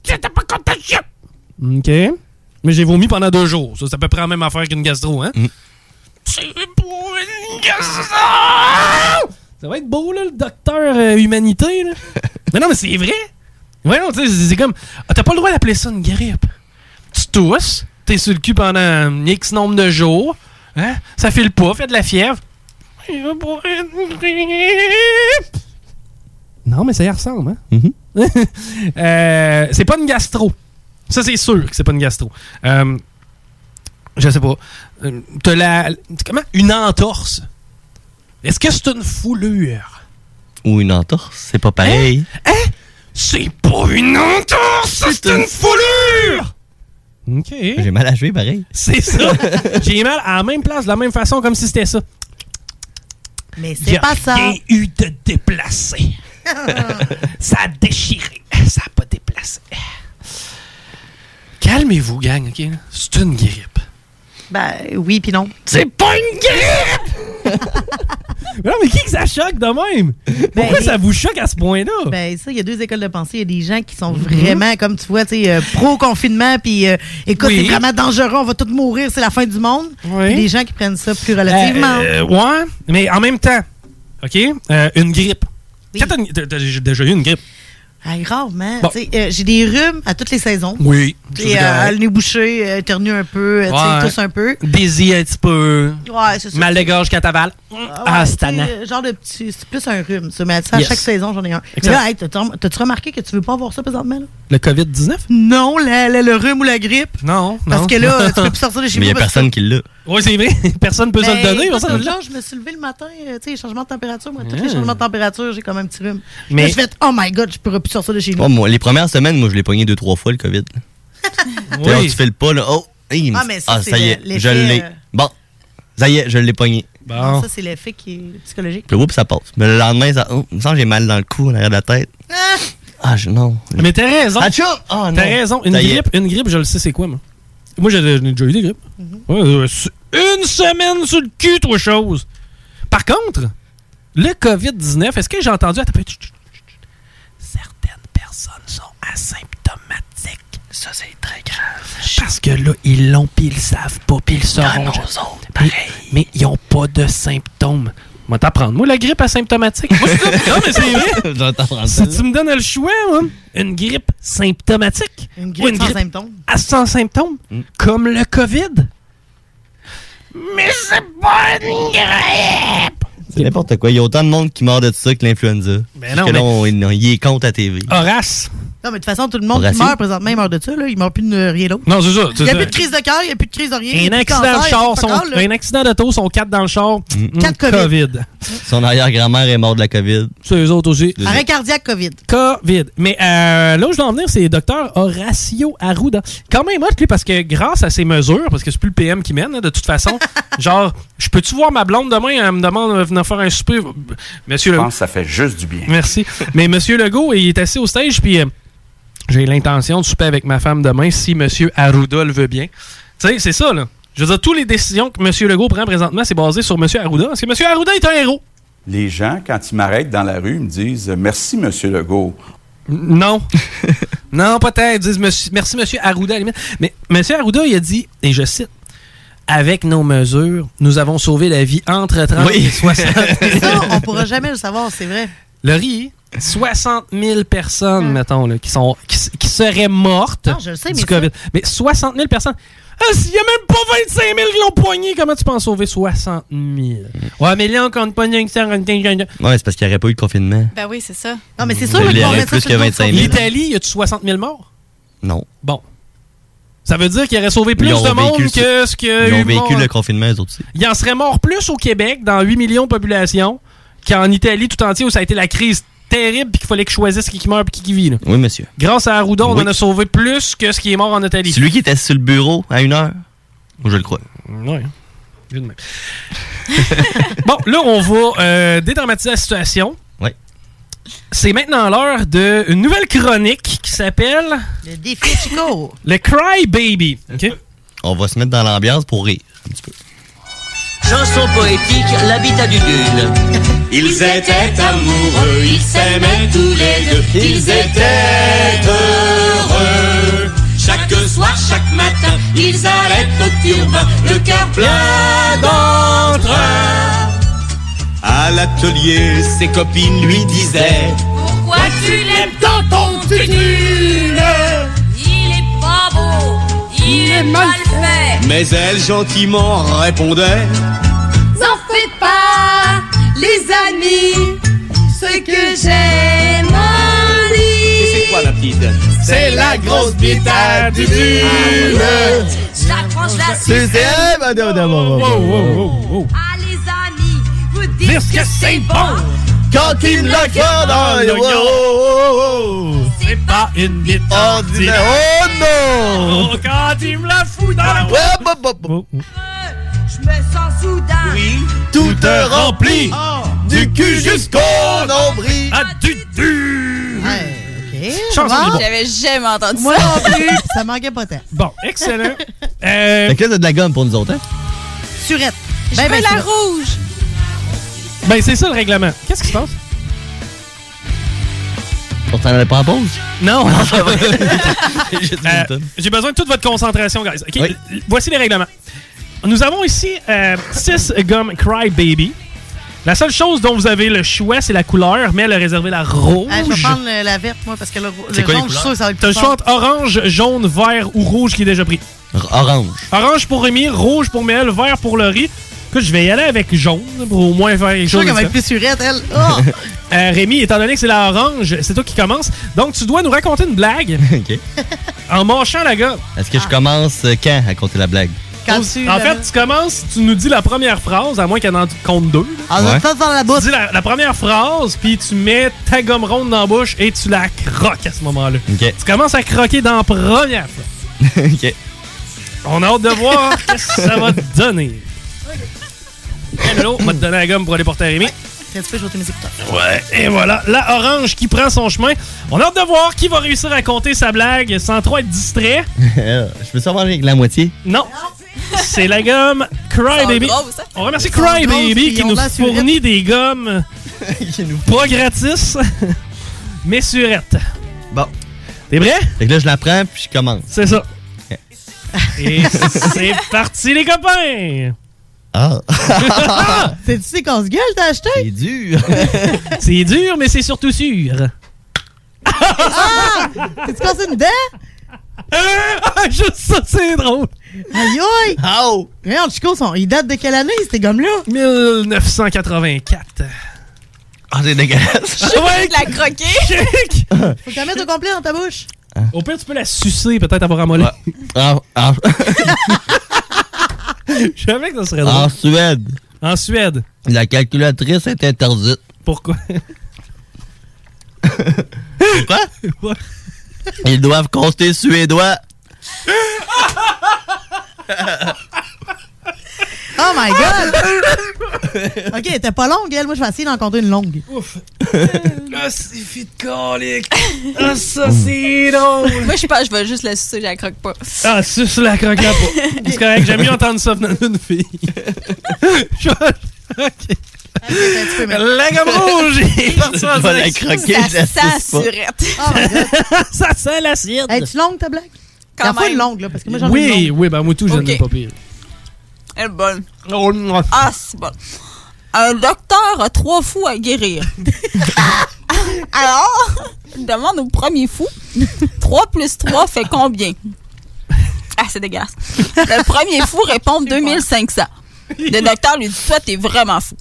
C'était pas contagieux! OK. Mais j'ai vomi pendant deux jours. Ça, c'est à peu près la même affaire qu'une gastro, Mm. hein? C'est pour une gastro! Ça va être beau, là, le docteur euh, humanité, là. mais non, mais c'est vrai! Ouais, non, tu sais, c'est c'est comme. ah, T'as pas le droit d'appeler ça une grippe. Tu tousses, t'es sur le cul pendant X nombre de jours, hein? Ça file pas, fait de la fièvre. Non, mais ça y ressemble, hein? Mm-hmm. Euh, c'est pas une gastro. Ça, c'est sûr que c'est pas une gastro. Euh, je sais pas. Euh, T'as la. Comment? Une entorse. Est-ce que c'est une foulure? Ou une entorse, c'est pas pareil. Hein? C'est pas une entorse, c'est une foulure! OK. J'ai mal à jouer pareil. C'est ça. J'ai mal à la même place, de la même façon, comme si c'était ça. Mais Y c'est a pas ça. rien eu de déplacé. ça a déchiré. Ah, Ça a pas déplacé. Calmez-vous, gang, OK? là? C'est une grippe. Ben oui, puis non. C'est pas une grippe! mais non, mais qui que ça choque de même? Pourquoi ça vous choque à ce point-là? Ben ça, il y a deux écoles de pensée. Il y a des gens qui sont Mhm. vraiment, comme tu vois, tu sais, euh, pro-confinement, puis euh, écoute, Oui. c'est vraiment dangereux, on va tous mourir, c'est la fin du monde. Oui. Puis Des gens qui prennent ça plus relativement. Euh, ouais, mais en même temps, OK? euh, une grippe. Quand t'as une- t'as- t'as déjà eu une grippe? Hey, rarement. Bon. Tu sais, euh, J'ai des rhumes à toutes les saisons. Oui. Et euh, le nez bouché, euh, éternue un peu, euh, tu sais, tous un peu. Désir un petit peu. Ouais, c'est ça. Mal de gorge quand t'avales. Ah, c'est tannant. Euh, Genre de petit. C'est plus un rhume, ça. Mais ça, à Yes. chaque saison, j'en ai un. Excellent. Mais là, hey, t'as- t'as- t'as-tu remarqué que tu veux pas avoir ça présentement? Là? Le COVID-19? Non, la- la- le rhume ou la grippe. Non, Parce non. que là, tu peux plus sortir de chez Mais y a vous parce que- personne qui l'a. Oui, c'est vrai. Personne peut se le Ben, donner. écoute, personne l'autre ne l'a. jour, je me suis levée le matin, euh, tu sais, changement de température. Moi, tous Ah. les changements de température, j'ai quand même un petit rhume. Mais- Mais je vais être, oh my god, je pourrais plus sortir de chez nous. Oh, moi, les premières semaines, moi, je l'ai pogné deux, trois fois, le COVID. Puis là, tu fais le pas, là. Oh, hey, Ah, mais ça, c'est y est, le- je l'effet, l'ai. euh, Bon, ça y est, je l'ai pogné. Non, Ça, c'est l'effet qui est psychologique. Puis oups, ça passe. Mais le lendemain, ça. Oh, il me semble que j'ai mal dans le cou, en arrière de la tête. Ah! Ah, je- non. Mais t'as raison. Achou! Ah, non. T'as raison. Une Ça y est. grippe, une grippe, je le sais, c'est quoi, moi. Moi, j'ai j'ai déjà eu des grippes. Mhm. Ouais, euh, su- une semaine sur le cul, trois choses. Par contre, le COVID-19, est-ce que j'ai entendu. Attends, chut, chut, chut, chut. Certaines personnes sont asymptomatiques. Ça, c'est très grave. Parce que là, ils l'ont, puis ils le savent pas, puis ils le sauront. Comme nous jamais. Mais, mais ils ont pas de symptômes. Moi, t'apprendre. Moi, la grippe asymptomatique. Moi, je suis comme- non, mais c'est vrai. Si tu me donnes le choix, hein, une grippe symptomatique Une grippe sans symptômes. à- sans symptômes, comme le COVID. Mais c'est pas une grippe! C'est n'importe quoi. Il y a autant de monde qui meurt de ça que l'influenza. Ben non, Parce que là, mais- on- on- il est contre à TV. Horace. Non, mais de toute façon, tout le monde qui Horatio. meurt présentement, il meurt de ça, là. Il meurt plus de rien d'autre. Non, c'est ça, c'est Il n'y a ça. plus de crise de cœur, il n'y a plus de crise de rien. il y a Un plus de accident, de cancer, char, c'est pas sont- grave, là. un accident d'auto, sont quatre dans le char. Quatre Mm. COVID. Son arrière-grand-mère est morte de la COVID. C'est eux autres aussi. Arrêt cardiaque COVID. COVID. Mais euh, là où je dois en venir, c'est docteur Horacio Arruda. Quand même hot, lui, parce que grâce à ses mesures, parce que c'est plus le PM qui mène, hein, de toute façon, genre, je peux-tu voir ma blonde demain? Elle me demande de venir faire un souper. Monsieur Legault. ça fait juste du bien. Merci. Mais Monsieur Legault, il est assis au stage, puis euh, j'ai l'intention de souper avec ma femme demain si Monsieur Arruda le veut bien. Tu sais, c'est ça, là. Je veux dire, toutes les décisions que Monsieur Legault prend présentement, c'est basé sur Monsieur Arruda. Parce que Monsieur Arruda est un héros. Les gens, quand ils m'arrêtent dans la rue, ils me disent euh, Merci, Monsieur Legault. Non. non, peut-être. Ils disent monsieur- merci, monsieur Arruda. à la limite. Mais monsieur Arruda, il a dit, et je cite, avec nos mesures, nous avons sauvé la vie entre 30 Oui. et 60. Ça, on pourra jamais le savoir, c'est vrai. Laurie, 60 000 personnes, mettons, là, qui, sont, qui, s- qui seraient mortes Non, je le sais, du mais COVID. Mais 60 000 personnes. Ah, S'il y a même pas 25 000 qui l'ont poigné, comment tu peux en sauver 60 000? Ouais, mais là, on compte pas 945 000. Ouais, c'est parce qu'il n'y aurait pas eu de confinement. Ben oui, c'est ça. Non, mais c'est sûr, là, Il y qu'on aurait met ça plus sur que le dos de 25 000. confinement. L'Italie, y a-tu 60 000 morts? Non. Bon. Ça veut dire qu'il aurait sauvé plus Ils ont de monde vécu le- que ce que. Ils ont eu le vécu monde. le confinement, eux autres aussi. Il en serait mort plus au Québec, dans 8 millions de population, qu'en Italie tout entier où ça a été la crise terrible puis qu'il fallait que je choisisse qui qui meurt puis qui qui vit. là. Oui, monsieur. Grâce à Arruda, on Oui. en a sauvé plus que ce qui est mort en Italie. C'est lui qui était sur le bureau à une heure. Moi, je le crois. Ouais. Vu de même. bon, là, on va euh, dédramatiser la situation. Ouais. C'est maintenant l'heure d'une nouvelle chronique qui s'appelle Le défi Chico. Le Cry Baby. OK? On va se mettre dans l'ambiance pour rire. Chanson poétique, l'habitat du dune. Ils étaient amoureux, ils s'aimaient tous les deux, ils étaient heureux. Chaque soir, chaque matin, ils allaient au turbin, le cœur plein d'entrain. À l'atelier, ses copines lui disaient Pourquoi tu l'aimes tant ton tunnel Il est pas beau, il, est mal fait. Mais elle gentiment répondait N'en fais pas, les amis, ce que j'aime en lui. C'est quoi la petite C'est la grosse bite à du Je la tranche la suce. Eh, ben, Ah, les amis, vous dites Dire que c'est bon. Oh, Quand il me la garde dans le C'est pas une bite oh, ordinaire. Oh non Quand il me la fout dans la Je me sens soudain. Oui. Tout est rempli Ah. Du cul jusqu'au nombril À du du Chanson du bon. J'avais jamais entendu Moi ça. non plus, ça manquait pas tant. Bon, excellent. Euh, Fait que là, t'as de la gomme pour nous autres, hein? Surette. Je Ben, veux ben, la surette. rouge. Ben, c'est ça le règlement. Qu'est-ce qui se passe? On t'en allait pas en pause? Non, Euh, J'ai besoin de toute votre concentration, guys. Ok, l- Voici les règlements. Nous avons ici 6 gommes Cry Baby. La seule chose dont vous avez le choix, c'est la couleur, mais elle a réservé la rouge. Ah, je vais prendre le- la verte, moi, parce que le, le jaune, je suis sûr que ça va être T'as le plus choix fort. entre orange, jaune, vert ou rouge qui est déjà pris. Orange. Orange pour Rémi, rouge pour Mel, vert pour Laurie. Écoute, je vais y aller avec jaune pour au moins faire Je quelque suis sûr chose. qu'elle va de être plus surette, hein. elle. différent. Euh, Rémi, étant donné que c'est la orange, c'est toi qui commence. Donc, tu dois nous raconter une blague OK. en mâchant la gomme. Est-ce que je commence euh, quand à compter la blague? On- en fait, tu commences, tu nous dis la première phrase, à moins qu'elle en compte deux. Ah, Ouais. ça, la Tu dis la, la première phrase, puis tu mets ta gomme ronde dans la bouche et tu la croques à ce moment-là. OK. Tu commences à croquer dans la première phrase. OK. On a hâte de voir qu'est-ce que ça va te donner. Hello, on va te donner la gomme pour aller porter à Rémi. Tiens, tu peux, je vais ôter mes écouteurs. Ouais, et voilà, la orange qui prend son chemin. On a hâte de voir qui va réussir à compter sa blague sans trop être distrait. je peux savoir avec la moitié? Non. C'est la gomme Cry Ils sont Baby. grosses, hein? On remercie Ils sont Cry grosses, Baby puis qui ils ont nous de la surette. fournit des gommes pas gratis, mais surettes. Bon. T'es prêt? Fait que là, je la prends puis je commence. C'est ça. Et c'est parti, les copains! Ah! C'est tu sais qu'on se gueule, t'as acheté? C'est dur! c'est dur, mais c'est surtout sûr. ah! T'es-tu passé une dent? Ah! Juste ça, c'est drôle! Aïe aïe! How? Regarde, Chico, son- ils datent de quelle année, ces gommes-là? 1984. Ah, c'est dégueulasse! Je vais la croquer. Faut que t'en mettes au complet dans ta bouche. Au pire, tu peux la sucer, peut-être avoir ramolli. Ah, ah, Je savais que ça serait drôle. en Suède, En Suède. la calculatrice est interdite. Pourquoi? Pourquoi? Ils doivent compter suédois. Oh my god! ok, elle était pas longue, elle. Moi, je vais essayer d'en compter une longue. Ah! Ouf! Ah, Ah, Là, c'est fit de colique. Ah, ça, c'est drôle. Moi, je pense que je vais juste la sucer, je la croque pas. Ah, suce la croque la peau. C'est correct, j'aime mieux entendre ça venant d'une fille. Je- ok. Ah, La gomme rouge! il est parti en Je vais la direction. croquer, Ça je la sent suce pas. Oh ça sent l'acide. Es-tu longue, ta blague? Quand T'en fais même. une longue, là, parce que moi, j'en ai une Oui, longue. oui, ben moi tout, je Ok. n'aime pas pire. Elle est bonne. Ah, c'est bon. Un docteur a trois fous à guérir. Alors, il demande au premier fou 3 plus 3 fait combien Ah, c'est dégueulasse. Le premier fou répond 2500. Le docteur lui dit Toi, t'es vraiment fou.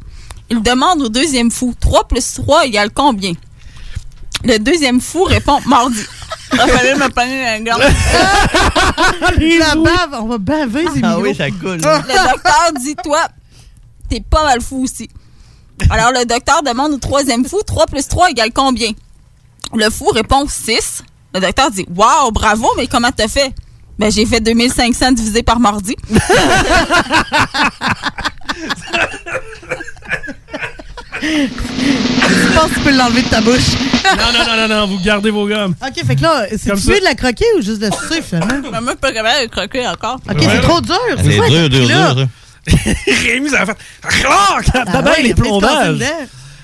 Il demande au deuxième fou 3 plus 3 égale combien Le deuxième fou répond Mardi. Ah, fallait me pogner la gorge. La bave, on va baver, Zimino. Ah Ah Le docteur dit Toi, t'es pas mal fou aussi. Alors, le docteur demande au troisième fou 3 plus 3 égale combien Le fou répond 6. Le docteur dit Waouh, bravo, mais comment t'as fait Ben, j'ai fait 2500 divisé par mardi. Je pense que tu peux l'enlever de ta bouche. Non, non, non, non, non, vous gardez vos gommes. OK, fait que là, c'est Comme tu ça. veux de la croquer ou juste de la sucer, finalement? Maman, je suis pas capable de croquer encore. OK, c'est trop dur. C'est quoi, dur, dur, là? dur, Rémi, ça a fait. Clac! Ah Bye-bye, ouais, les il a fait se casser plombages. dedans.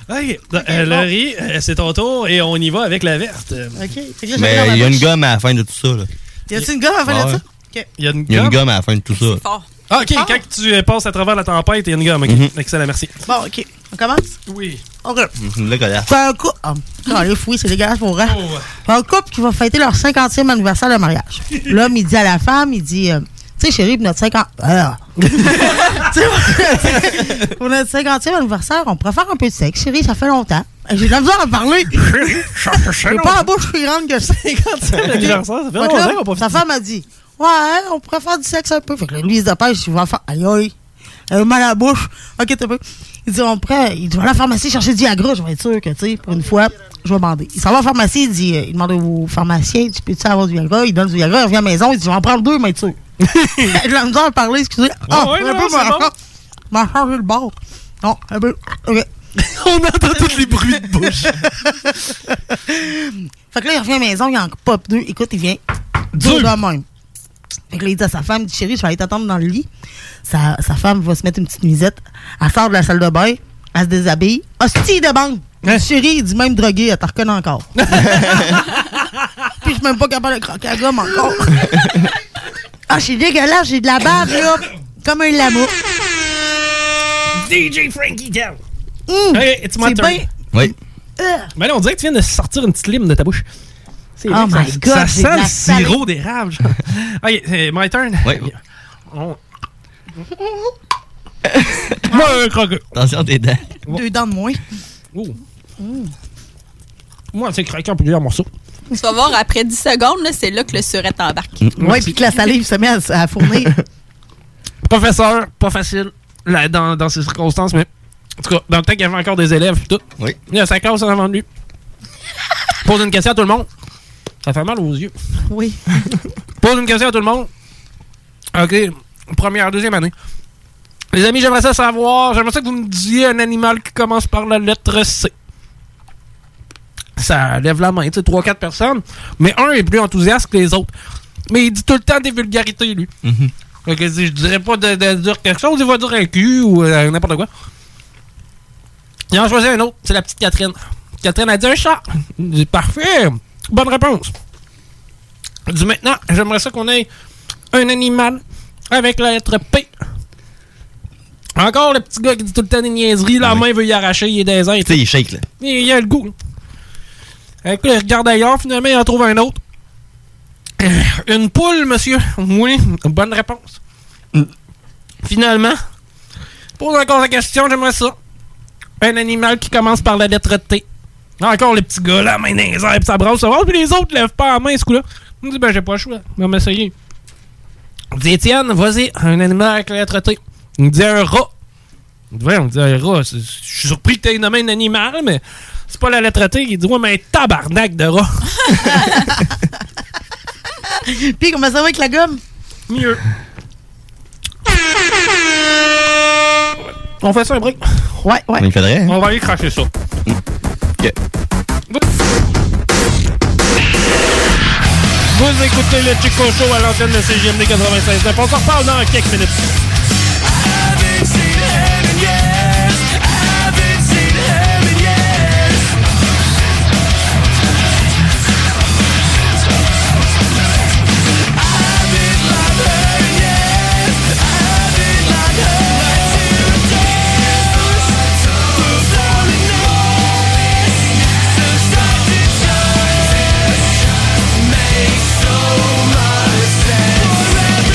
Ok, euh, Laurie, euh, c'est ton tour et on y va avec la verte. OK, fait que là, je Mais regarde il y la a une bouche. gomme à la fin de tout ça. là. Y a-tu une gomme à faire Ouais. de ça? OK. Il y a une Il y a une gomme? gomme à la fin de tout ça. Ah, ok, quand tu euh, passes à travers la tempête, il y a une gomme. ok. Mm-hmm. Excellent, merci. Bon, OK. On commence? Oui. OK. Mm-hmm, Le colère. C'est un couple. Ah, calif, oui, c'est dégueulasse pour Oh, vrai. C'est un couple qui va fêter leur 50e anniversaire de mariage. L'homme, il dit à la femme, il dit euh, Tu sais, chérie, pour notre 50. Ah. Tu sais, pour notre 50e anniversaire, on pourrait faire un peu de sexe. Chérie, ça fait longtemps. J'ai de la misère à parler. J'ai pas la bouche plus grande que 50e anniversaire, ça fait Fait que longtemps là, qu'on Sa femme a dit Ouais, on pourrait faire du sexe un peu. Fait que là, lui, il se dépêche, il va faire Aïe, aïe. Elle a eu mal à la bouche. Ok, t'as peu. Il dit, on prend. Il dit, va à la pharmacie chercher du Viagra. Je vais être sûr que, tu sais, pour une fois, je vais demander. Il s'en va à la pharmacie. Il dit, euh, il demande au pharmacien, tu peux-tu avoir du Viagra? Il donne du Viagra. Il revient à la maison. Il dit, je vais en prendre deux, mais tu J'ai de la misère à parler, excusez. Ah, ouais, un non, peu, c'est m'a- bon. m'a changé le bord. Non, un peu. Ok. on entend tous les bruits de bouche. fait que là, il revient à la maison. Il en pop deux. Écoute, il vient. Deux de même. Fait que là, il dit à sa femme, chérie, je vais aller t'attendre dans le lit. Sa, sa femme va se mettre une petite nuisette. Elle sort de la salle de bain, elle se déshabille. Hostie de bande! Le Chérie, il dit même drogué, elle te reconnaît encore. Puis je suis même pas capable de croquer la gomme encore. ah, je suis dégueulasse, j'ai de la bave, là. Comme un lama. DJ Frankie Down. Hum, Ok, it's my c'est turn. bien- Euh. Oui. Mais là, on dirait que tu viens de sortir une petite lime de ta bouche. C'est Oh vrai my que ça, God, ça j'ai de la sent le salée. sirop d'érable. genre. ok, c'est my turn. Ouais. On- Moi, un croqueur. Attention à tes dents. Deux dents de moins. Hmm. Ouh. Moi, c'est craquant pour plusieurs morceaux. Tu vas voir, après 10 secondes, là, c'est là que le suret embarque. Ouais, puis que la salive se met à, à fournir. Professeur, pas facile là, dans, dans ces circonstances, mais en tout cas, dans le temps qu'il y avait encore des élèves pis tout, oui. il y a sa classe en avant de lui. Pose une question à tout le monde. Ça fait mal aux yeux. Oui. Pose une question à tout le monde. OK. Première, deuxième année. Les amis, j'aimerais ça savoir. J'aimerais ça que vous me disiez un animal qui commence par la lettre C. Ça lève la main, tu sais, 3-4 personnes. Mais un est plus enthousiaste que les autres. Mais il dit tout le temps des vulgarités, lui. Mm-hmm. Fait que si je dirais pas de, de dire quelque chose, il va dire un cul ou euh, n'importe quoi. Il en choisit un autre, c'est la petite Catherine. Catherine a dit un chat. Il dit parfait, bonne réponse. Il dit maintenant, j'aimerais ça qu'on ait un animal avec la lettre P. Encore le petit gars qui dit tout le temps des niaiseries, la main veut y arracher, il est désert. Ah Tu sais, il shake, là. Il, il a le goût. Fait que là, il regarde ailleurs, finalement, il en trouve un autre. Euh, Une poule, monsieur. Oui, bonne réponse. Finalement, pose encore la question, j'aimerais ça. Un animal qui commence par la lettre T. Encore le petit gars, là, main dans les airs, puis ça brasse, ça brasse, puis les autres lèvent pas la main, ce coup-là. On dit, ben, j'ai pas le choix, on va m'essayer. On dit, Étienne, vas-y, un animal avec la lettre T. On dit, un rat. Ouais, on dit un rat. C'est- Je suis surpris que tu aies nommé un animal, mais c'est pas la lettre T qui dit Ouais, mais un tabarnak de rat. Puis comment ça va avec la gomme? Mieux. On fait ça un break? Ouais, ouais. Il faudrait. hein. On va aller cracher ça. Ok. Vous écoutez le Chico Show à l'antenne de CGMD 96. On s'en reparle dans quelques minutes. Make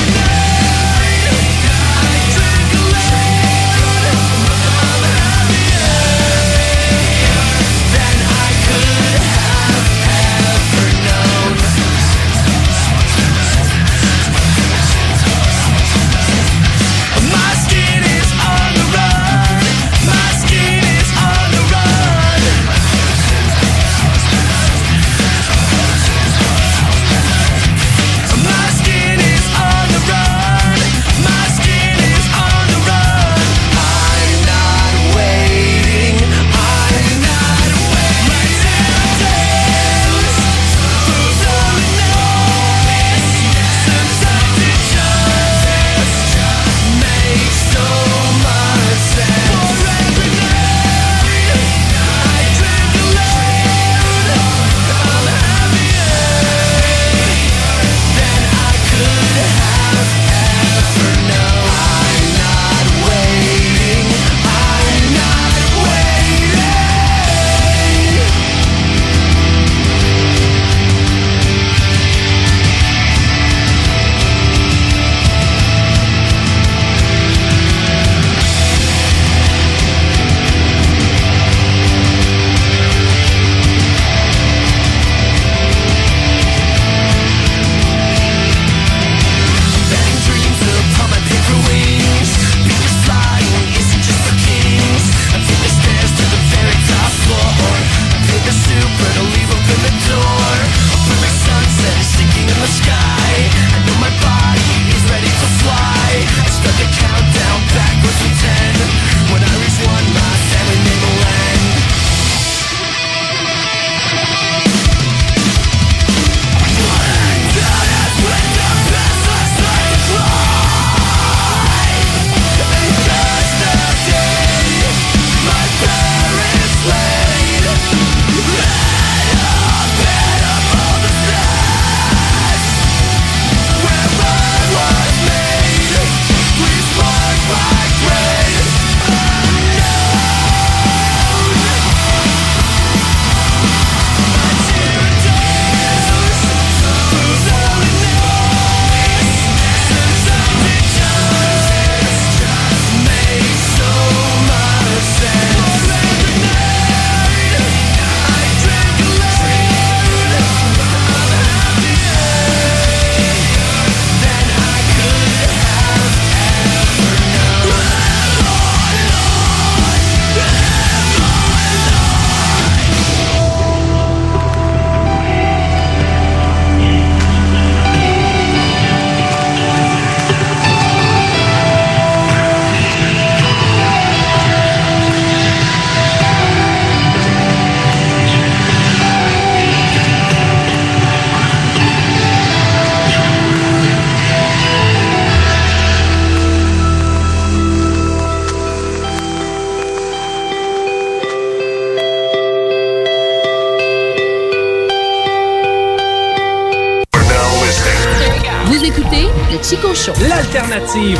so much sense. Vous écoutez le Chico Show. L'alternative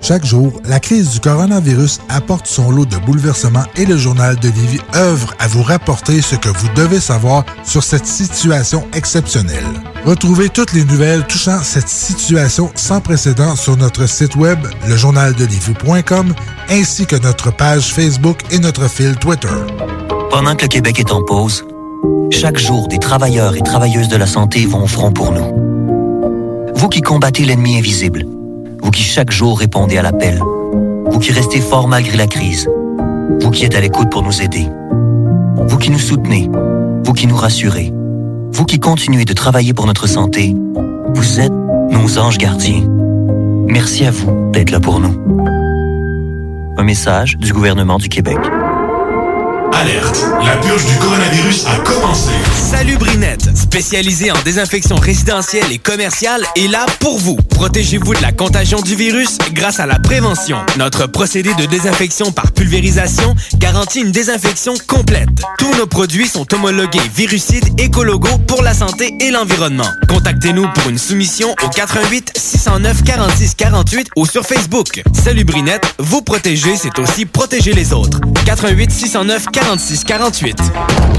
Chaque jour, la crise du coronavirus apporte son lot de bouleversements et le journal de Livy œuvre à vous rapporter ce que vous devez savoir sur cette situation exceptionnelle. Retrouvez toutes les nouvelles touchant cette situation sans précédent sur notre site web, lejournaldelivy.com, ainsi que notre page Facebook et notre fil Twitter. Pendant que le Québec est en pause, chaque jour, des travailleurs et travailleuses de la santé vont au front pour nous. Vous qui combattez l'ennemi invisible, vous qui chaque jour répondez à l'appel, vous qui restez fort malgré la crise, vous qui êtes à l'écoute pour nous aider, vous qui nous soutenez, vous qui nous rassurez, vous qui continuez de travailler pour notre santé, vous êtes nos anges gardiens. Merci à vous d'être là pour nous. Un message du gouvernement du Québec. Alerte, la purge du coronavirus a commencé. Salut Brinette, spécialisée en désinfection résidentielle et commerciale, est là pour vous. Protégez-vous de la contagion du virus grâce à la prévention. Notre procédé de désinfection par pulvérisation garantit une désinfection complète. Tous nos produits sont homologués virucides écologaux pour la santé et l'environnement. Contactez-nous pour une soumission au 88 609 46 48 ou sur Facebook. Salut Brinette, vous protéger, c'est aussi protéger les autres. 88 609 46 48.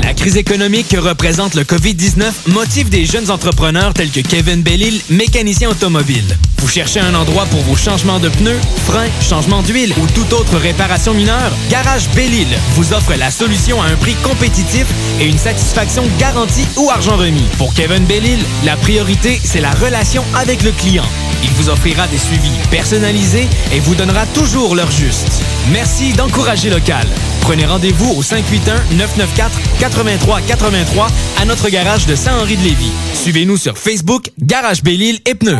La crise économique que représente le COVID-19 motive des jeunes entrepreneurs tels que Kevin Bellil, mécanicien automobile. Vous cherchez un endroit pour vos changements de pneus, freins, changements d'huile ou toute autre réparation mineure? Garage Bellil vous offre la solution à un prix compétitif et une satisfaction garantie ou argent remis. Pour Kevin Bellil, la priorité, c'est la relation avec le client. Il vous offrira des suivis personnalisés et vous donnera toujours leur juste. Merci d'encourager local. Prenez rendez-vous au 581-994-8383 à notre garage de Saint-Henri-de-Lévis. Suivez-nous sur Facebook, Garage Bellil et Pneus.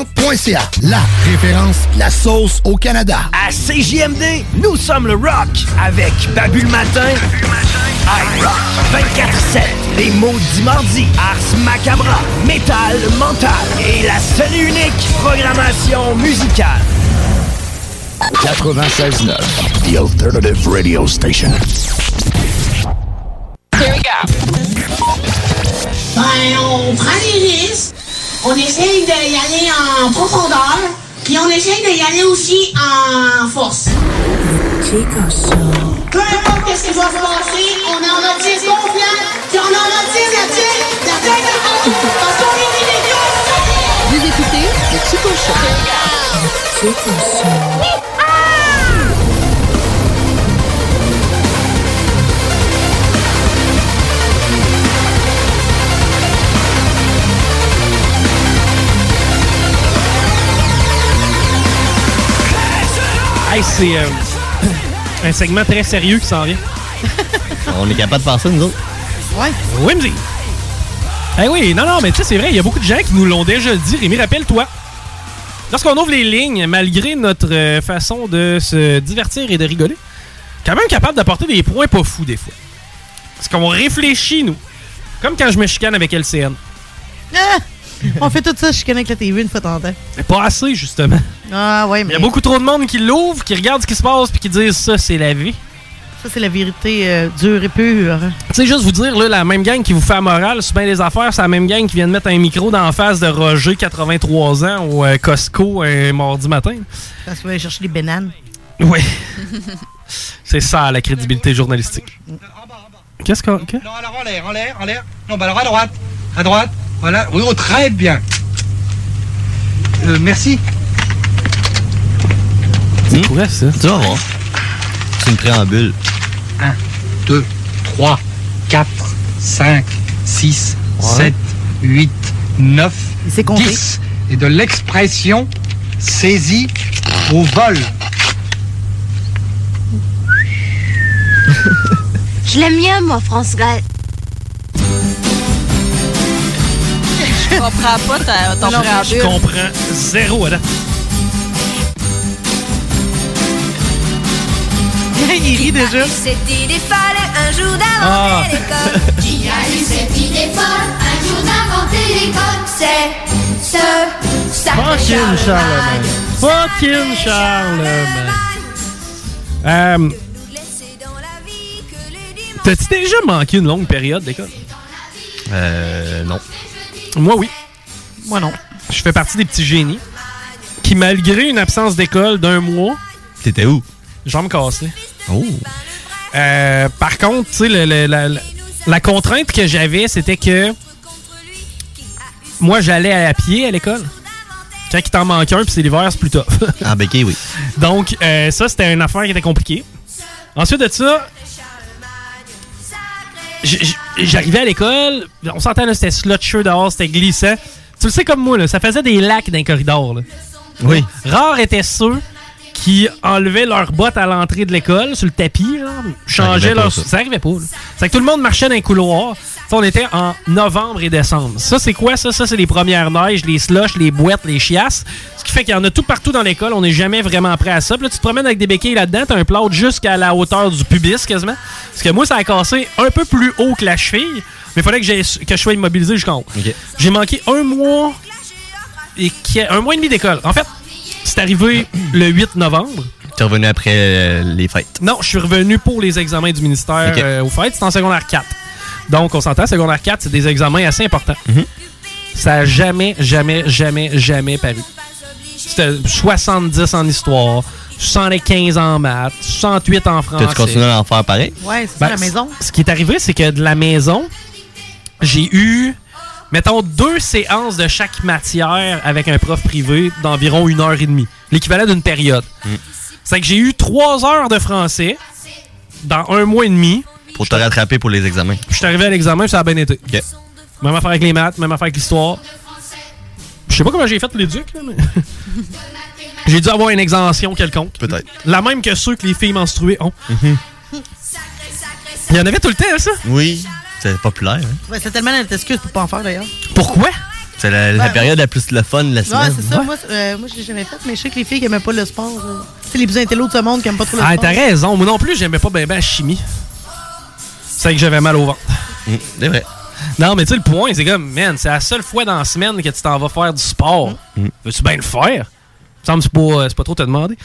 La référence, la sauce au Canada. À CJMD, nous sommes le rock avec Babu le matin, I Rock 24-7, les maudits mardis, Ars Macabra, Métal Mental et la seule et unique programmation musicale. 96.9, The Alternative Radio Station. Here we go. Ben, on prend des risques, on essaye d'y aller en profondeur, puis on essaye d'y aller aussi en force. Peu importe qu'est-ce qui va se passer, on en a 10 confiants, puis on en a 10 là-dessus, la tête en haut, parce qu'on est des idiots. Vous écoutez le Chico Hey, c'est euh, un segment très sérieux qui s'en vient. On est capable de faire ça, nous autres. Ouais. Whimsy. Eh oui, non, non, mais tu sais, c'est vrai, il y a beaucoup de gens qui nous l'ont déjà dit. Rémi, rappelle-toi. Lorsqu'on ouvre les lignes, malgré notre euh, façon de se divertir et de rigoler, quand même capable d'apporter des points pas fous des fois. Parce qu'on réfléchit, nous. Comme quand je me chicane avec LCN. Ah! On fait tout ça, je suis connecté avec la TV une fois de temps en temps. Mais pas assez, justement. Ah ouais, Il mais y a beaucoup trop de monde qui l'ouvre, qui regarde ce qui se passe, puis qui disent ça, c'est la vie. ça, c'est la vérité euh, dure et pure. hein. Tu sais, juste vous dire, là, la même gang qui vous fait la morale sur bien des affaires, c'est la même gang qui vient de mettre un micro dans la face de Roger, 83 ans, au euh, Costco un mardi matin. Parce qu'on va aller chercher des bananes. Oui, c'est ça, la crédibilité journalistique. Qu'est-ce qu'on... que- Non, alors en l'air, en l'air, en l'air. Non, bah alors à droite. À droite. Voilà. Oui, oh, très bien. Euh, merci. C'est quoi ça? Hmm? Tu vas voir. C'est une préambule. 1, 2, 3, 4, 5, 6, Ouais. 7, 8, 9, 10. Et de l'expression saisie au vol. Je l'aime bien, moi, France Gall. Je comprends pas ta, ton Je préambule. comprends zéro, hein. là. Il rit déjà. Cette idée folle, un jour Ah. d'inventer l'école. Qui a eu cette idée folle, un jour d'inventer l'école C'est ce sacré Fucking Charlemagne. Charlemagne. Fucking Charlemagne. Euh, T'as-tu déjà manqué une longue période d'école? Euh, non. Moi, oui. Moi, non. Je fais partie des petits génies qui, malgré une absence d'école d'un mois... T'étais uh. où? Jambes cassées. Oh. Euh, par contre, tu sais, le- le- la, la- la contrainte que j'avais, c'était que moi, j'allais à pied à l'école. Quand il t'en manque un, puis c'est l'hiver, c'est plus tough. Ah, béquille, oui. Donc, euh, ça, c'était une affaire qui était compliquée. Ensuite de ça, j- j- j'arrivais à l'école, on s'entend, là, c'était slotcheux dehors, c'était glissant. Tu le sais comme moi, là, ça faisait des lacs dans les corridors. là. Oui. Rares étaient ceux qui enlevaient leurs bottes à l'entrée de l'école, sur le tapis, là, changeaient arrivait pas, leur... ça. Ça arrivait pas. là. C'est que tout le monde marchait dans les couloirs. Ça, on était en novembre et décembre. Ça, c'est quoi ça? Ça, c'est les premières neiges, les slushs, les boîtes, les chiasses. Ce qui fait qu'il y en a tout partout dans l'école. On n'est jamais vraiment prêt à ça. Puis là, tu te promènes avec des béquilles là-dedans. T'as un plâtre jusqu'à la hauteur du pubis, quasiment. Parce que moi, ça a cassé un peu plus haut que la cheville. Mais il fallait que, j'aie- que je sois immobilisé jusqu'en haut. J'ai manqué un mois et qui- un mois et demi d'école. En fait, c'est arrivé le 8 novembre. T'es revenu après euh, les fêtes. Non, je suis revenu pour les examens du ministère Ok. euh, aux fêtes. C'est en secondaire 4. Donc, on s'entend, secondaire 4, c'est des examens assez importants. Mhm. Ça a jamais, jamais, jamais, jamais paru. C'était 70 en histoire, 75 en maths, 68 en français. T'as-tu continué à en faire pareil? Ouais, c'est ça, Ben, la maison. c- Ce qui est arrivé, c'est que de la maison, j'ai eu mettons, deux séances de chaque matière avec un prof privé d'environ une heure et demie. L'équivalent d'une période. Mm. C'est que j'ai eu trois heures de français dans un mois et demi. Pour te rattraper pour les examens. Je suis arrivé à l'examen, ça a bien été. Même affaire avec les maths, même affaire avec l'histoire. Je sais pas comment j'ai fait les ducs, là, mais. j'ai dû avoir une exemption quelconque. Peut-être. Mm-hmm. La même que ceux que les filles menstruées ont. Il y en avait tout le temps, ça? Oui, c'est populaire. hein. Ouais, c'est tellement d'excuses pour pas en faire d'ailleurs. Pourquoi? C'est la, la Ouais. période la plus le fun de la Ouais, semaine. c'est ça. Moi, c'est- euh, moi, je l'ai jamais fait, mais je sais que les filles qui aimaient pas le sport. euh, C'est les plus intellos de ce monde qui aiment pas trop le Ah, sport. t'as raison. Moi non plus, j'aimais pas bien ben la chimie. C'est que j'avais mal au ventre. Hum, c'est vrai. Non, mais tu sais, le point, c'est comme, man, c'est la seule fois dans la semaine que tu t'en vas faire du Hum, sport. Veux-tu bien le faire? Ça me semble que c'est pas, euh, c'est pas trop te demander.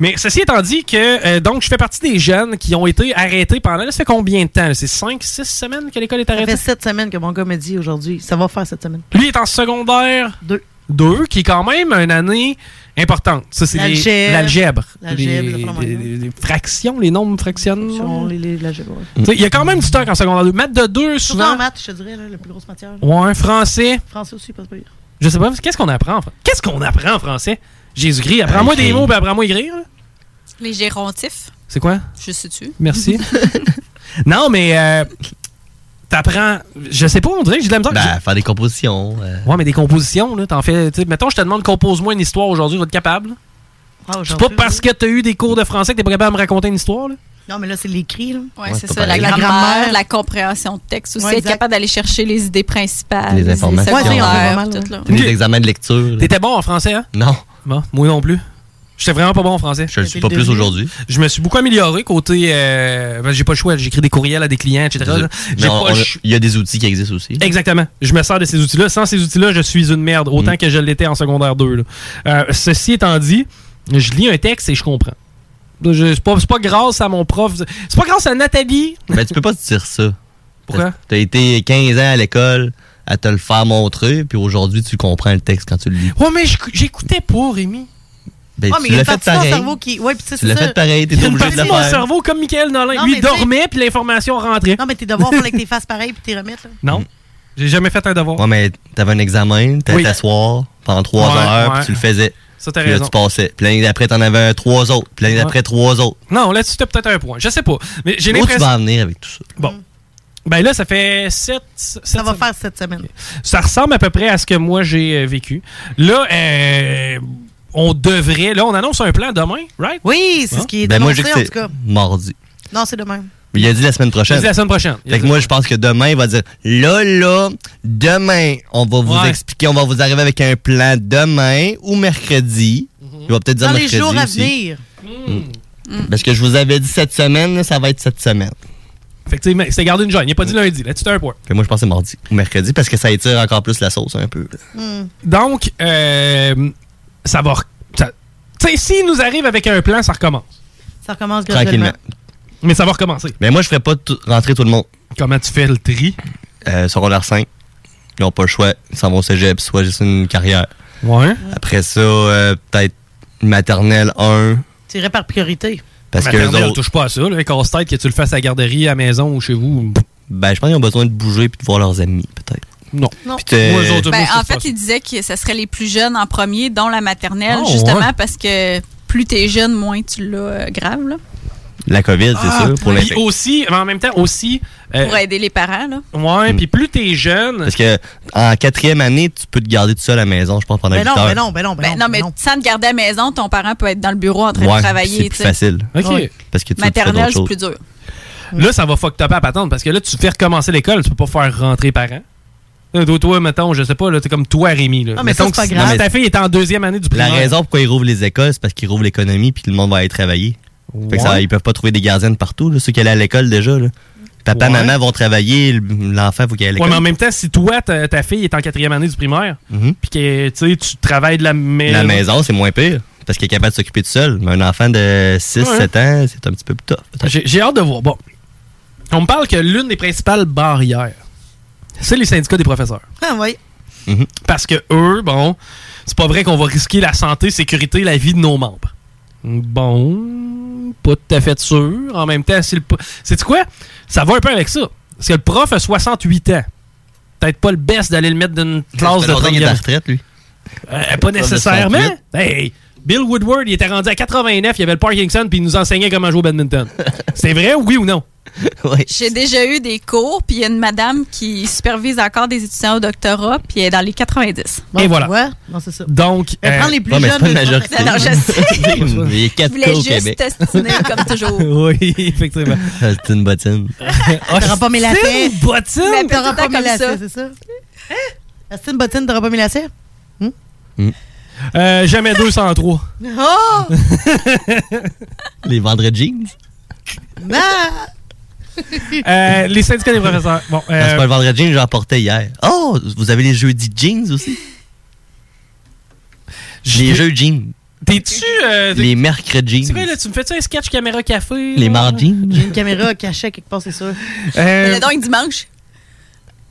Mais ceci étant dit que, euh, donc, je fais partie des jeunes qui ont été arrêtés pendant, là, ça fait combien de temps? là? C'est 5, 6 semaines que l'école est Ça fait arrêtée? sept semaines que mon gars me dit aujourd'hui, ça va faire cette semaine. Lui est en secondaire 2. qui est quand même une année importante. Ça, c'est les- L'algèbre. l'algèbre. L'algèbre, Les- le phénomène. les- les fractions, les nombres fractionnels. Les- les- l'algèbre, ouais. Tu sais, Il y a quand même du stock en secondaire 2. Maths de 2, Surtout souvent. en maths, je te dirais, là, la plus grosse matière. Ouais, français. Français aussi, pas de pire. Je sais pas, qu'est-ce qu'on apprend en français? Qu'est-ce qu'on apprend en français? Jésus-Christ, apprends-moi des mots, puis apprends-moi à écrire. là. Les gérontifs, C'est quoi? je sais-tu? Merci. non, mais euh, t'apprends. Je sais pas, on dirait que j'ai de la misère. Ben, faire des compositions. euh, Ouais, mais des compositions, là, t'en fais. tu sais, Mettons, je te demande, compose-moi une histoire aujourd'hui, je vais être capable. Ah, C'est pas parce que t'as eu des cours de français que t'es pas capable de me raconter une histoire, là? Non, mais là, c'est l'écrit. là. Oui, c'est ça, la, grammaire, la compréhension de texte aussi, Ouais, être exact. capable d'aller chercher les idées principales, Les informations. idées Ouais, ça, on fait secondaires, pas mal, tout, là. C'est des examens de lecture. là. T'étais bon en français, hein? Non. Bon, moi non plus. J'étais vraiment pas bon en français. Je le suis pas plus aujourd'hui. Je me suis beaucoup amélioré côté. euh, ben, j'ai pas le choix, j'écris des courriels à des clients, etc. là. J'ai Mais on- on pas le a- ch- Il y a des outils qui existent aussi. Exactement. Je me sers de ces outils-là. Sans ces outils-là, je suis une merde, Mm. autant que je l'étais en secondaire 2. là. Euh, ceci étant dit, je lis un texte et je comprends. Je- C'est pas, c'est pas grâce à mon prof. C'est pas grâce à Nathalie. Mais Ben, tu peux pas te dire ça. Pourquoi? T'as été 15 ans à l'école à te le faire montrer, puis aujourd'hui, tu comprends le texte quand tu le lis. Ouais, mais j'éc- j'écoutais pas, Rémi. Ben, Ah, mais il tu y a l'as une fait partie de ton pareil. cerveau qui. Ouais, puis ça, Tu c'est l'as ça. fait pareil, t'es Il y a une obligé de partie le de mon faire. cerveau, comme Michael Nolin. Non, Lui, mais il tu sais- dormait, puis l'information rentrait. Non, mais tes devoirs, fallait que t'es fasses pareil puis t'es remettes. là. Non. J'ai jamais fait un devoir. Ouais, mais t'avais un examen, t'allais t'asseoir pendant 3 Ouais, heures, ouais. puis tu le faisais. Ça, t'as Puis là, raison. tu passais. Puis l'année d'après, t'en avais un, trois autres. Puis l'année Ouais. d'après, trois autres. Non, là-dessus, t'as peut-être un point. Je sais pas. Mais j'ai Où tu l'impression. vas en venir avec tout ça? Mm. Bon. Ben là, ça fait 7. Ça va faire cette semaine. Ça ressemble à peu près à ce que moi j'ai euh, vécu. Là, euh, on devrait. Là, on annonce un plan demain, right? Oui, c'est ce qui est Ben, moi, je annoncé, dis que en tout c'est cas. mardi. Non, c'est demain. Il a dit la semaine prochaine. Il a dit la semaine prochaine. Il a Fait que dit- moi, je pense que demain, il va dire là, là, demain, on va vous Ouais. expliquer, on va vous arriver avec un plan demain ou mercredi. Mm-hmm. Il va peut-être dire Dans les mercredi. jours à aussi. venir. Mm. Parce que je vous avais dit cette semaine, là, ça va être cette semaine. Effectivement, c'est gardé une joigne. Il n'a pas dit lundi. Là, tu t'as un point. Fait que moi, je pense que c'est mardi ou mercredi parce que ça étire encore plus la sauce un peu. là. Hmm. Donc, euh, ça va. re- ça- Tu sais, s'il nous arrive avec un plan, ça recommence. Ça recommence graduellement. Tranquillement. Mais ça va recommencer. Mais moi, je ferais pas tout- rentrer tout le monde. Comment tu fais le tri? Euh, secondaire 5. Ils n'ont pas le choix. Ils s'en vont au cégep, soit juste une carrière. Ouais. Après ça, euh, peut-être maternelle 1. Tu irais par priorité. Parce que Maternelle, eux on autres, touche pas à ça. Là, casse-tête que tu le fasses à la garderie, à la maison ou chez vous. ben, je pense qu'ils ont besoin de bouger puis de voir leurs amis, peut-être. Non. Non. Puis t'es- Moi, eux autres, Ben, moi, je en trouve fait, pas ça. il disait que ce serait les plus jeunes en premier, dont la maternelle, Ah, justement, ouais. parce que plus t'es jeune, moins tu l'as euh, grave, là, La COVID, c'est Ah, sûr, pour puis l'infection. aussi, mais en même temps, aussi. Eh. euh, pour aider les parents. Là. Hmm. ouais, puis plus t'es jeune. Parce que en quatrième année, tu peux te garder tout seul à la maison, je pense, pendant 8 heures. ben non, ben non. mais sans te garder à la maison, ton parent peut être dans le bureau en train Ouais, de travailler. c'est t'sais. plus facile. Ouais. Parce que tu Maternelle, fais c'est d'autres plus choses. dur. Là, ça va fuck top à patente parce que là, tu fais recommencer l'école, tu peux pas faire rentrer parents. Là, Toi, toi, mettons, je sais pas, là, t'es comme toi, Rémi. Là. Ah, mais ça, Mettons c'est que pas grave. si ta fille est en deuxième année du La primaire. raison pourquoi ils rouvrent les écoles, c'est parce qu'ils rouvrent l'économie puis que le monde va aller travailler. Fait que ça, Ouais. ils peuvent pas trouver des gardiennes partout, là, ceux qui allaient à l'école déjà. là. Papa, Ouais. maman vont travailler, l- l'enfant faut qu'il aille à Ouais, l'école. Mhm. mais en même temps, si toi, ta, ta fille est en quatrième année du primaire, puis que tu sais, tu travailles de la maison. La maison, c'est moins pire. Parce qu'il est capable de s'occuper tout seul. Mais un enfant de 6-7 Ouais. ans, c'est un petit peu plus tough. J'ai j'ai hâte de voir. Bon. On me parle que l'une des principales barrières, c'est les syndicats des professeurs. Ah oui. Mhm. Parce que eux, bon, c'est pas vrai qu'on va risquer la santé, sécurité, la vie de nos membres. Bon, pas tout à fait sûr. En même temps, c'est le. C'est quoi? Ça va un peu avec ça. Parce que le prof a 68 ans. peut-être pas le best d'aller le mettre dans une classe de longtemps qu'il est à la première. retraite, lui. Euh, pas nécessairement. Pas de retraite. Hey, Bill Woodward, il était rendu à 89, il avait le Parkinson, puis il nous enseignait comment jouer au badminton. C'est vrai, oui ou non? J'ai déjà eu des cours, puis il y a une madame qui supervise encore des étudiants au doctorat, puis elle est dans les 90. Et voilà. Non, c'est ça. Donc, euh, Elle prend les plus Ouais, mais c'est jeunes pas une de- majorité. Non, non, je sais. Il y a Je 4 voulais cas au juste Québec. t'ostiner comme toujours. oui, effectivement. C'est une bottine. T'auras pas mes lacets. Ah, bottine. Mais T'auras pas comme mes ça. lacets, c'est ça? Hein? C'est une bottine, t'auras pas mes lacets? Euh, jamais 203. Oh! Les vendredis jeans. Non! Euh, les syndicats des professeurs. Bon, euh, Non, Ben, c'est pas le vendredi jeans, j'en portais hier. Oh, vous avez les jeudis jeans aussi? Les jeux jeans. T'es-tu. euh, Les mercredis C'est jeans. quoi, là, tu me fais-tu un sketch caméra café? Les là? mardis jeans. J'ai une caméra cachée quelque part, c'est sûr. Euh, Mais donc dimanche.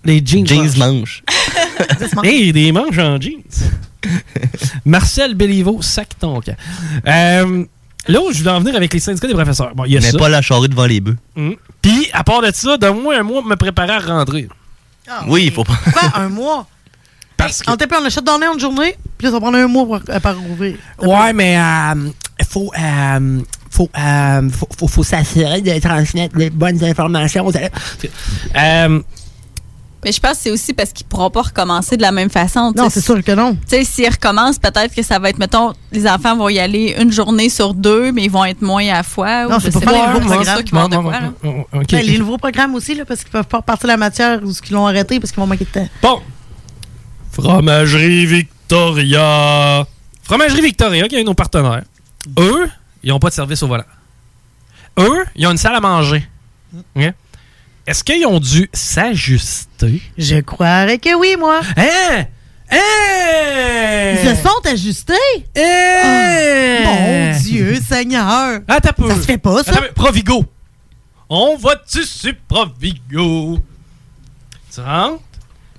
Les jeans. Jeans manches. Hey, des manches en jeans. Marcel Béliveau, sac ton camp. Euh, là où je voulais en venir avec les syndicats des professeurs. Bon, oh, il y a Mais ça. pas la charrue devant les bœufs. Mm. Puis, à part de ça, donne-moi un mois pour me préparer à rentrer. Ah, Oui, il faut pas. Quoi, un mois? Parce On t'appelle, on achète dans une journée, puis là, ça va prendre un mois pour, euh, par ouvrir. Ouais, mais euh, faut, euh, faut, euh, faut, faut, faut s'assurer de transmettre les bonnes informations aux élèves. Euh, Mais je pense que c'est aussi parce qu'ils ne pourront pas recommencer de la même façon. Non, c'est sûr que non. Tu sais, s'ils recommencent, peut-être que ça va être, mettons, les enfants vont y aller une journée sur deux, mais ils vont être moins à la fois. ou Non, je c'est sais pas faire les nouveaux c'est ça programmes. qui manque de Non, non, quoi, non, là. Ben, les nouveaux programmes aussi, là, parce qu'ils peuvent pas repartir la matière ou ce qu'ils l'ont arrêté parce qu'ils vont manquer de temps. Bon. Fromagerie Victoria. Fromagerie Victoria, qui est un de nos partenaires. Eux, ils n'ont pas de service au volant. Eux, ils ont une salle à manger. Mm. Ok? Est-ce qu'ils ont dû s'ajuster? Je croirais que oui, moi. Hein? Hein? Ils se sont ajustés. Oh, Eh! Mon Dieu, Seigneur. Ah, t'as Ça se fait pas, ça. Attends, mais Provigo. On va-tu sur Provigo? Tu rentres?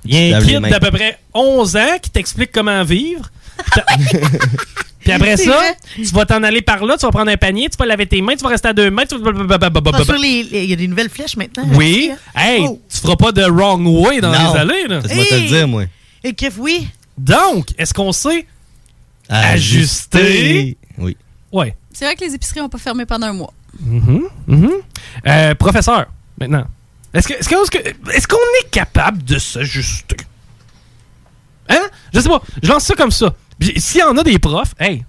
Il y a un Tu te laves les kid mains. d'à peu près 11 ans qui t'explique comment vivre. T'as- Puis après C'est ça, vrai. tu vas t'en aller par là, tu vas prendre un panier, tu vas laver tes mains, tu vas rester à deux mètres. tu vas- Pas sûr, les- les- il y a des nouvelles flèches maintenant. bah, hein, Oui. Hey, Oh. tu feras pas de wrong way dans Non. les allées. là. Laisse-moi te le dire, moi. Et que oui. Donc, est-ce qu'on sait ajuster? Oui. Ouais. C'est vrai que les épiceries n'ont pas fermé pendant un mois. Mhm, mhm. Euh, professeur, maintenant. Est-ce que- est-ce que- est-ce que- est-ce qu'on est, capable de s'ajuster? Hein? Je sais pas. Je lance ça comme ça. Puis, S'il y en a des profs, hey!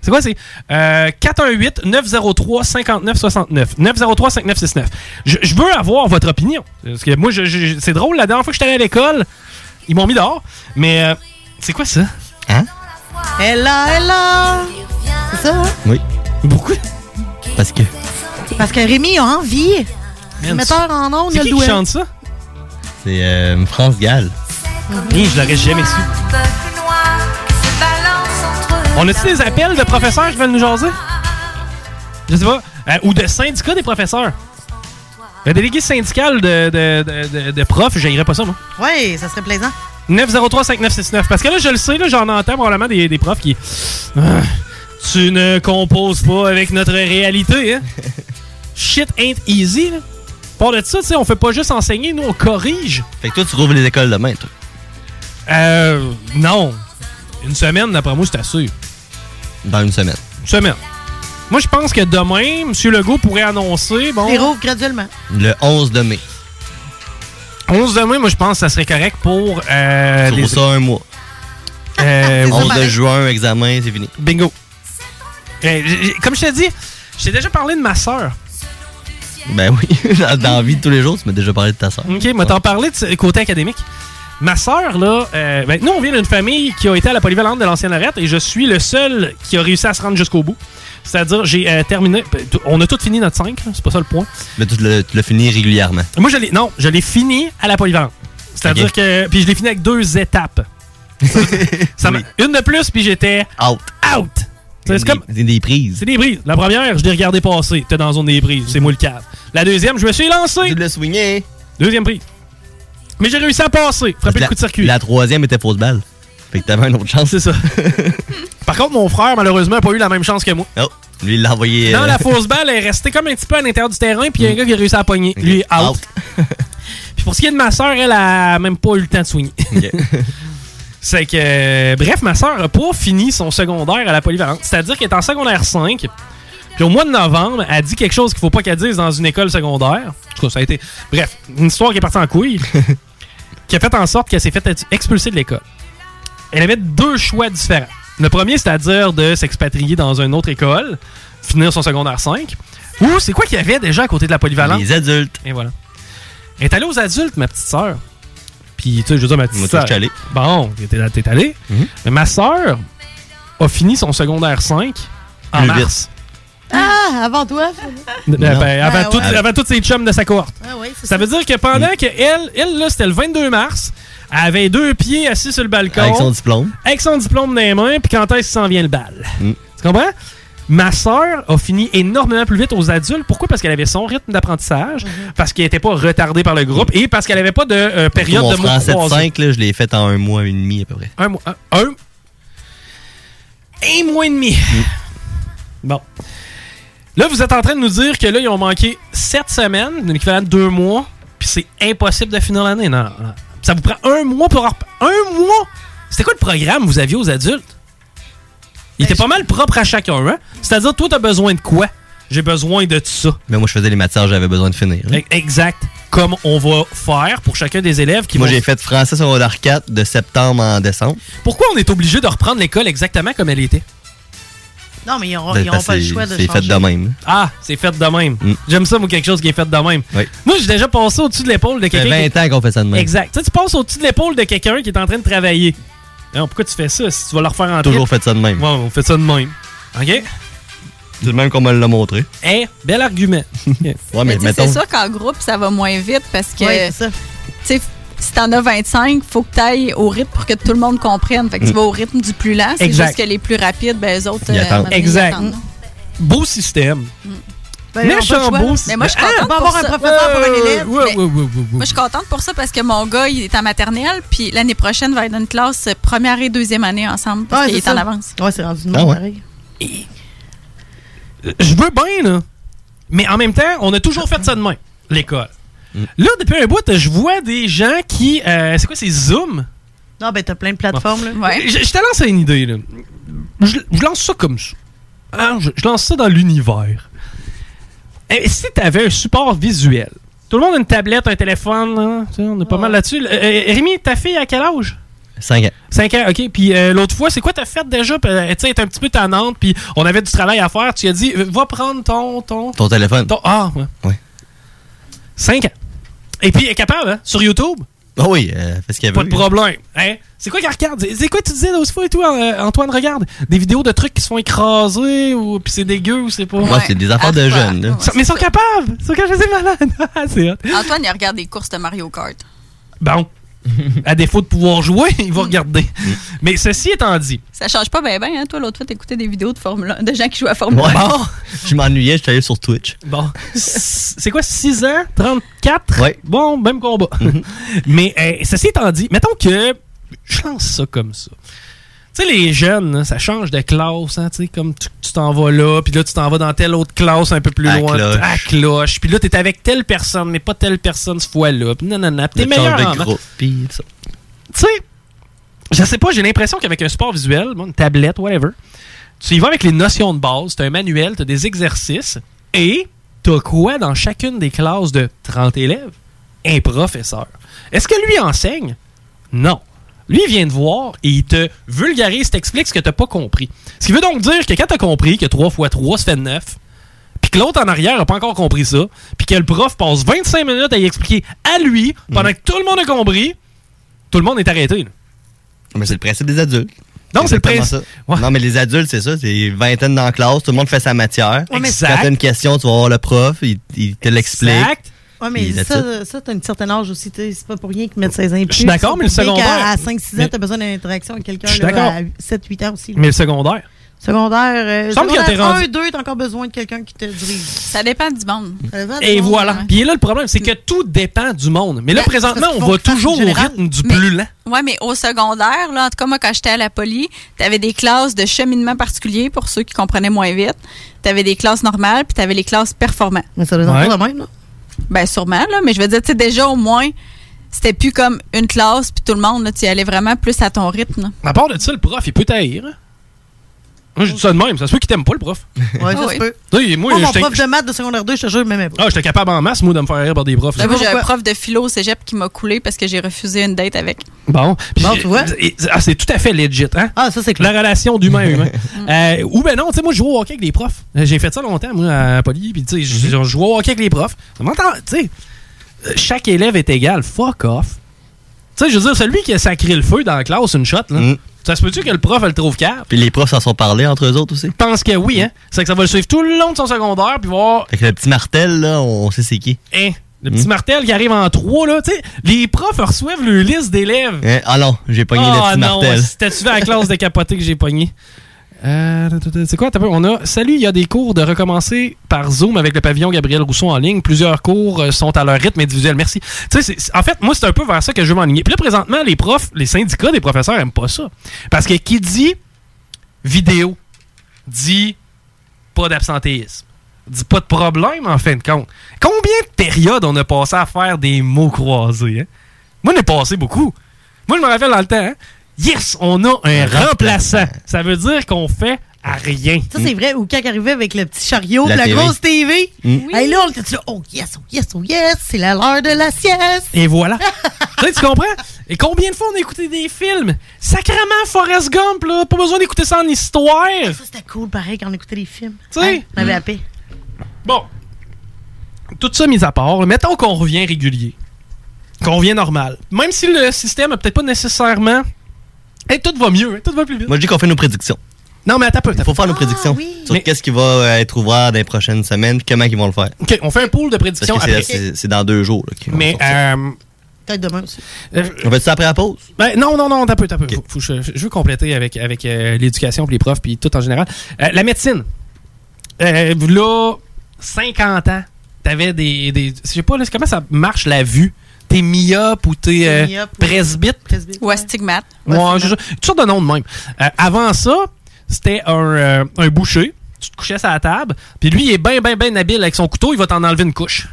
C'est quoi, c'est euh, 418-903-5969. 903-5969. Je, je veux avoir votre opinion. Parce que moi, je- je- c'est drôle, la dernière fois que j'étais allé à l'école, ils m'ont mis dehors. Mais euh, c'est quoi ça? Elle là, elle là. C'est ça? hein? Oui. Pourquoi? Parce que. Parce que Rémi a envie. Man, Metteur en ondes, il C'est a qui le qui doué. chante ça? C'est euh, France Gall. Hey, Mmh. je l'aurais jamais su. On a-tu des appels de professeurs qui veulent nous jaser? Je sais pas. Euh, ou de syndicats des professeurs? Le délégué syndical de, de, de, de, de profs, j'haïrais pas ça, moi. Ouais, ça serait plaisant. 903-5969. Parce que là, je le sais, là, j'en entends probablement des, des profs qui. Ah, tu ne composes pas avec notre réalité, hein? Shit ain't easy, là. Par de ça, tu sais, on fait pas juste enseigner, nous, on corrige. Fait que toi, tu rouvres les écoles demain, toi. Euh. Non. Une semaine, d'après moi, c'est assez. Dans une semaine. Une semaine. Moi, je pense que demain, M. Legault pourrait annoncer. Bon, Les rouvre graduellement. Le 11 de mai. 11 demain, moi, je pense que ça serait correct pour. Euh, Tu les- rouvres ça un mois. Euh, oui. 11 de juin, examen, c'est fini. Bingo. Euh, j- j- comme je t'ai dit, je t'ai déjà parlé de ma sœur. Ben oui, dans, dans la vie de tous les jours, tu m'as déjà parlé de ta soeur. OK, moi, t'en parler de ce côté académique. Ma sœur, là, euh, ben, nous, on vient d'une famille qui a été à la polyvalente de l'ancienne arête et je suis le seul qui a réussi à se rendre jusqu'au bout. C'est-à-dire, j'ai euh, terminé. ben, t- On a tout fini notre 5, c'est pas ça le point. Mais tu le, tu le finis régulièrement. Moi, je l'ai, non, je l'ai fini à la polyvalente. C'est-à-dire Ok. que. Puis je l'ai fini avec deux étapes. Ça m'a- Une de plus, puis j'étais. Out. Out. C'est des- comme. C'est des prises. C'est des brises. La première, je l'ai regardé passer. T'es dans la zone des brises. C'est moi le cave. La deuxième, je me suis lancé. Tu l'as swingé. Deuxième prise. Mais j'ai réussi à passer. Frapper le La, coup de circuit. la troisième était fausse balle. Fait que t'avais une autre chance. C'est ça. Par contre, mon frère, malheureusement, n'a pas eu la même chance que moi. Oh, lui, il l'a envoyé. Non, euh, la fausse balle est restée comme un petit peu à l'intérieur du terrain, puis il y a un gars qui a réussi à la pogner. Lui, out. Puis pour ce qui est de ma soeur, elle a même pas eu le temps de soigner. C'est que, euh, bref, ma soeur a pas fini son secondaire à la polyvalente. C'est-à-dire qu'elle est en secondaire 5. Puis au mois de novembre, elle dit quelque chose qu'il faut pas qu'elle dise dans une école secondaire. En tout cas, ça a été. Bref, une histoire qui est partie en couille. qui a fait en sorte qu'elle s'est fait ex- expulser de l'école. Elle avait deux choix différents. Le premier, c'est-à-dire de s'expatrier dans une autre école, finir son secondaire 5. Ou c'est quoi qu'il y avait déjà à côté de la polyvalente? Les adultes. Et voilà. Elle est allée aux adultes, ma petite sœur. Puis, tu sais, je veux dire, ma petite Moi, tu sais, sœur. je suis allé. Mhm. Bon, t'es là- t'es allé. Mais ma sœur a fini son secondaire 5 en Plus mars. Hein? Ah, avant toi. Ben, ben, avant, Ben tout- ouais. Ah avant toutes ses chums de sa cohorte. ça, veut dire que pendant que elle, elle là, c'était le 22 mars, elle avait deux pieds assis sur le balcon. Avec son diplôme. Avec son diplôme dans les mains, puis quand est-ce qu'il s'en vient le bal? Mm. Tu comprends? Ma sœur a fini énormément plus vite aux adultes. Pourquoi? Parce qu'elle avait son rythme d'apprentissage, Mm-hmm. parce qu'elle n'était pas retardée par le groupe et parce qu'elle n'avait pas de euh, période Mon de mois français de croisés. 5, là, je l'ai fait en un mois et demi à peu près. Un mois. Un, un- un mois et demi. Mm. Bon. Là, vous êtes en train de nous dire que là, ils ont manqué 7 semaines, l'équivalent de 2 mois, puis c'est impossible de finir l'année. Non, non, non. Ça vous prend un mois pour. en rep- Un mois C'était quoi le programme que vous aviez aux adultes Il était pas mal propre à chacun, hein C'est-à-dire, toi, t'as besoin de quoi J'ai besoin de ça. Mais moi, je faisais les matières, j'avais besoin de finir. hein. E- Exact. Comme on va faire pour chacun des élèves qui Moi, vont- j'ai fait français secondaire 4 de septembre en décembre. Pourquoi on est obligé de reprendre l'école exactement comme elle était Non, mais Oh, ils n'auront Ben, parce pas le que choix de C'est fait changer. de même. Ah, c'est fait de même. Hmm. J'aime ça, moi, quelque chose qui est fait de même. Moi, j'ai déjà passé au-dessus de l'épaule de Ça fait quelqu'un. 20 ans qu'on fait ça de même. Exact. Tu sais, tu passes au-dessus de l'épaule de quelqu'un qui est en train de travailler. Non, pourquoi tu fais ça si tu vas le refaire en Toujours trip? fait ça de même. Ouais, on fait ça de même. OK? C'est le même qu'on me l'a montré. Eh, bel argument. ouais, mais Tu sais, mettons. C'est sûr qu'en groupe, ça va moins vite parce que. Ouais, tu sais, Si t'en as 25, faut que t'ailles au rythme pour que tout le monde comprenne. Fait que tu Mm. vas au rythme du plus lent. C'est Exact. juste que les plus rapides, ben, eux autres, Ils euh, attendent. à un moment donné, ils Exact. attendent. Beau système. Ben, ils ont pas le Méchant choix, beau là. système. Mais moi, je suis contente Ah, pour avoir un ça. Euh, professeur pour un élève. ouais, ouais, ouais, ouais, ouais. Moi, je suis contente pour ça parce que mon gars, il est en maternelle, puis l'année prochaine, il va être dans une classe première et deuxième année ensemble parce Ouais, qu'il c'est est, en ça. avance. Ouais, c'est rendu de Ah monde ouais. pareil. Je veux bien, là. Mais en même temps, on a toujours fait ça de même, l'école. Là, depuis un bout, je vois des gens qui. euh, c'est quoi, c'est Zoom? Non, ben, t'as plein de plateformes, là. Je, je te lance une idée, là. Je, je lance ça comme ça. Hein, je, je lance ça dans l'univers. Et si t'avais un support visuel, tout le monde a une tablette, un téléphone, là, tu sais, on est pas mal là-dessus. Euh, euh, Rémi, ta fille, à quel âge? 5 ans. 5 ans, ok. Puis euh, l'autre fois, c'est quoi t'as fait déjà? Puis, euh, Tu sais, elle était un petit peu tannante, puis on avait du travail à faire. Tu lui as dit, euh, va prendre ton. ton... Ton téléphone. ton- ah, ouais. Ouais. 5 ans. Et puis, elle est capable, hein, sur YouTube? Ah oui, euh, parce qu'il y avait. Pas de problème. Hein? C'est quoi qu'elle regarde? C'est- C'est quoi tu disais l'autre fois et tout, euh, Antoine? Regarde, des vidéos de trucs qui se font écraser ou puis c'est dégueu ou c'est pas. Moi, c'est des Ah, affaires de jeunes. là. Mais ils sont capables! Ils sont capables, c'est malade! Ah, c'est hot. Antoine, il regarde des courses de Mario Kart. Bon. à défaut de pouvoir jouer, il va regarder. Mm. Mais ceci étant dit, Ça change pas bien, bien. Hein? Toi, l'autre fois, t'écoutais des vidéos de, Formule 1, de gens qui jouent à Formule 1. Bon, je m'ennuyais, j'étais allé sur Twitch. Bon. c'est quoi, 6 ans, 34? Bon, même combat. Mhm. Mais euh, ceci étant dit, mettons que je lance ça comme ça. Tu sais, les jeunes, là, ça change de classe, hein, tu sais, comme tu tu t'en vas là, puis là, tu t'en vas dans telle autre classe un peu plus À loin. cloche. À cloche. Puis là, t'es avec telle personne, mais pas telle personne ce fois-là. Puis non, non, non. Puis t'es Le change meilleur en de maths. groupe, puis ça. Tu sais, je sais pas, j'ai l'impression qu'avec un sport visuel, bon, une tablette, whatever, tu y vas avec les notions de base, t'as un manuel, t'as des exercices, et t'as quoi dans chacune des classes de 30 élèves? Un professeur. Est-ce que lui enseigne? Non. Lui, il vient te voir et il te vulgarise, t'explique ce que t'as pas compris. Ce qui veut donc dire que quand t'as compris que 3 x 3 se fait 9, puis que l'autre en arrière n'a pas encore compris ça, puis que le prof passe 25 minutes à y expliquer à lui, pendant que tout le monde a compris, tout le monde est arrêté. là. Mais c'est le principe des adultes. Non, c'est le exactement principe. ça. Non, mais les adultes, c'est ça. C'est vingtaine dans la classe, tout le monde fait sa matière. Ouais, mais- Quand t'as une question, tu vas voir le prof, il, il te l'explique. Ouais, mais Puis that's it. ça, ça t'as un certain âge aussi. t'sais, C'est pas pour rien qu'ils mettent 16 ans. et Je suis plus, d'accord, c'est mais le pour rien qu'à- secondaire- À 5-6 ans, mais- t'as besoin d'interaction avec quelqu'un. Je suis là, d'accord. À 7-8 ans aussi. là. Mais le secondaire. Ah, Secondaire, euh, Il semble qu'il y a secondaire été rendu- 1, 2, t'as encore besoin de quelqu'un qui te dirige. Ça dépend du monde. Et voilà. Puis là, le problème, Mm. c'est que tout dépend du monde. Mais là, Ben, c'est présentement, parce qu'ils on font va toujours au général. rythme du Mais- plus lent. Ouais, mais au secondaire, là, en tout cas, moi, quand j'étais à la poly, t'avais des classes de cheminement particulier pour ceux qui comprenaient moins vite. T'avais des classes normales, puis t'avais les classes performantes. Mais ça doit être Ouais. encore le même, là. Ben, sûrement, là. Mais je veux dire, tu sais, déjà, au moins, c'était plus comme une classe, puis tout le monde, là, tu y allais vraiment plus à ton rythme. là. À part de ça, le prof, il peut t'haïr. hein? Moi, je dis ça de même. Ça se peut qu'il t'aime pas, le prof. Ouais, ça se peut. Tu sais, moi, Moi, Ah mon j'étais- prof de maths de secondaire 2, je te jure, je m'aimais pas. Ben, Ah, j'étais capable en masse, moi, de me faire rire par des profs. Là, Ben, moi, j'ai un prof de philo au cégep qui m'a coulé parce que j'ai refusé une date avec. Bon, Puis, Bon, tu vois? et- ah, c'est tout à fait legit, hein? Ah, ça, c'est clair. La relation d'humain à humain. Euh, ou ben non, tu sais, moi, je joue au hockey avec les profs. Euh, J'ai fait ça longtemps, moi, à Poly, puis tu sais, je Mm-hmm. je joue au hockey avec les profs. Ça m'entend- Tu sais, euh, chaque élève est égal. Fuck off. Tu sais, je veux dire, celui qui a sacré le feu dans la classe, une shot, là, ça se peut-tu que le prof, elle le trouve cave? Mm. Puis les profs s'en sont parlé entre eux autres aussi. Je pense que oui, hein? C'est que ça va le suivre tout le long de son secondaire, puis voir, Fait que le petit martel, là, on sait c'est qui. hein, le Mm. petit martel qui arrive en trois, là, tu sais, les profs reçoivent leur liste d'élèves. Hein? Ah non, j'ai pogné le Ah petit non, martel. c'était-tu vers la classe de capoté que j'ai pogné? Euh, c'est quoi? t'as peu, On a. Salut, il y a des cours de recommencer par Zoom avec le pavillon Gabriel Rousseau en ligne. Plusieurs cours euh, sont à leur rythme individuel. Merci. Tu sais, c'est- c'est- en fait, moi, c'est un peu vers ça que je veux m'enligner. Puis là, présentement, les profs, les syndicats des professeurs aiment pas ça. Parce que qui dit vidéo dit pas d'absentéisme, dit pas de problème en fin de compte. Combien de périodes on a passé à faire des mots croisés? hein? Moi, on a passé beaucoup. Moi, je me rappelle dans le temps. hein. Yes, on a un remplaçant. Ça veut dire qu'on fait à rien. Ça, c'est vrai, ou quand il arrivait avec le petit chariot, Mm. La la, TV. grosse TV. Mm. Hey, là, on était là, oh yes, oh yes, oh yes, c'est la- l'heure de la sieste. Et voilà. tu sais, tu comprends? Et combien de fois on a écouté des films? Sacrement, Forrest Gump, là, pas besoin d'écouter ça en histoire. C'était cool, pareil, quand on écoutait les films. Hein? Tu sais? Ouais, on avait la paix. Bon. Tout ça mis à part, mettons qu'on revient régulier. Qu'on revient normal. Même si le système a peut-être pas nécessairement. Hey, tout va mieux, hein, tout va plus vite. Moi, je dis qu'on fait nos prédictions. Non, mais attends peu. Il faut faire nos prédictions sur qu'est-ce qui va euh, être ouvert dans les prochaines semaines puis comment ils vont le faire. OK, on fait un pool de Parce prédictions que c'est- après. c'est c'est dans deux jours. là, qu'ils vont Mais. sortir. euh, Peut-être demain aussi. on fait ça après la pause? Ben, non, non, non, t'as peu, t'as peu. Faut- faut que je, je veux compléter avec, avec euh, l'éducation, puis les profs, puis tout en général. Euh, la médecine. Euh, là, 50 ans, t'avais des, des. Je sais pas, là, comment ça marche la vue? T'es myope ou t'es euh, myope ou- presbyte? Ou astigmate. Ouais, c'est ça. Toutes sortes de noms de même. Euh, avant ça, c'était un, euh, un boucher. Tu te couchais sur la table. Puis lui, il est bien, bien, bien habile avec son couteau. Il va t'en enlever une couche.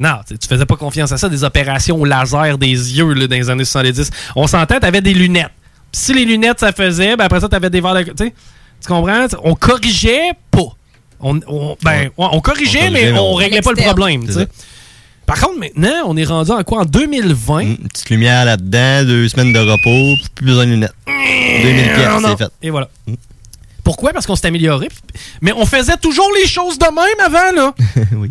Non, tu sais, tu faisais pas confiance à ça. Des opérations au laser des yeux là, dans les années 70. On s'entend, t'avais des lunettes. Puis si les lunettes, ça faisait, ben après ça, t'avais des verres de... Tu sais, tu comprends? On corrigeait pas. On, on- ben, ouais, on corrigeait, corrigeait, mais mais on on- réglait pas le L'externe. problème. tu C'est sais. Par contre, maintenant, on est rendu en quoi? En 2020? Une Hmm, petite lumière là-dedans, deux semaines de repos, puis plus besoin de lunettes. Mmh, 2000 pièces, Non, non. c'est fait. Mm. Et voilà. Pourquoi? Parce qu'on s'est amélioré. Mais on faisait toujours les choses de même avant, là. oui.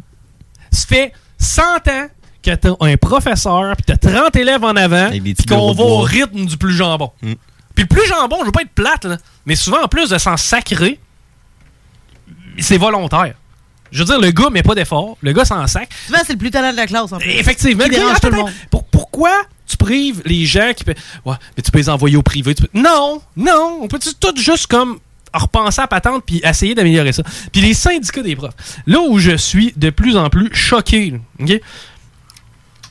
Ça fait 100 ans que t'as un professeur, puis t'as 30 élèves en avant, puis petits bureaux qu'on de va au bois. Mm. rythme du plus jambon. Puis le plus jambon, je veux pas être plate, là, mais souvent, en plus de s'en sacrer, c'est volontaire. Je veux dire, le gars met pas d'effort, le gars s'en sac. Souvent, c'est le plus talent de la classe. En plus. Effectivement, Qui puis, dérange attends, tout le monde. pour- pourquoi tu prives les gens qui. pe- Ouais, mais tu peux les envoyer au privé. tu peux- Non, non, on peut tout juste comme repenser à patente puis essayer d'améliorer ça. Puis les syndicats des profs. Là où je suis de plus en plus choqué, là, OK?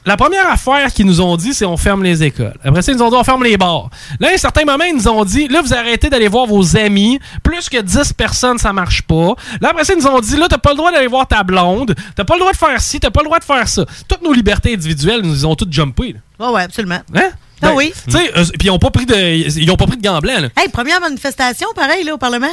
La première affaire qu'ils nous ont dit, c'est on ferme les écoles. Après ça, ils nous ont dit on ferme les bars. Là, à un certain moment, ils nous ont dit là, vous arrêtez d'aller voir vos amis. Plus que 10 personnes, ça marche pas. Là, après ça, ils nous ont dit là, t'as pas le droit d'aller voir ta blonde. T'as pas le droit de faire ci, t'as pas le droit de faire ça. Toutes nos libertés individuelles, ils nous ont toutes jumpées. là. Ouais, ouais, absolument. Hein? Ah oui. Tu sais, eux- puis ils ont pas pris de, ils ont pas pris de gants blancs, là. Hey, première manifestation, pareil, là, au Parlement.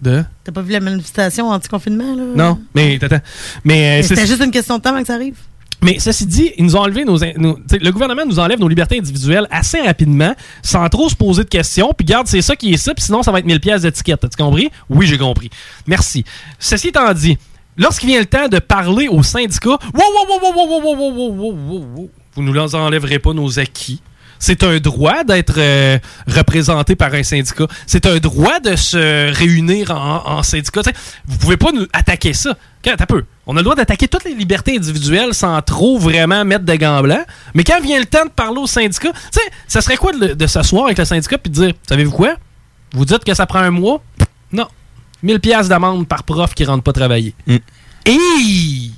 De? T'as pas vu la manifestation anti-confinement, là? Non, mais t'attends. Mais, euh, Mais c'est- C'était juste une question de temps avant que ça arrive. Mais ceci dit, ils nous ont enlevé nos, in- nos- t'sais, le gouvernement nous enlève nos libertés individuelles assez rapidement, sans trop se poser de questions. Puis garde, c'est ça qui est ça, puis sinon ça va être 1000 pièces d'étiquette. T'as-tu compris? Oui, j'ai compris. Merci. Ceci étant dit, lorsqu'il vient le temps de parler aux syndicats, wow, wow, wow, wow, wow, wow, wow, wow, wow, wow, wow, vous nous les enlèverez pas nos acquis. C'est un droit d'être euh, représenté par un syndicat. C'est un droit de se réunir en, en syndicat. T'sais, vous pouvez pas nous attaquer ça. Quand, t'as peu. On a le droit d'attaquer toutes les libertés individuelles sans trop vraiment mettre de gants blancs. Mais quand vient le temps de parler au syndicat, tu sais, ça serait quoi de, le- de s'asseoir avec le syndicat puis de dire, savez-vous quoi? Vous dites que ça prend un mois? Non. 1000 pièces d'amende par prof qui rentre pas travailler. Hey!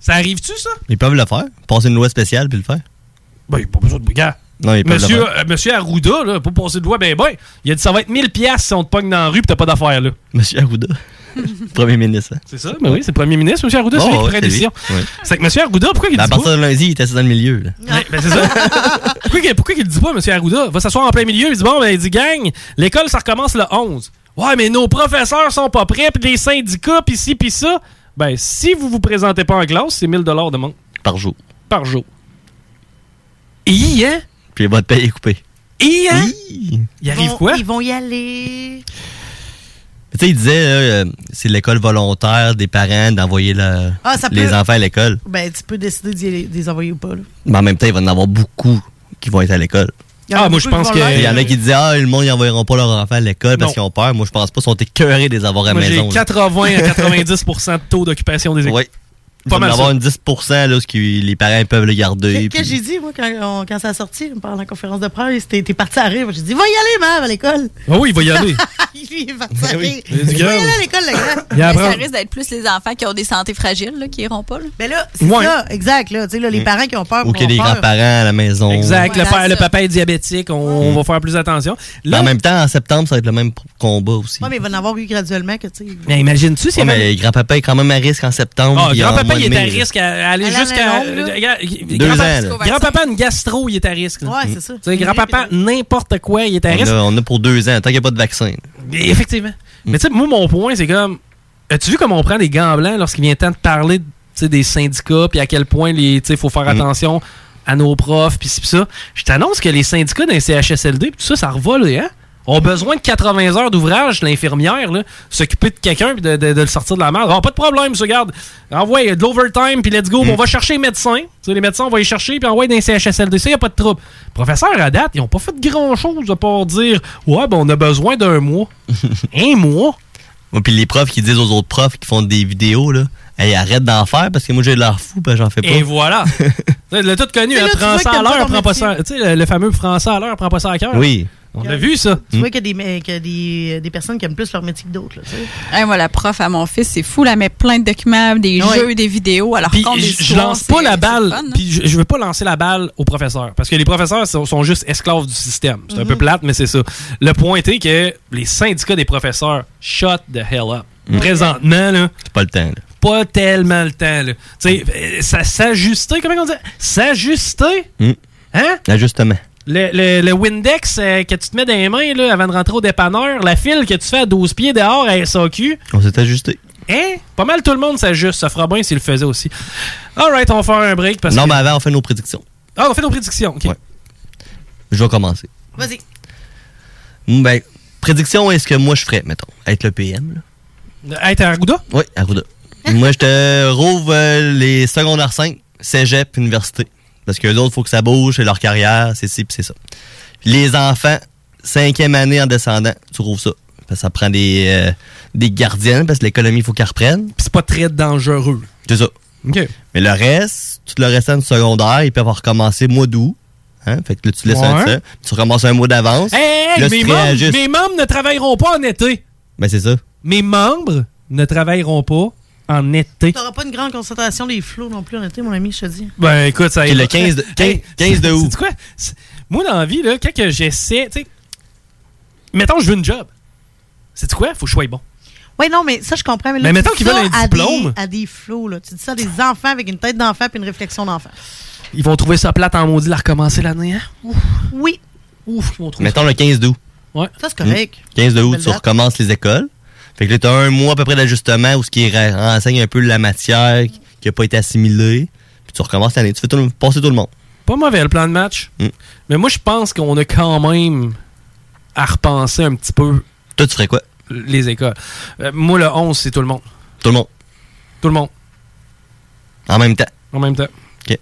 Ça arrive-tu, ça? Ils peuvent le faire. Passer une loi spéciale puis le faire. Ben, il a pas besoin de gars. Non, ils peuvent Monsieur, le faire. euh, monsieur Arruda, là, pour passer de loi, ben ben, il a dit ça va être 1000 pièces si on te pogne dans la rue pis t'as pas d'affaires là. Monsieur Arruda. Premier ministre. hein. C'est ça, mais oui, c'est le premier ministre, M. Arruda, c'est lui Oh, qui prend la c'est lui. décision. Oui. C'est que M. Arruda, pourquoi il Ben, dit à partir pas? de lundi, il était assis dans le milieu. là. Ouais, ben, c'est ça. pourquoi, qu'il- pourquoi il dit pas, M. Arruda? Va s'asseoir en plein milieu, il dit bon, ben, il dit gang, l'école, ça recommence le 11. Ouais, mais nos professeurs sont pas prêts, puis les syndicats, puis ci, puis ça. Ben, si vous vous présentez pas en classe, c'est 1000 de manque. Par jour. Par jour. Hi, hein? Puis le bas de paye est coupé. Hi, hein? Il Ils arrive vont- quoi? Ils vont y aller. Mais Tu sais, il disait, là, euh, c'est l'école volontaire des parents d'envoyer le- Ah, ça peut- les enfants à l'école. Ben, tu peux décider d'y aller- de les envoyer ou pas. là. Mais en même temps, il va en avoir beaucoup qui vont être à l'école. Il y en a Ah, moi, beaucoup je pense qui vont que- l'être. Il y en a qui disaient, ah, le monde, ils n'envoyeront pas leurs enfants à l'école parce Non. qu'ils ont peur. Moi, je pense pas, ils sont écœurés de les avoir à la Moi, j'ai maison. 80 à 90 de taux d'occupation des écoles. Oui. Il Pas va en mal avoir ça. une 10 là, ce que les parents peuvent le garder. Qu'est-ce que j'ai dit, moi, quand, on- quand ça a sorti, pendant la conférence de presse, t'es t'es parti à rire. J'ai dit, va y aller, maman, à l'école. Ah oui, il va y aller. il est parti à Ben oui. rire. Il y a du Il va y gaz. aller à l'école, le gars. Il y a à Mais ça prendre. risque d'être plus les enfants qui ont des santé fragiles là, qui iront pas. Là. Mais Ben là, c'est Ouais. ça, exact. Là, Tu sais, là, les Mm. parents qui ont peur Ou pour qu'il y a des grands-parents à la maison. Mm. Exact, le, Voilà père- le ça. papa est diabétique, on, on va faire plus attention. Mais En même temps, en septembre, ça va être le même combat aussi. Oui, mais il va en avoir eu graduellement que, tu sais. Mais imagine-tu si. Ouais, mais grand-papa est quand même à risque en septembre. Ah, puis en grand-papa, mois de il est à mai, là. risque à, à aller À la jusqu'à. maison, là. Regarde, Deux grand-papa- ans, là. Mm. Grand-papa, une gastro, il est à risque. là. Ouais, c'est ça. Tu sais, grand-papa, n'importe quoi, il est à On risque. a, Mm. on a pour deux ans, tant qu'il n'y a pas de vaccin. Et Effectivement. Mais tu sais, moi, mon point, c'est comme. As-tu vu comment on prend des gants blancs lorsqu'il vient le temps de parler tu sais, des syndicats, puis à quel point il faut faire Mm. attention à nos profs, puis ci, puis ça? Je t'annonce que les syndicats d'un CHSLD, puis tout ça, ça revole, hein? Ont besoin de 80 heures d'ouvrage, l'infirmière, là, s'occuper de quelqu'un puis de, de- de le sortir de la merde. Ah, pas de problème, ça, regarde. Envoie de l'overtime, puis let's go. Hmm. On va chercher les médecins. Tu sais, les médecins, on va les chercher, puis envoie d'un CHSLD. Ça, y a pas de trouble. Professeurs, à date, ils ont pas fait grand-chose à part dire Ouais, ben, on a besoin d'un mois. un mois? Moi, puis les profs qui disent aux autres profs qui font des vidéos, là, hey, arrête d'en faire parce que moi, j'ai l'air fou, ben j'en fais pas. Et voilà. Tu sais, le tout Tu connu, sais, hein, là, tu prends vois ça que à t'aimes pas l'heure, ton prends pas ça. Tu sais, le, le fameux prends ça à l'heure, prends pas ça à cœur. Oui. On l'a vu, ça. Hmm. Tu vois qu'il y a, des, qu'il y a des, des personnes qui aiment plus leur métier que d'autres. là, tu sais. Ah Hey, moi, la prof à mon fils, c'est fou, là, elle met plein de documents, des Ouais. jeux, des vidéos. Alors, Puis raconte des je- je histoires, lance pas c'est- la c'est balle, fun, hein. puis je, je veux pas lancer la balle aux professeurs parce que les professeurs sont, sont juste esclaves du système. C'est un peu Mm-hmm. Mhm. plate, mais c'est ça. Le point est que les syndicats des professeurs shut the hell up. Mm. Présentement, là, C'est pas le temps, là. pas tellement le temps. Là. Tu sais, euh, ça s'ajuster, comment on dit S'ajuster Mm. Hein Ajustement. Le, le- le Windex euh, que tu te mets dans les mains là, avant de rentrer au dépanneur, la file que tu fais à 12 pieds dehors à SAQ, On s'est ajusté. hein? Pas mal tout le monde s'ajuste. Ça fera bien s'il le faisait aussi. Alright, on va faire un break. Parce non, que... mais avant, on fait nos prédictions. Ah, on fait nos prédictions. OK. Je vais commencer. Vas-y. Mm, Ben, prédiction, est-ce que moi, je ferais, mettons, être le PM, là? Hey, t'es un Euh, Arruda? Oui, Arruda. moi, je te rouvre euh, les secondaires 5, cégep, université. Parce que autres, il faut que ça bouge, c'est leur carrière, c'est ci, puis c'est ça. Les enfants, cinquième année en descendant, tu rouvres ça. Parce que ça prend des, euh, des gardiennes, parce que l'économie, il faut qu'elle reprenne. Puis c'est pas très dangereux. C'est ça. OK. Mais le reste, tout le restant du secondaire, ils peuvent recommencer mois d'août. Hein? Fait que là, tu te laisses un Ouais. ça. Tu recommences un mois d'avance. Hey, Là, mes, tu te membres, réajustes. mes membres ne travailleront pas en été. Ben, c'est ça. Mes membres ne travailleront pas en été. T'auras pas une grande concentration des flots non plus, en été, mon ami, je te dis. Ben écoute, ça Puis le 15 de- Hey, 15 de août. sais-tu quoi? C'est- Moi, dans la vie, là, quand que j'essaie, tu sais, mettons, je veux une job. C'est quoi? Faut que je sois bon. Oui, non, mais ça, je comprends. Mais, là, Mais tu mettons dis qu'ils veulent ça un à diplôme. Des, à des flots, là. Tu dis ça à des enfants avec une tête d'enfant puis une réflexion d'enfant. Ils vont trouver ça plate en maudit, la recommencer l'année, hein? Oui. Ouf, ils vont trouver Mettons le 15 d'août. Ouais. Ça, c'est correct. Mm. 15 de août, Belle tu date. recommences les écoles. Fait que là, tu as un mois à peu près d'ajustement où ce qui re- renseigne un peu la matière qui n'a pas été assimilée. Puis tu recommences l'année. Tu fais tout le- passer tout le monde. Hmm. Pas mauvais le plan de match. Mais moi, je pense qu'on a quand même à repenser un petit peu. Toi, tu ferais quoi? Les écoles. Euh, moi, le 11, c'est tout le monde. Tout le monde. Tout le monde. En même temps. En même temps. OK.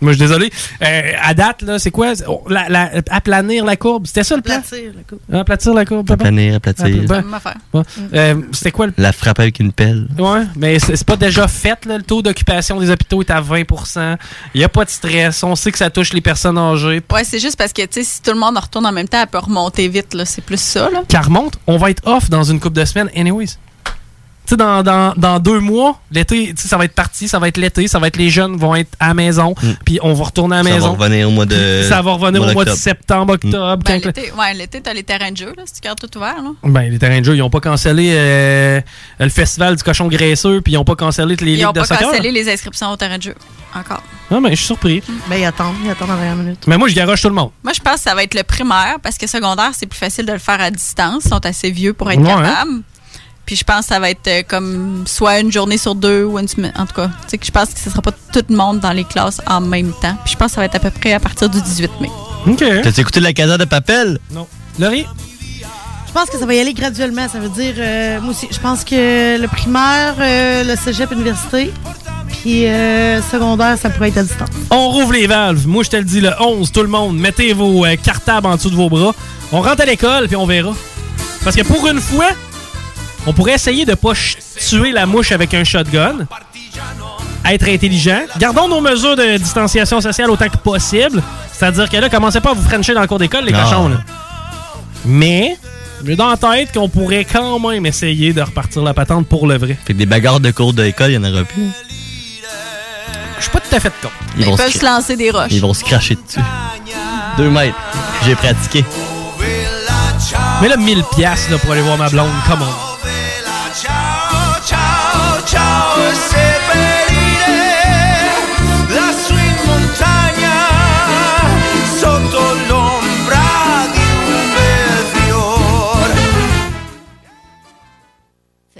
Moi, je suis désolé. Euh, à date, là, c'est quoi? C'est- oh, la- la- aplanir la courbe. C'était ça le plan? Aplatir, la coupe. Hein, Aplatir la courbe. papa? Aplanir, aplatir. Ah, Même affaire. bon. Euh, C'était quoi le La frappe avec une pelle. Ouais, mais c'est c'est pas déjà fait. là. Le taux d'occupation des hôpitaux est à 20 Il n'y a pas de stress. On sait que ça touche les personnes âgées. Ouais, c'est juste parce que, tu sais, si tout le monde en retourne en même temps, elle peut remonter vite, là. C'est plus ça, là. Car monte, on va être off dans une coupe de semaines, anyways. sais, dans, dans, dans deux mois, l'été, tu sais, ça va être parti, ça va être l'été, ça va être les jeunes vont être à la maison, puis on va retourner à la Hmm. Ça va maison. revenir au mois de. ça va revenir au mois de d'octobre. Hmm. septembre, octobre. Ben, quand que- l'été, ouais, l'été, t'as les terrains de jeu, là, si tu gardes tout ouvert, là. Ben, les terrains de jeu, ils n'ont pas cancellé euh, le festival du cochon graisseux, puis ils n'ont pas cancellé les Ils ligues ont de pas soccer. cancellé Hmm. les inscriptions au terrain de jeu. Encore. Non, mais je suis surpris. Ben, ils attendent, ils attendent en dernière minute. Mais moi, je garoche tout le monde. Moi, je pense que ça va être le primaire parce que secondaire, c'est plus facile de le faire à distance. Ils sont assez vieux pour être Ouais, hein? capables. Puis je pense que ça va être euh, comme soit une journée sur deux ou une semaine. En tout cas, tu sais que je pense que ce sera pas tout le monde dans les classes en même temps. Puis je pense que ça va être à peu près à partir du 18 mai. OK. T'as-tu écouté la Casa de Papel? Non. Laurie? Je pense que ça va y aller graduellement. Ça veut dire, euh, moi aussi, je pense que le primaire, euh, le cégep, université, puis euh, secondaire, ça pourrait être à distance. On rouvre les valves. Moi, je te le dis, le 11, tout le monde, mettez vos euh, cartables en dessous de vos bras. On rentre à l'école, puis on verra. Parce que pour une fois, on pourrait essayer de pas ch- tuer la mouche avec un shotgun. Être intelligent. Gardons nos mesures de distanciation sociale autant que possible. C'est-à-dire que là, commencez pas à vous frencher dans le cours d'école, les Non. cochons. là. Mais, j'ai dans la tête qu'on pourrait quand même essayer de repartir la patente pour le vrai. Fait que des bagarres de cours d'école, il n'y en aura plus. Je suis pas tout à fait con. Ils Ils, vont peuvent se se cra- lancer des roches. Ils vont se cracher dessus. Deux mètres. J'ai pratiqué. Mais là, 1000 piastres là, pour aller voir ma blonde, come on. Oh, Ciao, seppellire la sua montagna sotto l'ombra di un bel fior.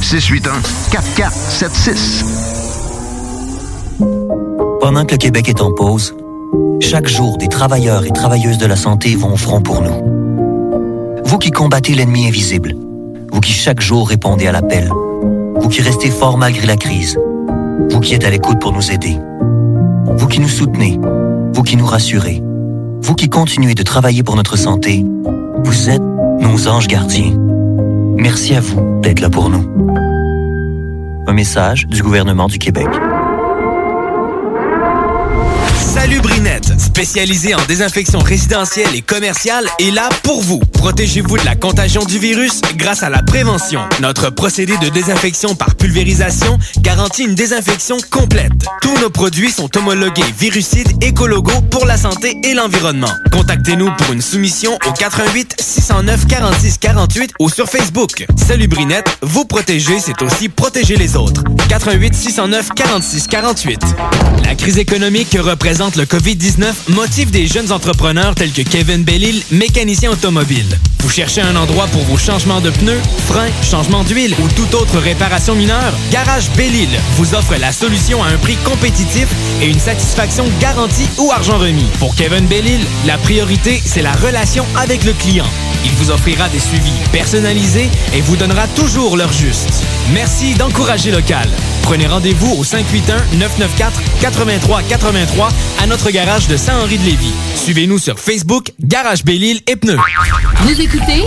681-4476. Pendant que le Québec est en pause, chaque jour, des travailleurs et travailleuses de la santé vont au front pour nous. Vous qui combattez l'ennemi invisible, vous qui chaque jour répondez à l'appel, vous qui restez fort malgré la crise, vous qui êtes à l'écoute pour nous aider, vous qui nous soutenez, vous qui nous rassurez, vous qui continuez de travailler pour notre santé, vous êtes nos anges gardiens. Merci à vous d'être là pour nous. Un message du gouvernement du Québec. Salut Brinette, spécialisée en désinfection résidentielle et commerciale, est là pour vous. Protégez-vous de la contagion du virus grâce à la prévention. Notre procédé de désinfection par pulvérisation garantit une désinfection complète. Tous nos produits sont homologués virucides écologaux pour la santé et l'environnement. Contactez-nous pour une soumission au 88 609 46 48 ou sur Facebook. Salut Brinette, vous protéger, c'est aussi protéger les autres. 88 609 46 48. La crise économique que représente le COVID-19 motive des jeunes entrepreneurs tels que Kevin Bellil, mécanicien automobile. Vous cherchez un endroit pour vos changements de pneus, freins, changements d'huile ou toute autre réparation mineure? Garage Bellil vous offre la solution à un prix compétitif et une satisfaction garantie ou argent remis. Pour Kevin Bellil, la priorité, c'est la relation avec le client. Il vous offrira des suivis personnalisés et vous donnera toujours leur juste. Merci d'encourager local. Prenez rendez-vous au 581-994-8383 à notre garage de Saint-Henri-de-Lévis. Suivez-nous sur Facebook, Garage Bellil et Pneus. Vous écoutez?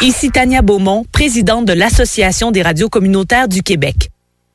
Ici Tania Beaumont, présidente de l'Association des radios communautaires du Québec.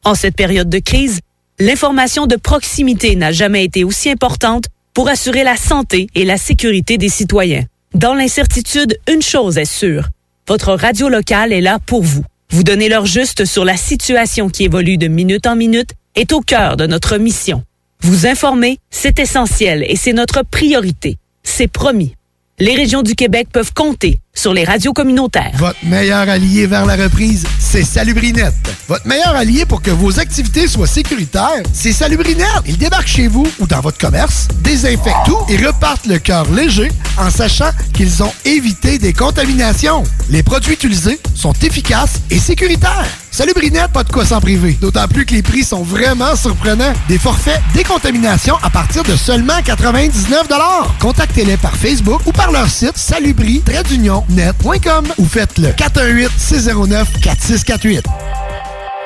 En cette période de crise, l'information de proximité n'a jamais été aussi importante pour assurer la santé et la sécurité des citoyens. Dans l'incertitude, une chose est sûre. Votre radio locale est là pour vous. Vous donner leur juste sur la situation qui évolue de minute en minute est au cœur de notre mission. Vous informer, c'est essentiel et c'est notre priorité. C'est promis. les régions du Québec peuvent compter sur les radios communautaires. Votre meilleur allié vers la reprise, c'est Salubrinette. Votre meilleur allié pour que vos activités soient sécuritaires, c'est Salubrinette. Ils débarquent chez vous ou dans votre commerce, désinfectent tout et repartent le cœur léger en sachant qu'ils ont évité des contaminations. Les produits utilisés sont efficaces et sécuritaires. Salubrinette, pas de quoi s'en priver. D'autant plus que les prix sont vraiment surprenants. Des forfaits décontamination à partir de seulement 99 Contactez-les par Facebook ou par leur site salubri-net.com ou faites le 418-609-4648.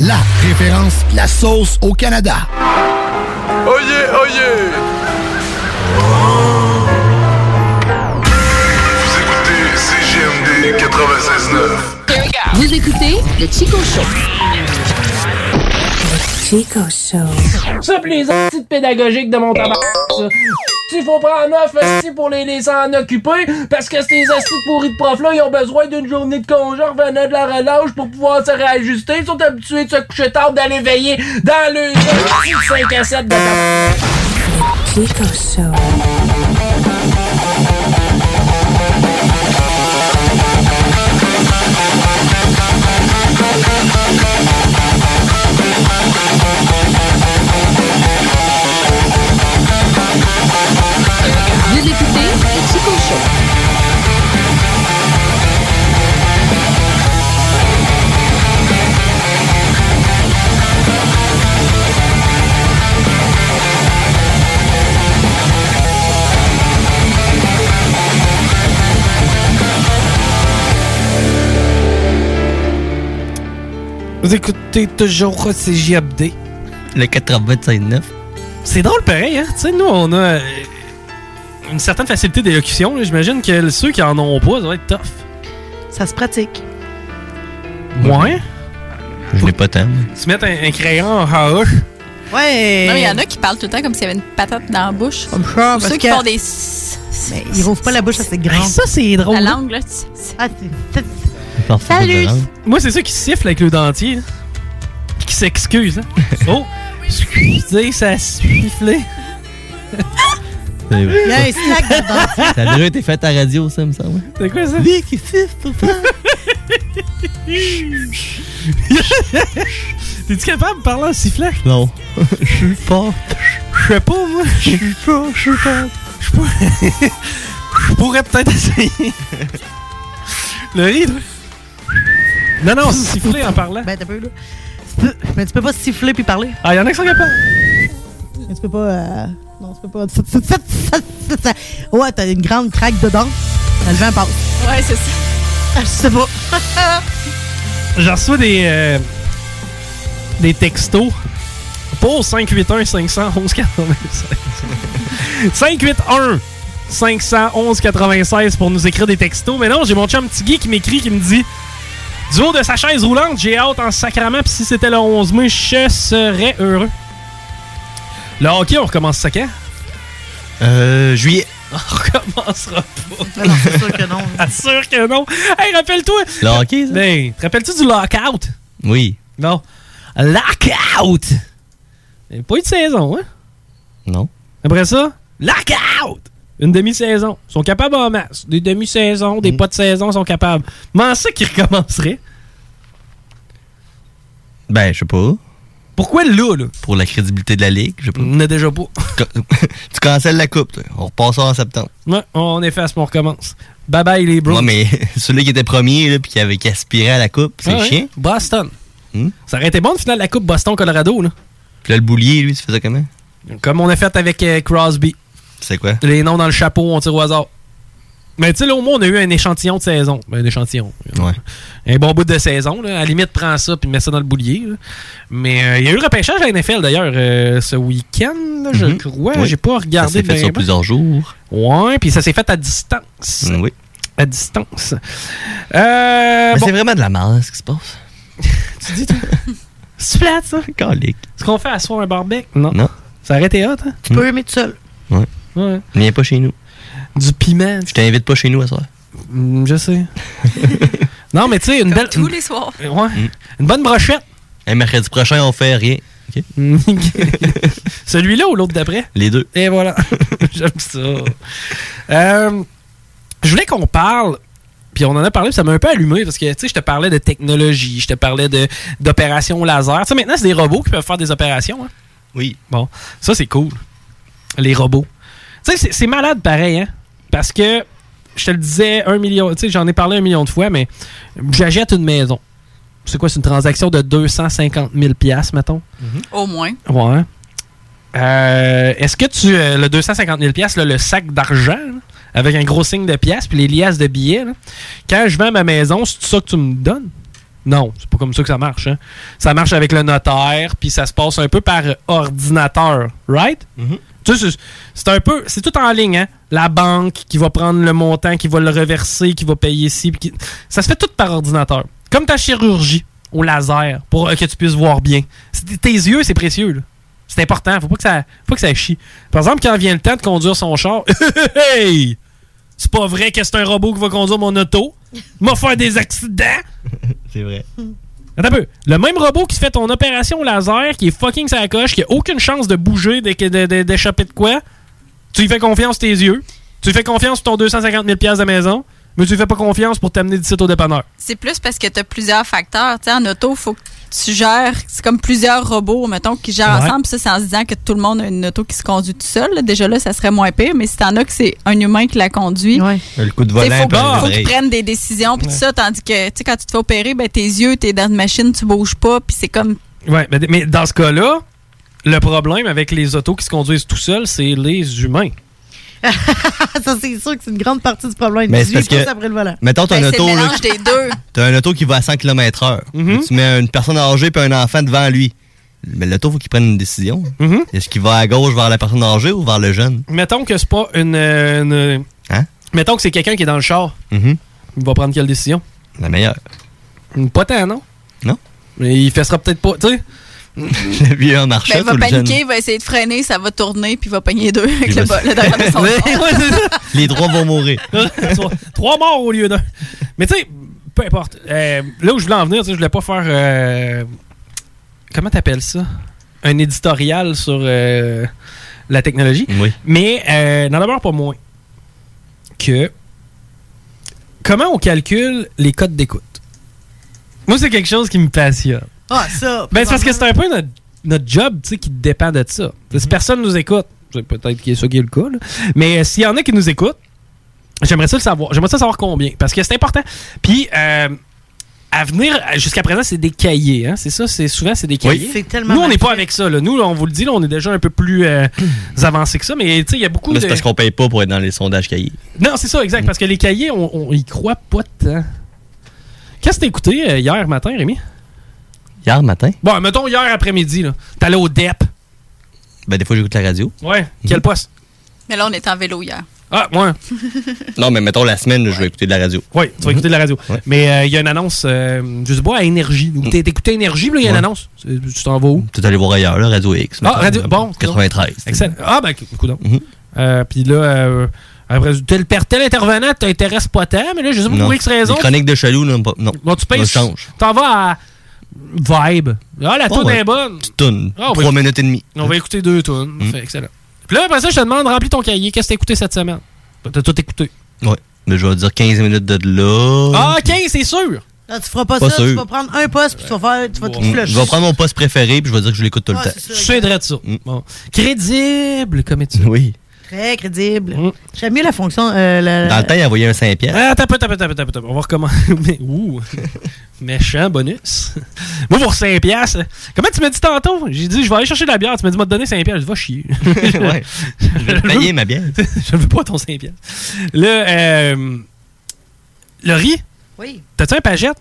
La référence, la sauce au Canada. Oyez, oyez Vous écoutez CGMD 96.9. Vous écoutez le Chico Show. Chico Show. Ça, pis les petites pédagogiques de mon tabac, ça. S'il faut prendre neuf aussi pour les laisser en occuper, parce que ces astuces pourris de profs-là, ils ont besoin d'une journée de congé revenant de la relâche pour pouvoir se réajuster. Ils sont habitués de se coucher tard, d'aller veiller dans le 5 à 7 de tabac. Chico Show. Vous écoutez le Chico Show. Vous écoutez toujours CJMD. Le 85.9. C'est drôle pareil, hein? Tu sais, nous, on a euh, une certaine facilité d'élocution. là. J'imagine que ceux qui en ont pas, ça va être tough. Ça se pratique. Ouais. Je l'ai pas tant. Se mettre un, un crayon en AE. Ouais. Non, il y en a qui parlent tout le temps comme s'il y avait une patate dans la bouche. Comme ça, parce ceux qui que- font des. Ils rouvrent pas la bouche assez grande. ça, c'est drôle. La langue, là. Ah, Salut. Moi, c'est ça qui siffle avec le dentier. là. Puis qui s'excuse. hein. oh, excusez, ça a sifflé. Il y a un slack ça a déjà été fait à la radio, ça, me semble. C'est quoi ça? Lui qui siffle, papa. T'es-tu capable de parler en sifflant? Non. Je suis pas. Je sais pas, moi. Je suis pas. Je suis pas. Je suis pas- Je pourrais peut-être essayer. Le rire. Non, hein. non, siffler en parlant. Ben, t'as peu, là. Tu peux- Mais tu peux pas siffler puis parler. Ah, y'en a qui sont capables. Mais tu peux pas. euh, Non, tu peux pas. Ouais, t'as une grande craque dedans. Le vent passe. Ah, Ouais, c'est ça. Je sais pas. J'en reçois des, euh, des textos pour 581 511 96. 581 511 96 pour nous écrire des textos. Mais non, j'ai mon chum Tiggy qui m'écrit qui me dit Du haut de sa chaise roulante, j'ai hâte en sacrament. Puis si c'était le 11 mai, je serais heureux. Le hockey, on recommence ça quand Euh, juillet. On recommencera pas. Ah Non, c'est sûr que non. Ah, sûr que non. Hey, rappelle-toi. Le hockey, ça? Ben, te rappelles-tu du lockout Oui. non. Lockout! Il n'y a pas eu de saison, hein? Non. Après ça, lockout! Une demi-saison. Ils sont capables en masse. Des demi-saisons, Mm. des pas de saison, ils sont capables. Mais ça qui recommencerait. Ben, je sais pas. Pourquoi là, là? Pour la crédibilité de la ligue, je sais pas. On a déjà pas. tu cancelles la coupe, toi. On repasse ça en septembre. Ouais, on efface, mais on recommence. Bye bye, les bros. Moi, mais celui qui était premier, là, puis qui avait qui aspirait à la coupe, c'est Ah ouais. chiant. Hmm? Boston. Ça aurait été bon de finale la Coupe Boston-Colorado, là. Puis là, le boulier, lui, tu faisais comment? Comme on a fait avec euh, Crosby. C'est quoi? Les noms dans le chapeau, on tire au hasard. Mais tu sais, là, au moins, on a eu un échantillon de saison. Ben, un échantillon. Un bon bout de saison. Là. À la limite, prends ça puis mets ça dans le boulier. là. Mais euh, il y a eu le repêchage à la NFL, d'ailleurs, euh, ce week-end, là, je Mhm. crois. Oui. J'ai pas Ça regardé. s'est fait ben, sur ben. plusieurs jours. Ouais, puis ça s'est fait à distance. Mm, Oui. À distance. Euh, Mais bon. c'est vraiment de la merde, ce qui se passe. C'est plate, ça. Calique. Hmm. Ce qu'on fait à soir un barbecue. Non. Non. Ça aurait été hot, hein? Tu peux aimer tout seul. Ouais. Ouais. Viens pas chez nous. Du piment. Je t'invite pas chez nous à soir. Mm, Je sais. non, mais tu sais, une belle. Tous les soirs. Ouais. Hmm. Une bonne brochette. Un mercredi prochain, on fait rien. OK? Celui-là ou l'autre d'après? Les deux. Et voilà. J'aime ça. Euh, je voulais qu'on parle. Puis on en a parlé, puis ça m'a un peu allumé parce que tu sais, je te parlais de technologie, je te parlais de d'opérations laser. Tu sais, maintenant c'est des robots qui peuvent faire des opérations. hein? Oui. Bon, ça c'est cool. Les robots. Tu sais, c'est- c'est malade pareil, hein? Parce que je te le disais un million, tu sais, j'en ai parlé un million de fois, mais j'achète une maison. C'est quoi, c'est une transaction de 250 000 piastres, mettons? Au moins. Ouais. Euh, Est-ce que tu. euh, le 250 000 piastres, là, le sac d'argent, là, avec un gros signe de pièces puis les liasses de billets, là, quand je vends ma maison, c'est ça que tu me donnes? Non, c'est pas comme ça que ça marche. hein. Ça marche avec le notaire, puis ça se passe un peu par ordinateur, right? Tu sais, c'est- c'est un peu. C'est tout en ligne, hein? La banque qui va prendre le montant, qui va le reverser, qui va payer ici. puis qui- Ça se fait tout par ordinateur. Comme ta chirurgie au laser pour euh, que tu puisses voir bien. C'est- Tes yeux, c'est précieux, là. C'est important. Faut pas que ça, faut que ça chie. Par exemple, quand vient le temps de conduire son char, hey! C'est pas vrai que c'est un robot qui va conduire mon auto. M'a faire des accidents. C'est vrai. Attends un peu. Le même robot qui fait ton opération au laser, qui est fucking sa coche, qui a aucune chance de bouger, de- de- de- d'échapper de, quoi, tu lui fais confiance tes yeux. Tu lui fais confiance pour ton 250 000 pièces de maison, mais tu lui fais pas confiance pour t'amener d'ici au dépanneur. C'est plus parce que tu as plusieurs facteurs. Tu sais, en auto, faut que tu gères. C'est comme plusieurs robots, mettons, qui gèrent Ouais. ensemble. Ça, c'est en se disant que tout le monde a une auto qui se conduit tout seul. là. Déjà là, ça serait moins pire. Mais si t'en as que c'est un humain qui la conduit, Le coup de il volant, faut, puis faut l'oreille. qu'ils prennent des décisions. Puis tout ça, tandis que, tu sais, quand tu te fais opérer, ben, tes yeux, t'es dans une machine, tu bouges pas. Puis c'est comme. ben, Ouais, mais, mais dans ce cas-là, le problème avec les autos qui se conduisent tout seuls, c'est les humains. ça, c'est sûr que c'est une grande partie du problème. Mais Mais c'est parce que- après le volant. Mettons ton Ben, c'est auto, le là, mélange qui- des deux. t'as un auto qui va à 100 km/h. Mm-hmm. Tu mets une personne âgée puis un enfant devant lui. Mais l'auto, faut qu'il prenne une décision. Mm-hmm. Est-ce qu'il va à gauche vers la personne âgée ou vers le jeune? Mettons que c'est pas une. euh, une- Hein? Mettons que c'est quelqu'un qui est dans le char. Mhm. Il va prendre quelle décision? La meilleure. Pas tant, non? Non. Mais il fessera peut-être pas. Tu sais? le vieux en Ben, il marchette va ou le jeune? paniquer, il va essayer de freiner, ça va tourner, puis il va pogner les deux avec Il le, va bas- se- le devant de son Ouais, char. ouais, c'est ça. Les droits vont mourir. Trois- Trois morts au lieu d'un. Mais tu sais, peu importe. Euh, là où je voulais en venir, tu sais, je voulais pas faire. euh, comment t'appelles ça Un éditorial sur euh, la technologie. Oui. Mais euh, n'en d'abord pas moins que. Comment on calcule les codes d'écoute Moi, c'est quelque chose qui me passionne. Ah, ça. Ben, c'est parce que c'est un peu notre, notre job tu sais, qui dépend de ça. Mhm. Si personne nous écoute, c'est peut-être qu'il y a ça qui est le cas, là. mais euh, s'il y en a qui nous écoutent, j'aimerais ça le savoir. J'aimerais ça savoir combien, parce que c'est important. Puis, euh, à venir, euh, jusqu'à présent, c'est des cahiers. Hein? C'est ça, c'est souvent, c'est des cahiers. C'est tellement Nous, on n'est pas avec ça. Là. Nous, là, on vous le dit, là, on est déjà un peu plus euh, avancé que ça, mais tu sais, il y a beaucoup Mais de... c'est parce qu'on paye pas pour être dans les sondages cahiers. Non, c'est ça, exact, parce que les cahiers, on, on y croit pas tant. Qu'est-ce que t'as écouté euh, hier matin, Rémi? Hier matin, Bon, mettons hier après-midi, là. T'allais au DEP. ben des fois j'écoute la radio. Mhm. Ouais. Quel poste? Mais là, on était en vélo hier. Ah, ouais. Non, mais mettons la semaine, je vais écouter de la radio. Mm-hmm. Oui, tu vas écouter de la radio. Mais euh, il y a une annonce, euh, je sais pas, à Énergie. Ou T'es écouté Énergie, puis là, il y a une Mhm. Ouais. annonce. C'est- Tu t'en vas où? Tu es allé voir ailleurs, là, Radio X. Ah, mettons, radio, là, bon. 93. Excellent. Ah, ben, coup Mhm. Euh, puis là, euh, après, tel, per- tel intervenant t'intéresse pas tant, mais là, je sais pas Non. pour X raison. Les chroniques de Chaloux, non. pas- non. Bon, tu On payes. change. T'en vas à Vibe. Ah, la Oh, tourne ouais. est bonne. Petite toune. Ah, oui. Trois minutes et demie. On va écouter deux tunes. Mhm. Fait excellent. Puis là, après ça, je te demande, remplis ton cahier. Qu'est-ce que t'as écouté cette semaine? T'as tout écouté. Ouais. Mais je vais dire 15 minutes de là. Ah, ok, c'est sûr. Là, tu feras pas, Pas ça. sûr. Tu vas prendre un poste, puis tu vas, faire, tu vas tout Mm. flusher. Je vais prendre mon Mm. poste préféré puis je vais dire que je l'écoute tout le temps. Je suis de ça. Bon. Crédible comme étude. Oui. Très crédible. J'aime mieux la fonction. euh, la- Mm. Dans le temps, il envoyait un 5 pièces. Ah, attends, attends, attends, attends, attends, attends. On va recommencer. Mais, ouh, méchant bonus. Moi, pour 5 piastres, comment tu m'as dit tantôt? J'ai dit, je vais aller chercher de la bière. Tu m'as dit, m'a donné 5 piastres. Je dis, va chier. Ouais. Je vais payer ma bière. je ne veux pas ton 5 piastres. Le, euh, le riz, Oui. t'as-tu un pagette?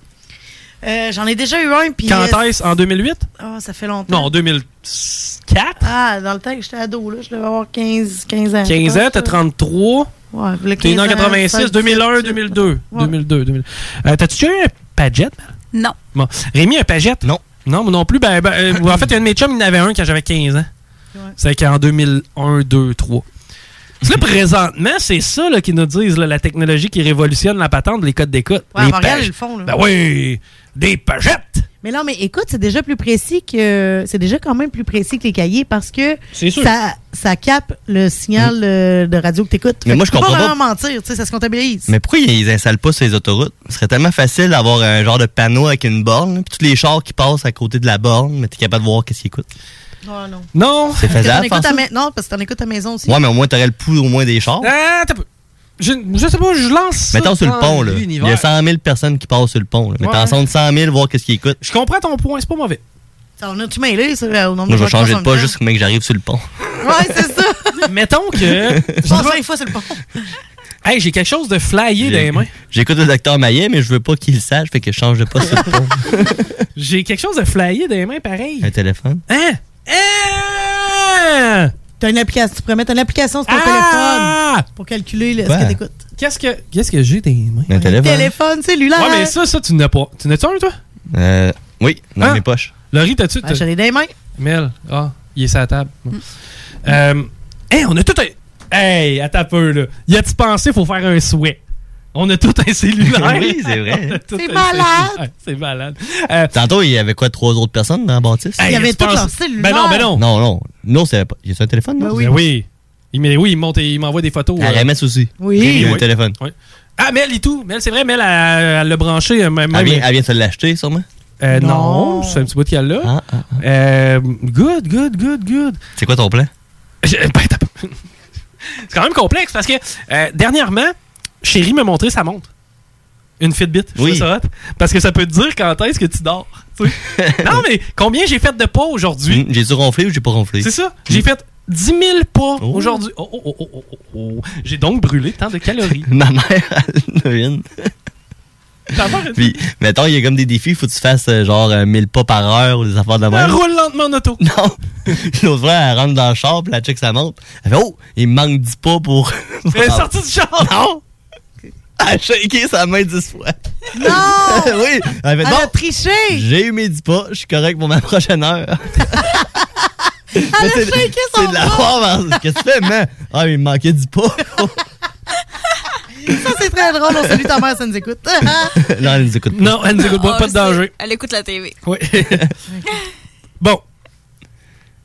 Euh, J'en ai déjà eu un. Puis, Quand euh, est-ce? En 2008? Ah, ça fait longtemps. Non, en 2015 Quatre? Ah, dans le temps que j'étais ado, là, je devais avoir 15, 15 ans. ans, t'as 33. Ouais, le T'es né en 15 ans, 86, 2001, 2002. 2002, 2000. Euh, T'as-tu déjà eu un pagette, man? Non. Bon. Rémi, un pagette? Non. Non, moi non plus. Ben, ben, euh, en fait, un de mes chums, il en avait un quand j'avais 15 ans. C'est qu'en 2001, 2, 3. Parce que Là, présentement, c'est ça là, qu'ils nous disent, là, la technologie qui révolutionne la patente, les codes d'écoute. Ouais, à les Montréal, page- ils le font, là. Ben oui, des pagettes! Mais non, mais écoute, c'est déjà plus précis que. C'est déjà quand même plus précis que les cahiers parce que C'est sûr. Mm. ça, ça capte le signal euh, de radio que t'écoutes. Mais Fait moi, que je comprends Tu peux pas. pas vraiment mentir, tu sais, ça se comptabilise. Mais pourquoi ils installent pas sur les autoroutes? Ce serait tellement facile d'avoir un genre de panneau avec une borne, puis tous les chars qui passent à côté de la borne, mais t'es capable de voir qu'est-ce qu'ils écoutent. Non, non. Non! C'est Parce que t'en faisable, écoutes faire à ça? ma- Non, parce que t'en écoutes à la maison aussi. Ouais, mais au moins t'aurais le pouls au moins des chars. Ah, t'as pas- je, je sais pas, je lance. ça Mettons sur le dans pont, là. Il y l'univers. a 100 000 personnes qui passent sur le pont, là. Mais Ouais. t'en sondes 100 000, voir qu'est-ce qu'ils écoutent. Je comprends ton point, c'est pas mauvais. Ça, on a-tu mêlé, ça, au nombre Moi, de je vais gens qui changer de passent en pas même juste que mec, j'arrive sur le pont. Mettons que. temps? Je passe cinq fois, c'est le bon. Hey, j'ai quelque chose de flyé dans les mains. J'écoute le docteur Maillet, mais je veux pas qu'il le sache, fait que je change de pas sur le pont. J'ai quelque chose de flyé dans les mains pareil. Un téléphone. Hein? Hein? T'as une application, tu pourrais mettre une application sur ton téléphone pour calculer là, ce Ouais. que t'écoutes. Ah! Ben. Qu'est-ce que, Euh, qu'est-ce que j'ai dans les mains? Un téléphone. Téléphone cellulaire. Ouais, mais ça, ça, tu n'as pas. Tu n'as-tu un, toi? Euh, oui, dans Hein? mes poches. Laurie, t'as-tu? Ouais, Ah, j'en ai dans les mains. Mm. Mel, ah, il est sur la table. Euh, hey, on a tout un. Hey, attends un peu, là. Y a-tu pensé, faut faire un souhait? On a tout un cellulaire. Oui, c'est vrai. On a tout C'est un malade. cellulaire. C'est malade. Tantôt, il y avait quoi, trois autres personnes dans la bâtisse? Euh, Hey, Il y avait tu tous penses- leurs cellulaires. Ben non, ben non. Non, non. Non, c'est pas. Y a un téléphone, non? Ben oui. Ben oui. Il, m'est- oui, il monte et- il m'envoie des photos. À la MS aussi. Oui. Il y a un Oui. téléphone. Oui. Ah, Mel et tout. Mel, c'est vrai, Mel, elle elle l'a branché. Elle, même- Elle vient, elle vient de se l'acheter, sûrement. Ah, Euh, non, c'est un petit bout qu'elle a là. Euh, good, good, good, good. C'est quoi ton plan? euh, ben, C'est quand même complexe parce que euh, dernièrement, Chérie m'a montré sa montre. Une Fitbit. Je oui. ça hot. Parce que ça peut te dire quand est-ce que tu dors. tu sais. non, mais combien j'ai fait de pas aujourd'hui? J'ai-tu ronflé ou j'ai pas ronflé? C'est ça. J'ai fait 10 000 pas aujourd'hui. Oh, oh, oh, oh, oh, oh, oh. J'ai donc brûlé tant de calories. Ma mère, elle en a une. Ta mère, elle- Puis, mettons, il y a comme des défis, faut que tu fasses euh, genre euh, 1000 pas par heure ou des affaires de Elle même. roule lentement en auto. Non. L'autre fois, elle rentre dans le char, puis elle check sa montre. Elle fait Oh, il me manque 10 pas pour. Elle est sortie du char. Non! Elle a shaké sa main 10 fois. Non! oui! Elle fait Elle Bon, a triché! j'ai eu mes 10 pas, je suis correct pour ma prochaine heure. Elle a shaké C'est son de la bras. forme. hein. Qu'est-ce que tu fais, man? Ah, il me manquait 10 pas. Ça, c'est très drôle. On salue ta mère, ça nous écoute. non, elle nous écoute pas. Non, elle nous écoute pas, Ah, pas de je danger. Elle écoute la TV. Oui. bon.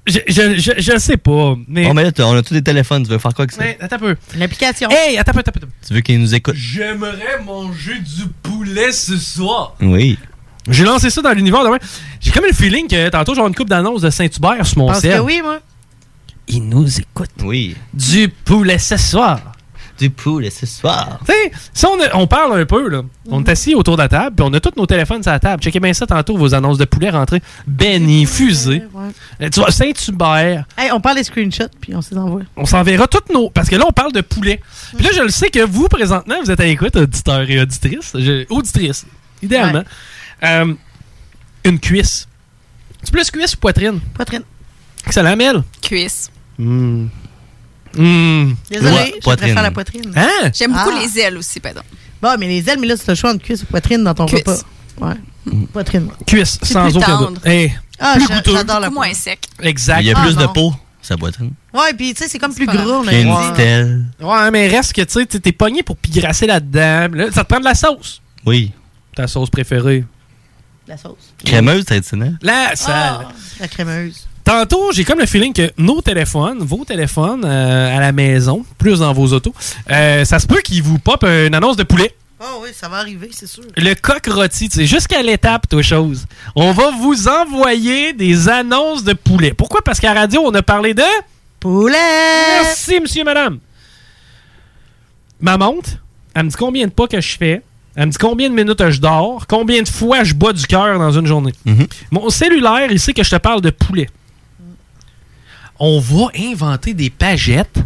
Je, je, je, je sais pas, mais. Bon, mais là, t'as- on a tous des téléphones, tu veux faire quoi que ça? Mais, attends un peu. L'application. Hey, attends un peu, attends un peu. Tu veux qu'ils nous écoutent? J'aimerais manger du poulet ce soir. Oui. J'ai lancé ça dans l'univers demain. J'ai comme le feeling que tantôt j'aurai une coupe d'annonce de Saint-Hubert sur mon Parce sel. que oui, moi. Ils nous écoutent. Oui. Du poulet ce soir. Du poulet ce soir. Tu sais, si on, on parle un peu, là, on est assis autour de la table, puis on a tous nos téléphones sur la table. Checkez bien ça tantôt, vos annonces de poulet rentrées. Benny, fusée. Euh, Tu vois, Saint-Hubert. Hey, on parle des screenshots, puis on se les envoie. On s'enverra toutes nos. Parce que là, on parle de poulet. Puis là, je le sais que vous, présentement, vous êtes à l'écoute, auditeurs et auditrices. Je- Auditrices, idéalement. Euh, une cuisse. Tu plus cuisse ou poitrine? Poitrine. Excellent, Mel. Cuisse. Hum. Hum. Désolée, Ouais, je préfère poitrine. la poitrine. Hein? J'aime beaucoup Ah. les ailes aussi, pardon. Bon, mais les ailes, mais là, c'est le choix entre cuisse ou poitrine dans ton Cuisse. repas. Ouais. Poitrine. Cuisse, C'est sans plus aucun tendre. doute. Eh, Ah, Mm. plus j'a- goûteux. j'adore la moins sec. Exact. Il y a Ah, plus de non. Oh, peau, sa boîte. Ouais, puis tu sais, c'est comme plus gros. Il y a une petite aile. Ouais, mais reste que, tu sais, t'es- t'es pogné pour pigrasser là-dedans. Là, ça te prend de la sauce. Oui. Ta sauce préférée. La sauce. Crémeuse traditionnelle. La salle. Ah. La crémeuse. Tantôt, j'ai comme le feeling que nos téléphones, vos téléphones euh, à la maison, plus dans vos autos, euh, ça se peut qu'ils vous popent une annonce de poulet. Oh oui, ça va arriver, c'est sûr. Le coq rôti, tu sais, jusqu'à l'étape, toi, chose. On va vous envoyer des annonces de poulet. Pourquoi? Parce qu'à la radio, on a parlé de... Poulet! Merci, monsieur et madame! Ma montre, elle me dit combien de pas que je fais, elle me dit combien de minutes je dors, combien de fois je bois du cœur dans une journée. Mm-hmm. Mon cellulaire, il sait que je te parle de poulet. On va inventer des pagettes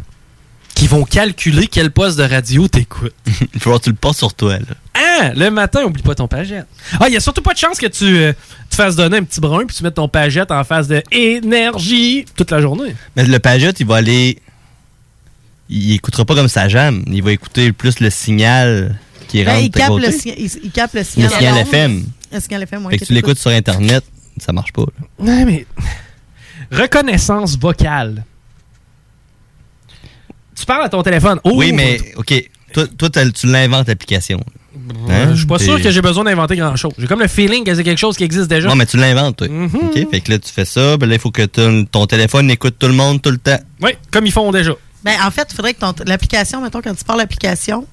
qui vont calculer quel poste de radio t'écoutes. Il faut que tu le portes sur toi, là. Hein? Le matin, oublie pas ton pagette. Ah, il y a surtout pas de chance que tu euh, te fasses donner un petit brun puis tu mettes ton pagette en face de énergie toute la journée. Mais le Pagette, il va aller. Il écoutera pas comme sa jam. Il va écouter plus le signal qui Ben, rentre il, de tes capte le côtés. signal, il, il capte le Le signal. signal à l'onde. FM. Le signal FM, ouais, Fait que tu l'écoutes sur Internet, ça marche pas. là. Ouais, mais. Reconnaissance vocale. Tu parles à ton téléphone. Oh, Oui, mais, OK. Toi, toi, t'as- tu l'inventes, l'application. Hein? Je suis pas T'es- sûr que j'ai besoin d'inventer grand chose. J'ai comme le feeling que c'est quelque chose qui existe déjà. Non, mais tu l'inventes, toi. Mm-hmm. OK? Fait que là, tu fais ça. Ben là, il faut que ton, ton téléphone écoute tout le monde tout le temps. Oui, comme ils font déjà. Ben, en fait, il faudrait que ton- l'application, mettons, quand tu pars l'application.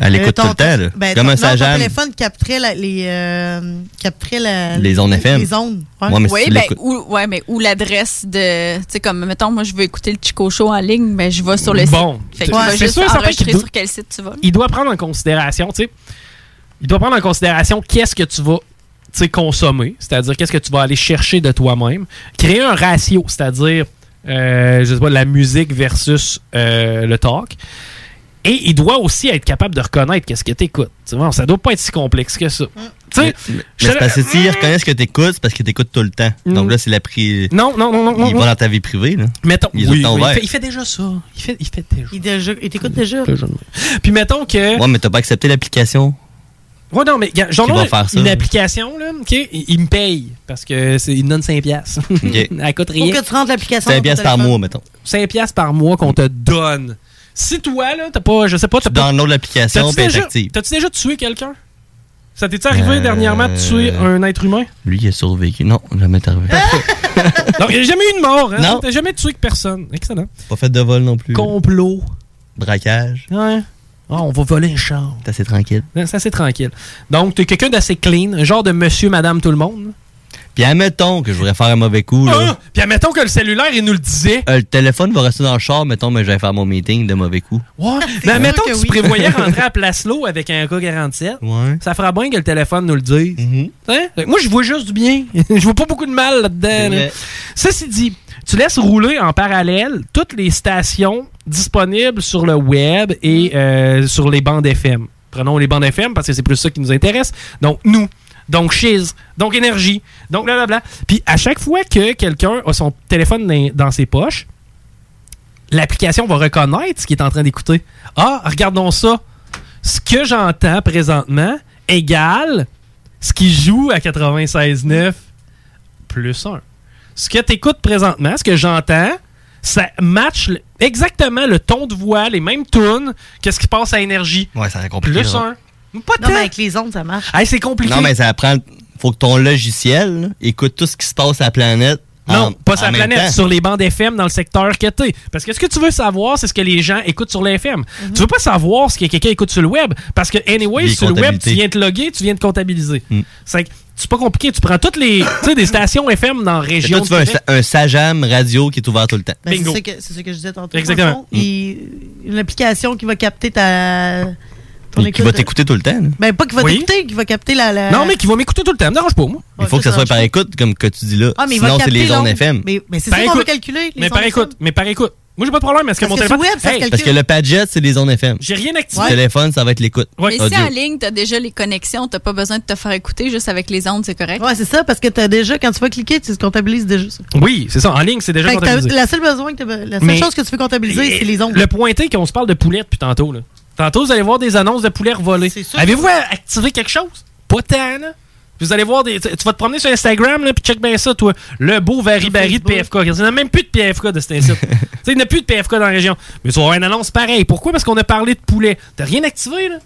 Elle euh, écoute ton- tout le temps, là. Ben, Comme ton, un non, ton sagem. téléphone capterait la- les, euh, capterait la- Les ondes FM. Les ondes. ouais. Ouais, mais si oui, tu ben, l'écoutes- ou, ouais, mais ou l'adresse de. Tu sais, comme, mettons, moi, je veux écouter le Chico Show en ligne, ben, je vais sur le Bon, site. Fait que ouais, tu vas c'est juste sûr et certain enregistrer qu'il sur quel site tu vas. il doit prendre en considération, tu sais, il doit prendre en considération qu'est-ce que tu vas tu sais, consommer, c'est-à-dire qu'est-ce que tu vas aller chercher de toi-même, créer un ratio, c'est-à-dire, euh, je sais pas, la musique versus euh, le talk. Et il doit aussi être capable de reconnaître qu'est-ce que tu écoutes. ça doit pas être si complexe que Mm. ça. Tu sais, je- Mm. Mais c'est parce que s'ils reconnaissent que t'écoutes, c'est parce qu'ils t'écoutent tout le temps. Donc là, c'est la pri... Non, non, non, non. non, Ils non. vont dans ta vie privée, là. Mettons, Ils oui, ont oui, ouvert. il, fait, il fait déjà ça. Il fait, il fait déjà. Il, déjà, il t'écoute déjà. Puis mettons que. Ouais, mais t'as pas accepté l'application. Ouais, non, mais regarde, j'en Qui ai va faire ça? une application, là, OK? Il, il me paye parce que c'est il me donne 5 piastres. Elle coûte Faut rien. que tu rentres l'application. dans ton 5 piastres téléphone. mettons. 5 piastres par mois qu'on te donne. Si toi, là, t'as pas, je sais pas, t'as pas... downloads l'application, T'as-tu puis elle est déjà- active. T'as-tu déjà tué quelqu'un? Ça t'est-tu arrivé Euh, dernièrement de tuer un être humain? Lui, il a survécu. Non, jamais t'es Hein? arrivé. Non, il n'y a jamais eu de mort, hein? Non. T'as jamais tué que personne. Excellent. Pas fait de vol non plus. Complot. Braquage. Ouais. Ah, on va voler un char. T'es assez tranquille. Non, C'est assez tranquille. Donc, t'es quelqu'un d'assez clean, un genre de monsieur, madame, tout le monde. Puis admettons que je voudrais faire un mauvais coup, là. Ah! Puis admettons que le cellulaire, il nous le disait. Euh, le téléphone va rester dans le char, mettons, mais je vais faire mon meeting de mauvais coup. Ouais. Mais Ben, mettons Ah, sûr que que, tu oui. prévoyais rentrer à Placelot avec un K47. Ouais. Mm-hmm. Ça fera bien que le téléphone nous le dise. Hein? Fait que Moi, je vois juste du bien. je vois pas beaucoup de mal C'est là-dedans. là. vrai. Ceci dit, tu laisses rouler en parallèle toutes les stations disponibles sur le web Mm-hmm. et euh, sur les bandes FM. Prenons les bandes FM parce que c'est plus ça qui nous intéresse. Donc, nous. Donc, Shiz. Donc, Énergie. Donc, blablabla. Puis, à chaque fois que quelqu'un a son téléphone dans- dans ses poches, l'application va reconnaître ce qu'il est en train d'écouter. Ah, regardons ça. Ce que j'entends présentement égale ce qui joue à 96.9 plus 1. Ce que tu écoutes présentement, ce que j'entends, ça match le- exactement le ton de voix, les mêmes tunes que ce qui passe à énergie. Ouais, ça va compliqué. Plus là. 1. Pas Non, mais avec les ondes, ça marche. Hey, c'est compliqué. Non, mais ça prend. Faut que ton logiciel là, écoute tout ce qui se passe à la planète. Non, en- pas en sur la même planète, temps. sur les bandes FM dans le secteur que t'es. Parce que ce que tu veux savoir, c'est ce que les gens écoutent sur l'FM. Mhm. Tu veux pas savoir ce que quelqu'un écoute sur le web, parce que anyway, Les sur le web, comptabilités. tu Mm. viens te loguer, tu viens te comptabiliser. C'est que c'est pas compliqué, tu prends toutes les, tu sais, des stations FM dans la Fait que région. Toi, tu veux un, sa- un sajam radio qui est ouvert tout le temps. Ben, c'est ça que- c'est ce que je disais tantôt. Exactement. Dans le fond, il- une application qui va capter ta. Ton Et qui va écoute. t'écouter tout le temps. là. Ben, pas qui va Oui. t'écouter, qui va capter la. la- Non, mais qui va m'écouter tout le temps, me dérange pas, moi. Il faut que ça soit par écoute, comme que tu dis là. Ah, mais il va Sinon, c'est capter les ondes l'onde. FM. Mais- mais c'est ça qu'on Par Ben, écoute. veut calculer, les Mais par ondes écoute, mais par écoute. Moi, j'ai pas de problème, parce que Parce mon que téléphone. sur web, ça se Parce que le Padgett, c'est les ondes FM. J'ai rien Le activé. Ouais. téléphone, ça va être l'écoute. mais si en ligne, t'as déjà les connexions, t'as pas besoin de te faire écouter juste avec les ondes, c'est correct? Ouais, c'est ça, parce que t'as déjà, quand tu vas cliquer, tu comptabilises déjà ça. Oui, c'est ça, en ligne, c'est déjà Fait que t'as- comptabilisé. la seule besoin que t'as- la seule Mais- chose que tu veux comptabiliser, c'est les ondes. Le point est qu'on se parle de poulet depuis tantôt. Là. Tantôt, vous allez voir des annonces de poulet volées. Avez-vous activé quelque chose? Pas tant, là. Vous allez voir des. Tu tu vas te promener sur Instagram, là, puis check bien ça, toi. Le beau varibari de PFK. Il n'y a même plus de PFK de cet incite. Tu sais, il n'y a plus de PFK dans la région. Mais tu vas avoir une annonce pareille. Pourquoi? Parce qu'on a parlé de poulet. T'as rien activé, là?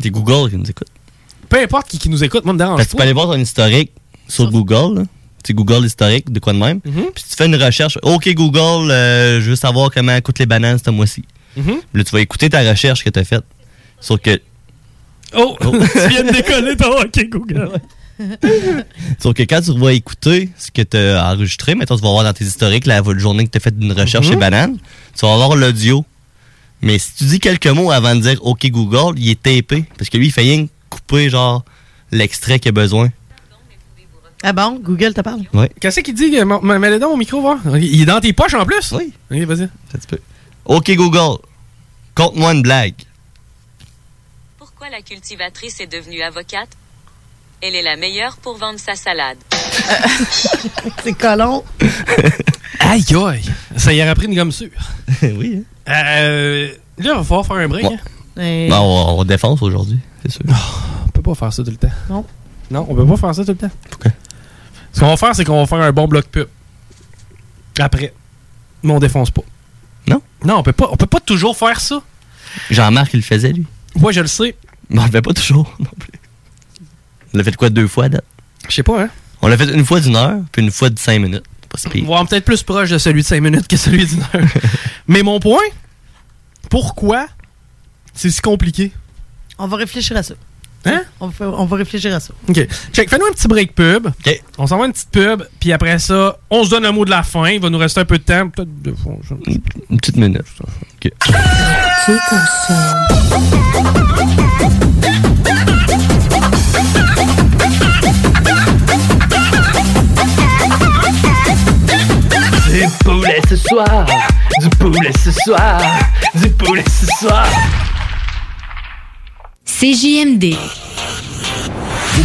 C'est Google qui nous écoute. Peu importe qui, qui nous écoute, moi, me dérange Parce que tu peux pas. aller voir ton historique sur Google. là. Tu Google historique, de quoi de même. Mm-hmm. Puis tu fais une recherche. OK, Google, euh, je veux savoir comment coûtent les bananes ce mois-ci. Mhm. Là, tu vas écouter ta recherche que tu as faite. Sauf que. Oh. Oh! tu viens de décoller ton OK Google. Sauf que quand tu vas écouter ce que tu as enregistré, maintenant tu vas voir dans tes historiques la journée que tu as fait une recherche Mhm. chez Banane, tu vas avoir l'audio. Mais si tu dis quelques mots avant de dire OK Google, il est tapé. Parce que lui, il fait rien que couper genre l'extrait qu'il a besoin. Ah bon? Google te parle? Ouais. Qu'est-ce qu'il dit? M- m- Mets-le donc au micro, voir. Il est dans tes poches en plus? Oui. Ok, vas-y. OK Google, conte-moi une blague. Pourquoi la cultivatrice est devenue avocate Elle est la meilleure pour vendre sa salade. C'est colon. Aïe, aïe. Ça y aurait pris une gomme sûre. oui. hein. Euh, là, on va falloir faire un break. Ouais. hein. Euh, Ben, on, on défense aujourd'hui, c'est sûr. Oh, On peut pas faire ça tout le temps. Non. Non, on peut pas faire ça tout le temps. Ce qu'on va faire, c'est qu'on va faire un bon bloc pub. Après. Mais on défonce pas. Non? Non, on peut pas, on peut pas toujours faire ça. Jean-Marc, il le faisait, lui. Moi, je le sais. Mais on le fait pas toujours non plus. On l'a fait quoi deux fois, à date? Je sais pas, hein. On l'a fait une fois d'une heure, puis une fois de cinq minutes. Pas si pire. On va peut-être plus proche de celui de 5 minutes que celui d'une heure. Mais mon point, pourquoi c'est si compliqué? On va réfléchir à ça. Hein? On va, on va réfléchir à ça. OK. Check, fais-nous un petit break pub. On s'en va une petite pub, puis après ça, on se donne le mot de la fin. Il va nous rester un peu de temps, peut-être deux fois. je- Une petite minute. OK. Chico Show. Du poulet ce soir, du poulet ce soir, du poulet ce soir. CJMD. Vous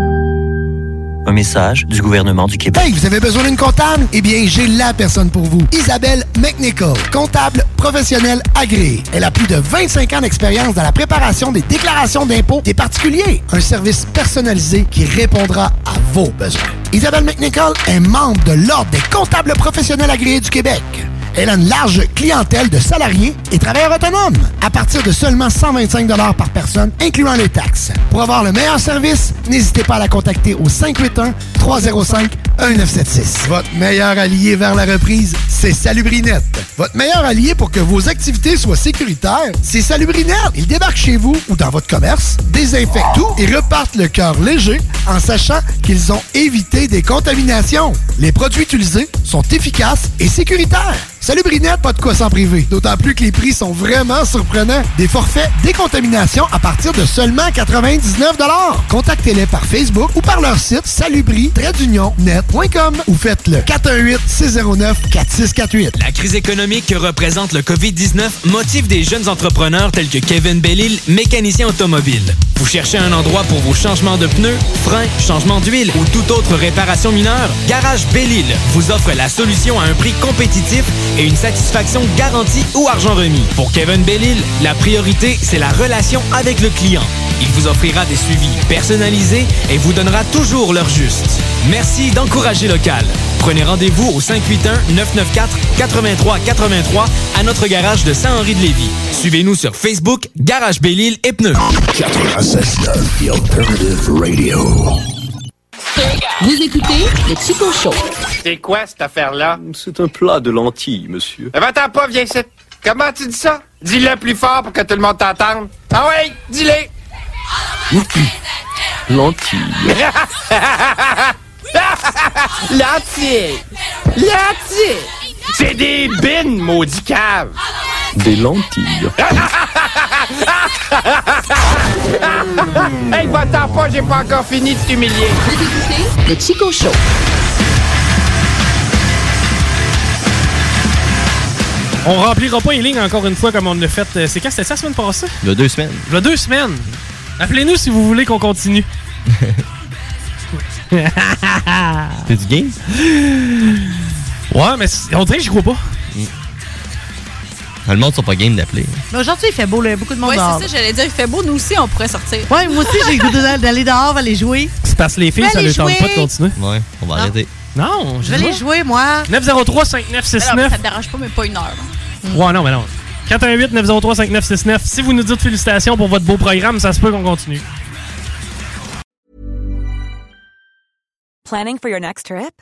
Un message du gouvernement du Québec. Hey, vous avez besoin d'une comptable? Eh bien, j'ai la personne pour vous. Isabelle McNichol, comptable professionnelle agréée. Elle a plus de 25 ans d'expérience dans la préparation des déclarations d'impôts des particuliers. Un service personnalisé qui répondra à vos besoins. Isabelle McNichol est membre de l'Ordre des comptables professionnels agréés du Québec. Elle a une large clientèle de salariés et travailleurs autonomes à partir de seulement 125 par personne, incluant les taxes. Pour avoir le meilleur service, n'hésitez pas à la contacter au 581-305-1976. Votre meilleur allié vers la reprise, c'est Salubrinette. Votre meilleur allié pour que vos activités soient sécuritaires, c'est Salubrinette. Ils débarquent chez vous ou dans votre commerce, désinfectent tout et repartent le cœur léger en sachant qu'ils ont évité des contaminations. Les produits utilisés sont efficaces et sécuritaires. Salubrinette, pas de quoi s'en priver. D'autant plus que les prix sont vraiment surprenants. Des forfaits décontamination à partir de seulement 99 Contactez-les par Facebook ou par leur site salubri-net.com ou faites-le 418-609-4648. La crise économique que représente le COVID-19 motive des jeunes entrepreneurs tels que Kevin Bellil, mécanicien automobile. Vous cherchez un endroit pour vos changements de pneus, freins, changements d'huile ou toute autre réparation mineure? Garage Bellil vous offre la solution à un prix compétitif et une satisfaction garantie ou argent remis. Pour Kevin Bellil, la priorité, c'est la relation avec le client. Il vous offrira des suivis personnalisés et vous donnera toujours leur juste. Merci d'encourager local. Prenez rendez-vous au 581-994-8383 à notre garage de Saint-Henri-de-Lévis. Suivez-nous sur Facebook, Garage Bellil et Pneus. The Alternative Radio. Vous écoutez le Chico Show. C'est quoi cette affaire-là? C'est un plat de lentilles, monsieur. Va-t'en pas, viens ici. Comment tu dis ça? Dis-le plus fort pour que tout le monde t'entende. Ah oui, dis-le! Lentilles. Lentilles! Lentilles! C'est des bines, maudit cave! Des lentilles. hey, va-t'en pas, j'ai pas encore fini de t'humilier. Le Chico Show. On remplira pas les lignes encore une fois comme on l'a fait. euh, C'est quand c'était ça la semaine passée? Il y a deux semaines. Il y a deux semaines. Appelez-nous si vous voulez qu'on continue. ouais, T'es du game? mais c'est- on dirait que j'y crois pas. Le monde sont pas game d'appeler. Mais aujourd'hui, il fait beau, là. Il y a beaucoup de monde Oui, dehors. c'est ça, j'allais dire, il fait beau, nous aussi, on pourrait sortir. Ouais, moi aussi, j'ai le goût de- d'aller dehors, aller jouer. C'est parce que les filles, Mais ça les ne tente pas jouets! de continuer. Ouais, on va arrêter. Non, Je vais aller jouer, moi. 903-5969. Ça te dérange pas, mais pas une heure. Ouais, non, mais non. 418-903-5969. Si vous nous dites félicitations pour votre beau programme, ça se peut qu'on continue. Planning for your next trip?